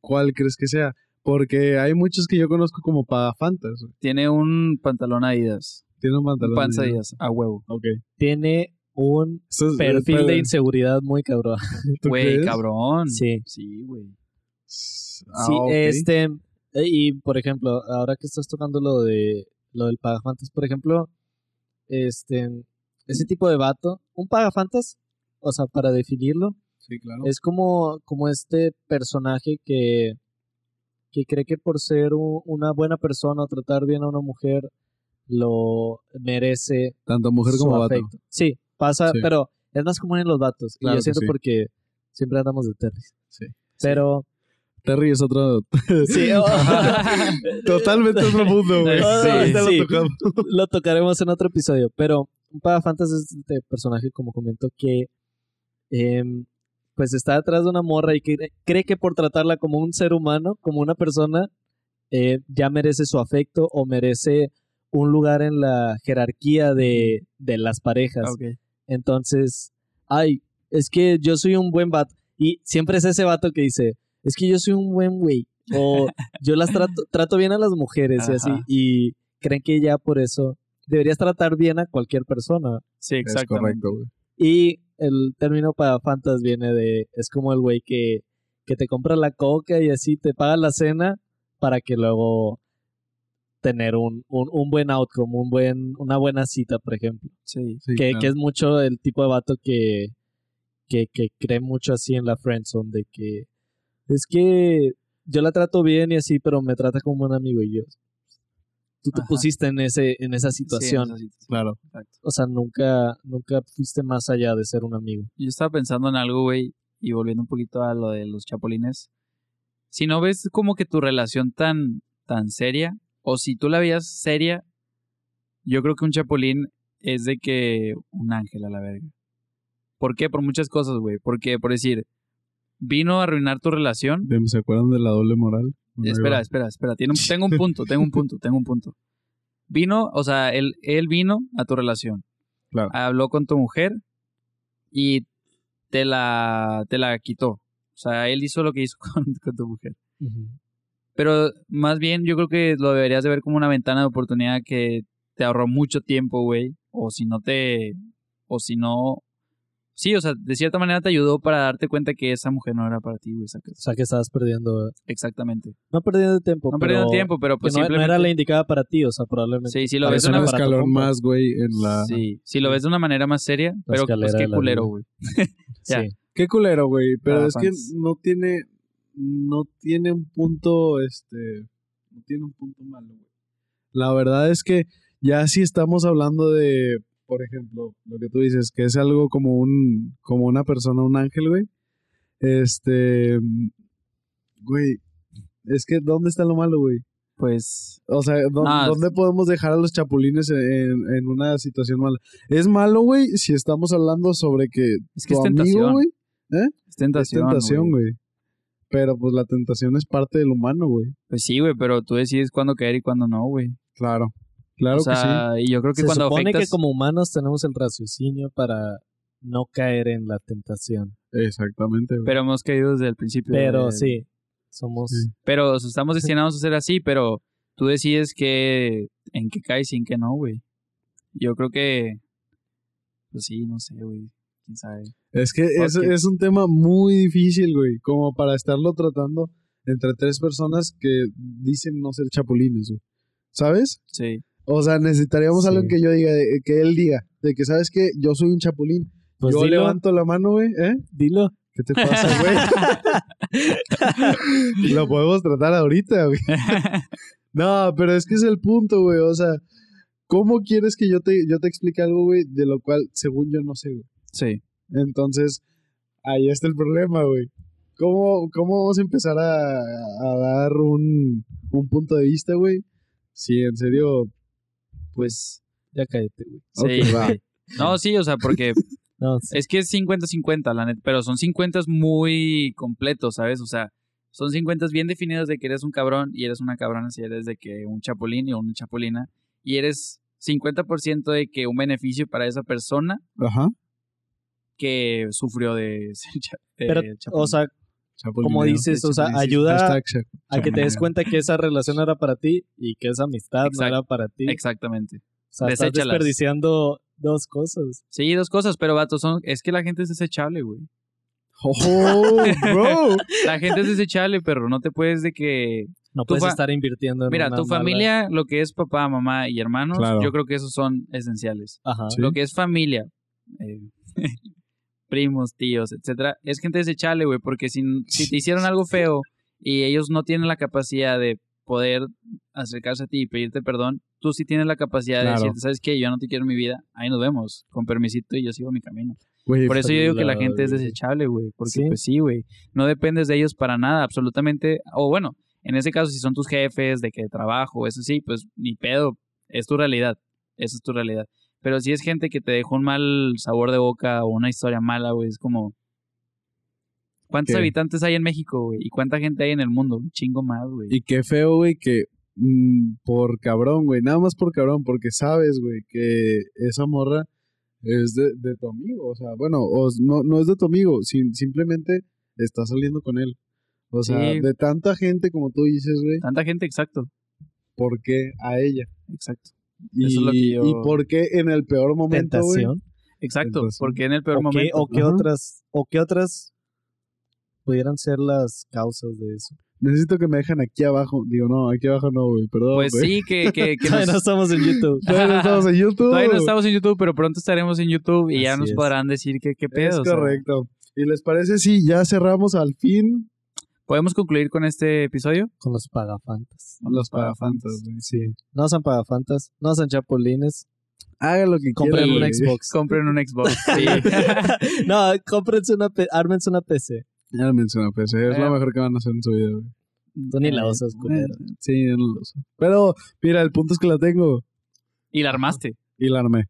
Speaker 1: ¿cuál crees que sea? Porque hay muchos que yo conozco como pagafantas. güey.
Speaker 3: Tiene un pantalón Adidas.
Speaker 1: Tienen un
Speaker 3: Un
Speaker 1: pantalón.
Speaker 3: panza
Speaker 1: negro.
Speaker 3: Adidas, a huevo.
Speaker 1: Ok.
Speaker 2: Tiene un
Speaker 1: Eso es-
Speaker 2: perfil de
Speaker 1: pero-
Speaker 2: inseguridad muy cabrón.
Speaker 1: ¿tú
Speaker 3: Güey,
Speaker 1: crees?
Speaker 3: cabrón.
Speaker 2: Sí.
Speaker 3: Sí, güey. *laughs*
Speaker 1: Ah,
Speaker 2: sí,
Speaker 1: ok.
Speaker 2: este. eh, Y por ejemplo, ahora que estás tocando lo de lo del pagafantas, por ejemplo, este ese tipo de vato, un pagafantas, o sea, para definirlo,
Speaker 1: Sí, claro.
Speaker 2: es como como este personaje que que cree que por ser u- una buena persona o tratar bien a una mujer lo merece
Speaker 1: Tanto mujer como
Speaker 2: su
Speaker 1: vato.
Speaker 2: afecto. Sí, pasa,
Speaker 1: Sí.
Speaker 2: pero es más común en los vatos, y
Speaker 1: Claro
Speaker 2: yo
Speaker 1: que
Speaker 2: siento
Speaker 1: sí.
Speaker 2: porque siempre andamos de terris.
Speaker 1: Sí.
Speaker 2: Pero
Speaker 1: Terry *laughs* es otro.
Speaker 2: sí,
Speaker 1: *laughs*
Speaker 2: *laughs*
Speaker 1: Totalmente otro mundo, güey.
Speaker 3: Sí,
Speaker 1: Ahorita lo
Speaker 2: sí.
Speaker 1: tocamos.
Speaker 2: lo tocaremos en otro episodio. Pero un Pagafantas es este personaje, como comento, que em, pues está detrás de una morra y que cree que por tratarla como un ser humano, como una persona, eh, ya merece su afecto o merece un lugar en la jerarquía de, de las parejas.
Speaker 3: Ok.
Speaker 2: Entonces, ay, es que yo soy un buen vato. Y siempre es ese vato que dice, es que yo soy un buen güey. O yo las trato, trato bien a las mujeres y así.
Speaker 3: Ajá.
Speaker 2: Y creen que ya por eso deberías tratar bien a cualquier persona.
Speaker 3: Sí,
Speaker 1: Es
Speaker 3: exactamente.
Speaker 1: correcto, güey.
Speaker 2: Y el término para fantas viene de, es como el güey que, que te compra la coca y así te paga la cena para que luego tener un, un, un buen outcome, un buen, una buena cita, por ejemplo
Speaker 3: Sí.
Speaker 1: Sí,
Speaker 2: que,
Speaker 1: claro.
Speaker 2: que es mucho el tipo de vato que, que, que cree mucho así en la friendzone, de que es que yo la trato bien y así, pero me trata como un amigo y yo. Tú te
Speaker 3: Ajá.
Speaker 2: pusiste en, ese, en esa
Speaker 3: Sí,
Speaker 2: situación.
Speaker 3: necesito-
Speaker 1: Claro.
Speaker 3: exacto.
Speaker 2: o sea, nunca, nunca fuiste más allá de ser un amigo.
Speaker 3: Yo estaba pensando en algo, güey, y volviendo un poquito a lo de los chapulines. Si no ves como que tu relación tan, tan seria, o si tú la veías seria, yo creo que un chapulín es de que un ángel a la verga. ¿Por qué? Por muchas cosas, güey. Porque, por decir, vino a arruinar tu relación.
Speaker 1: De- ¿Se acuerdan de la doble moral? Bueno, ahí
Speaker 3: Espera,
Speaker 1: va.
Speaker 3: espera, espera.
Speaker 2: *laughs*
Speaker 3: Tiene un- tengo un punto, tengo un punto, tengo un punto. Vino, o sea, él, él vino a tu relación.
Speaker 1: Claro.
Speaker 3: Habló con tu mujer y te la, te la quitó. O sea, él hizo lo que hizo *laughs* con, con tu mujer. Pero más bien yo creo que lo deberías de ver como una ventana de oportunidad que te ahorró mucho tiempo, güey. O si no te... O si no... Sí, o sea, de cierta manera te ayudó para darte cuenta que esa mujer no era para ti, güey. sacas.
Speaker 2: O sea, que estabas perdiendo,
Speaker 3: Exactamente.
Speaker 2: no perdiendo tiempo,
Speaker 3: No
Speaker 2: pero
Speaker 3: perdiendo tiempo, pero
Speaker 2: que
Speaker 3: pues
Speaker 2: no, no
Speaker 3: simplemente...
Speaker 2: era la indicada para ti, o sea, probablemente.
Speaker 3: Sí, sí, lo
Speaker 2: Para
Speaker 3: ves
Speaker 1: Es
Speaker 3: de
Speaker 2: eso
Speaker 1: un
Speaker 3: una
Speaker 2: no es para tu
Speaker 1: escalón
Speaker 2: compa.
Speaker 1: más, güey, en la...
Speaker 3: Sí, si lo ves de una manera más seria, pero pues
Speaker 2: escalera de
Speaker 3: qué
Speaker 2: la
Speaker 3: culero,
Speaker 2: vida.
Speaker 3: güey.
Speaker 2: Sí.
Speaker 3: ya.
Speaker 1: Qué culero, güey. Pero
Speaker 3: Ah,
Speaker 1: es que
Speaker 3: fans.
Speaker 1: no tiene. No tiene un punto. Este. No tiene un punto malo, güey. La verdad es que ya si estamos hablando de. Por ejemplo, lo que tú dices, que es algo como un. como una persona, un ángel, güey. Este. Güey, es que ¿dónde está lo malo, güey?
Speaker 3: Pues
Speaker 1: O sea, ¿dó-
Speaker 3: No, es-
Speaker 1: ¿dónde podemos dejar a los chapulines en, en- en una situación mala? Es malo, güey, si estamos hablando sobre que
Speaker 3: es que
Speaker 1: tu
Speaker 3: es
Speaker 1: amigo,
Speaker 3: tentación.
Speaker 1: güey,
Speaker 3: es
Speaker 1: es
Speaker 3: tentación.
Speaker 1: tentación,
Speaker 3: güey.
Speaker 1: güey. Pero pues la tentación es parte del humano, güey.
Speaker 3: Pues sí, güey, pero tú decides cuándo caer y cuándo no, güey.
Speaker 1: Claro. Claro
Speaker 3: o sea, y yo creo que
Speaker 2: Se
Speaker 3: cuando
Speaker 2: supone
Speaker 3: afectas...
Speaker 2: que como humanos tenemos el raciocinio para no caer en la tentación.
Speaker 1: que sí. Exactamente, güey.
Speaker 3: Pero hemos caído desde el principio.
Speaker 2: Pero
Speaker 3: del-
Speaker 2: sí, somos...
Speaker 1: Sí.
Speaker 3: Pero o sea,
Speaker 2: *laughs*
Speaker 3: estamos destinados a ser así, pero tú decides que en qué caes y en qué no, güey. Yo creo que... Pues sí, no sé, güey. ¿Quién sabe?
Speaker 1: Es que es,
Speaker 3: Porque-
Speaker 1: es un tema muy difícil, güey. Como para estarlo tratando entre tres personas que dicen no ser chapulines, güey. ¿Sabes?
Speaker 3: Sí.
Speaker 1: O sea, necesitaríamos algo
Speaker 2: Sí.
Speaker 1: que yo diga, de- que él diga. De que, ¿sabes qué? Yo soy un chapulín.
Speaker 2: Pues
Speaker 1: yo
Speaker 2: dilo,
Speaker 1: levanto la mano, güey. ¿Eh?
Speaker 2: dilo.
Speaker 1: ¿Qué te pasa, güey?
Speaker 2: *laughs*
Speaker 1: Lo podemos tratar ahorita, güey. No, pero es que es el punto, güey. O sea, ¿cómo quieres que yo te, yo te explique algo, güey, de lo cual, según yo, no sé, güey?
Speaker 3: sí.
Speaker 1: Entonces, ahí está el problema, güey. ¿Cómo, cómo vamos a empezar a, a dar un, un punto de vista, güey? Si en serio,
Speaker 3: Pues...
Speaker 2: Ya cállate, güey.
Speaker 3: Sí.
Speaker 1: Ok, va.
Speaker 3: *laughs* No, sí, o sea, porque
Speaker 2: No, sí.
Speaker 3: Es que es 50-50, la neta. Pero son 50 muy completos, ¿sabes? O sea, son 50 bien definidos de que eres un cabrón y eres una cabrona si eres de que un chapulín y una chapulina. Y eres 50% de que un beneficio para esa persona
Speaker 1: Ajá.
Speaker 3: que sufrió de, *laughs* ser cha- de
Speaker 2: Pero,
Speaker 3: chapulín.
Speaker 2: o sea, como dices, o sea, ayuda
Speaker 1: pues Hashtag
Speaker 2: *laughs*
Speaker 1: Shaq.
Speaker 2: a que te des cuenta que esa relación era para ti y que esa amistad no
Speaker 3: Exacto.
Speaker 2: era para ti.
Speaker 3: Exactamente.
Speaker 2: O sea, estás
Speaker 3: Deséchalas.
Speaker 2: desperdiciando dos cosas.
Speaker 3: Sí, dos cosas, pero vato, son... es que la gente es desechable, güey.
Speaker 1: Oh, bro.
Speaker 3: La gente es desechable, pero no te puedes de que
Speaker 2: No
Speaker 3: Tu
Speaker 2: puedes
Speaker 3: fa-
Speaker 2: estar invirtiendo en
Speaker 3: Mira,
Speaker 2: una
Speaker 3: tu
Speaker 2: mala-
Speaker 3: familia, lo que es papá, mamá y hermanos,
Speaker 1: Claro.
Speaker 3: yo creo que esos son esenciales.
Speaker 2: Ajá.
Speaker 1: Sí.
Speaker 3: Lo que es familia, eh, *laughs* primos, tíos, etcétera, es gente desechable, güey, porque si, si te hicieron algo feo y ellos no tienen la capacidad de poder acercarse a ti y pedirte perdón, tú sí tienes la capacidad
Speaker 1: Claro.
Speaker 3: de decirte, ¿sabes qué? Yo ya no te quiero en mi vida, ahí nos vemos, con permisito y yo sigo mi camino.
Speaker 1: Güey,
Speaker 3: Por eso yo digo que la
Speaker 2: la
Speaker 3: gente es
Speaker 2: verga.
Speaker 3: desechable, güey. Porque
Speaker 2: pues, Sí.
Speaker 3: pues sí, güey. No dependes de ellos para nada, absolutamente. O bueno, en ese caso, si son tus jefes, de que trabajo, eso sí, pues ni pedo. Es tu realidad. Esa es tu realidad. Pero si es gente que te dejó un mal sabor de boca o una historia mala, güey, es como. ¿Cuántos
Speaker 1: ¿Qué?
Speaker 3: habitantes hay en México, güey? ¿Y cuánta gente hay en el mundo? Un chingo más, güey.
Speaker 1: Y qué feo, güey, que mm, por cabrón, güey. Nada más por cabrón, porque sabes, güey, que esa morra es de, de tu amigo. O sea, bueno, o s- no, no es de tu amigo, sin- simplemente está saliendo con él. O sea,
Speaker 3: Sí.
Speaker 1: de tanta gente como tú dices, güey,
Speaker 3: Tanta gente, exacto.
Speaker 1: ¿por qué a ella?
Speaker 3: Exacto.
Speaker 1: Y,
Speaker 3: Eso es lo que yo-
Speaker 1: ¿Y por qué en el peor momento, güey?
Speaker 2: Tentación.
Speaker 3: Exacto.
Speaker 1: Entonces,
Speaker 3: porque en el peor
Speaker 2: ¿O qué,
Speaker 3: momento.
Speaker 2: o qué
Speaker 1: Ajá.
Speaker 2: otras, o qué otras pudieran ser las causas de eso.
Speaker 1: Necesito que me dejen aquí abajo. Digo, no, aquí abajo no, güey, perdón,
Speaker 3: Pues
Speaker 1: güey.
Speaker 3: sí, que, que,
Speaker 2: *laughs*
Speaker 3: que
Speaker 2: Todavía
Speaker 3: nos-
Speaker 2: no estamos en YouTube.
Speaker 1: *laughs* Todavía no estamos en YouTube.
Speaker 3: *laughs* Todavía no estamos en YouTube, pero pronto estaremos en YouTube y ya
Speaker 2: Así
Speaker 3: nos
Speaker 2: es.
Speaker 3: podrán decir que qué pedo.
Speaker 1: Es
Speaker 3: o sea,
Speaker 1: correcto. ¿Y les parece si ya cerramos al fin
Speaker 3: ¿Podemos concluir con este episodio?
Speaker 2: Con los pagafantas.
Speaker 1: los parafantas, güey? Sí.
Speaker 2: No sean pagafantas, no sean chapulines.
Speaker 1: Hagan lo que
Speaker 2: Compren
Speaker 1: quieran.
Speaker 2: un
Speaker 1: güey.
Speaker 2: Xbox.
Speaker 3: *laughs* Compren un Xbox.
Speaker 2: *laughs*
Speaker 3: Sí.
Speaker 2: no, cómprense una, pe- ármense una PC.
Speaker 1: Ya lo mencioné, pues es
Speaker 3: Eh.
Speaker 1: lo mejor que van a hacer en su vida, güey.
Speaker 2: Tú ni la usas, culero.
Speaker 1: Sí, yo no lo uso. Pero, mira, el punto es que la tengo
Speaker 3: Y la armaste.
Speaker 1: y la armé.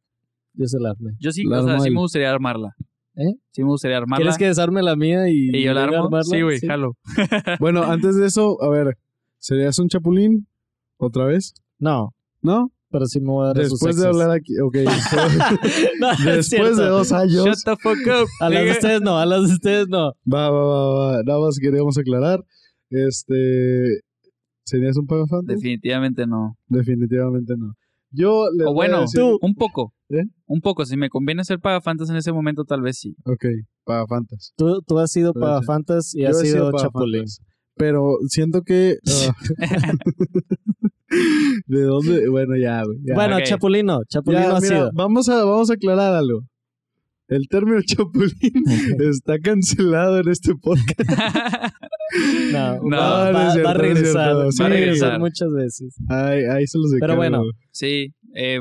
Speaker 2: Yo se la armé.
Speaker 3: Yo sí,
Speaker 1: La
Speaker 3: o sea,
Speaker 1: armó
Speaker 3: sí
Speaker 1: él.
Speaker 3: me gustaría armarla.
Speaker 2: ¿Eh?
Speaker 3: Sí me gustaría armarla.
Speaker 2: ¿Quieres que desarme la mía y,
Speaker 3: Y yo la
Speaker 2: venga a
Speaker 3: armo.
Speaker 2: armarla?
Speaker 3: Sí, güey, jalo.
Speaker 1: Bueno, antes de eso, a ver, ¿serías un chapulín otra vez?
Speaker 2: No,
Speaker 1: ¿No?
Speaker 2: pero sí me voy a dar esos
Speaker 1: Después de
Speaker 2: exes.
Speaker 1: hablar aquí, ok.
Speaker 2: *laughs*
Speaker 1: *laughs*
Speaker 2: No, no es
Speaker 1: Después
Speaker 2: cierto.
Speaker 1: de dos
Speaker 3: Shut
Speaker 1: años.
Speaker 3: the fuck up.
Speaker 2: *laughs* A las de ustedes no, a las de ustedes no.
Speaker 1: Va, va, va, va. Nada más queríamos aclarar. Este. ¿Serías un pagafante?
Speaker 3: Definitivamente no.
Speaker 1: Definitivamente no. Yo les
Speaker 3: O
Speaker 1: voy a
Speaker 3: bueno,
Speaker 1: decir-
Speaker 3: un poco.
Speaker 1: ¿Eh?
Speaker 3: Un poco. Si me conviene ser pagafantas en ese momento, tal vez sí.
Speaker 1: Ok, pagafantas.
Speaker 2: Tú, tú has sido
Speaker 1: Puede ser.
Speaker 2: pagafantas y
Speaker 1: Yo
Speaker 2: has
Speaker 1: he sido
Speaker 2: sido
Speaker 1: pagafantas.
Speaker 2: chapulín.
Speaker 1: Pero siento
Speaker 2: *laughs*
Speaker 1: que. ah. *laughs* ¿De dónde? Bueno, ya, güey. ya.
Speaker 2: Bueno,
Speaker 3: ok.
Speaker 2: chapulín no, chapulín
Speaker 1: Ya,
Speaker 2: no ha
Speaker 1: mira,
Speaker 2: sido. *laughs*
Speaker 1: Vamos a, vamos a aclarar algo. El término *laughs* chapulín está cancelado en este
Speaker 2: *laughs*
Speaker 1: podcast.
Speaker 2: No,
Speaker 3: No,
Speaker 2: va,
Speaker 1: no
Speaker 2: va-
Speaker 1: es cierto,
Speaker 2: va a
Speaker 1: no es
Speaker 2: regresar,
Speaker 1: cierto.
Speaker 2: va
Speaker 1: Sí,
Speaker 2: a regresar
Speaker 3: güey.
Speaker 2: muchas veces.
Speaker 1: Ay, ahí se los
Speaker 2: Pero
Speaker 1: encargo.
Speaker 2: bueno.
Speaker 3: sí. eh,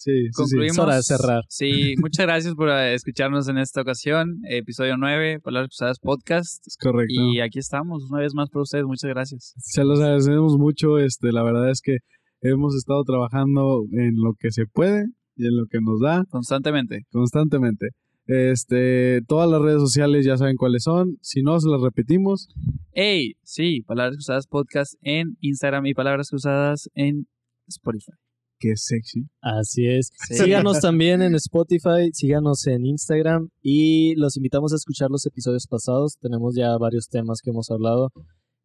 Speaker 1: Sí, sí, sí.
Speaker 3: Concluimos.
Speaker 2: Es hora de cerrar.
Speaker 3: Sí, muchas gracias por eh, escucharnos en esta ocasión. Episodio 9, Palabras Cruzadas Podcast.
Speaker 1: Es correcto.
Speaker 3: Y aquí estamos, una vez más por ustedes. Muchas gracias.
Speaker 1: Se los agradecemos mucho. Este, la verdad es que hemos estado trabajando en lo que se puede y en lo que nos da
Speaker 3: Constantemente.
Speaker 1: constantemente. Este, todas las redes sociales ya saben cuáles son. Si no, se las repetimos.
Speaker 3: Hey, sí, Palabras Cruzadas Podcast en Instagram y Palabras Cruzadas en
Speaker 1: *laughs*
Speaker 3: Spotify.
Speaker 1: Qué sexy.
Speaker 2: Así es.
Speaker 3: Sí. *laughs*
Speaker 2: Síganos también en Spotify, síganos en Instagram y los invitamos a escuchar los episodios pasados. Tenemos ya varios temas que hemos hablado.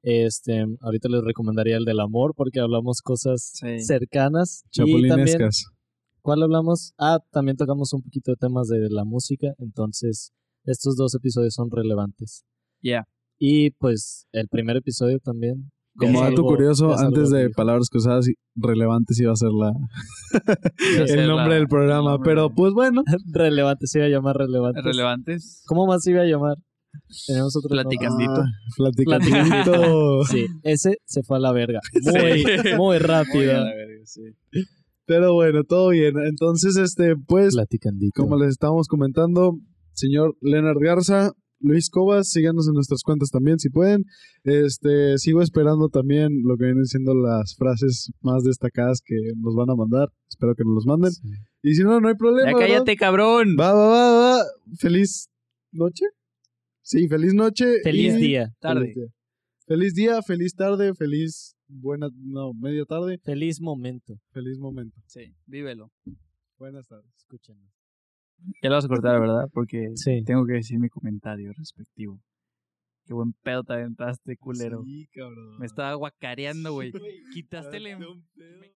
Speaker 2: Este, ahorita les recomendaría el del amor porque hablamos cosas
Speaker 3: Sí.
Speaker 2: cercanas y también
Speaker 1: Chapulinescas.
Speaker 2: ¿Cuál hablamos? Ah, también tocamos un poquito de temas de la música, entonces estos dos episodios son relevantes.
Speaker 3: Yeah.
Speaker 2: Y pues el primer episodio también. ya
Speaker 1: Como
Speaker 2: es
Speaker 1: dato
Speaker 2: algo- ya
Speaker 1: curioso,
Speaker 2: es algo
Speaker 1: antes de
Speaker 2: viejo.
Speaker 1: palabras cruzadas y relevantes iba a ser la,
Speaker 3: Iba a ser
Speaker 1: el nombre
Speaker 3: la-
Speaker 1: del
Speaker 3: el
Speaker 1: programa,
Speaker 3: nombre
Speaker 1: pero
Speaker 3: de-
Speaker 1: pues bueno,
Speaker 2: *laughs* Relevante, se iba a llamar relevante.
Speaker 3: relevantes.
Speaker 2: ¿Cómo más se iba a llamar? Tenemos otro nombre.
Speaker 3: Platicandito.
Speaker 1: Ah,
Speaker 2: *laughs*
Speaker 1: platicandito.
Speaker 2: Sí, ese se fue a la verga. Muy,
Speaker 3: Sí.
Speaker 2: muy
Speaker 3: Muy a
Speaker 2: rápido.
Speaker 3: la verga, sí.
Speaker 1: pero bueno, todo bien. Entonces, este, pues,
Speaker 2: Platicandito.
Speaker 1: como les estábamos comentando, señor Leonard Garza, Luis Cobas, síganos en nuestras cuentas también si pueden. Este, sigo esperando también lo que vienen siendo las frases más destacadas que nos van a mandar. Espero que nos los manden.
Speaker 2: Sí.
Speaker 1: Y si no, no hay problema.
Speaker 3: Ya
Speaker 1: ¿verdad?
Speaker 3: cállate, cabrón.
Speaker 1: Va, va, va, va. Feliz noche. Sí, feliz noche.
Speaker 2: Feliz
Speaker 1: y-
Speaker 2: día.
Speaker 3: Tarde.
Speaker 1: Feliz día, feliz tarde, feliz buena, no, media tarde,
Speaker 2: Feliz momento.
Speaker 1: feliz momento.
Speaker 3: Sí, vívelo.
Speaker 1: Buenas tardes.
Speaker 2: Escúchenme.
Speaker 3: Ya lo vas a cortar, ¿verdad? Porque
Speaker 2: Sí.
Speaker 3: tengo que decir mi comentario respectivo. Qué buen pedo te aventaste, culero.
Speaker 1: Sí, cabrón.
Speaker 3: Me estaba guacareando, güey.
Speaker 1: *laughs* Sí, güey.
Speaker 3: Quitaste el...
Speaker 1: Aventó
Speaker 3: en-
Speaker 1: un pedo.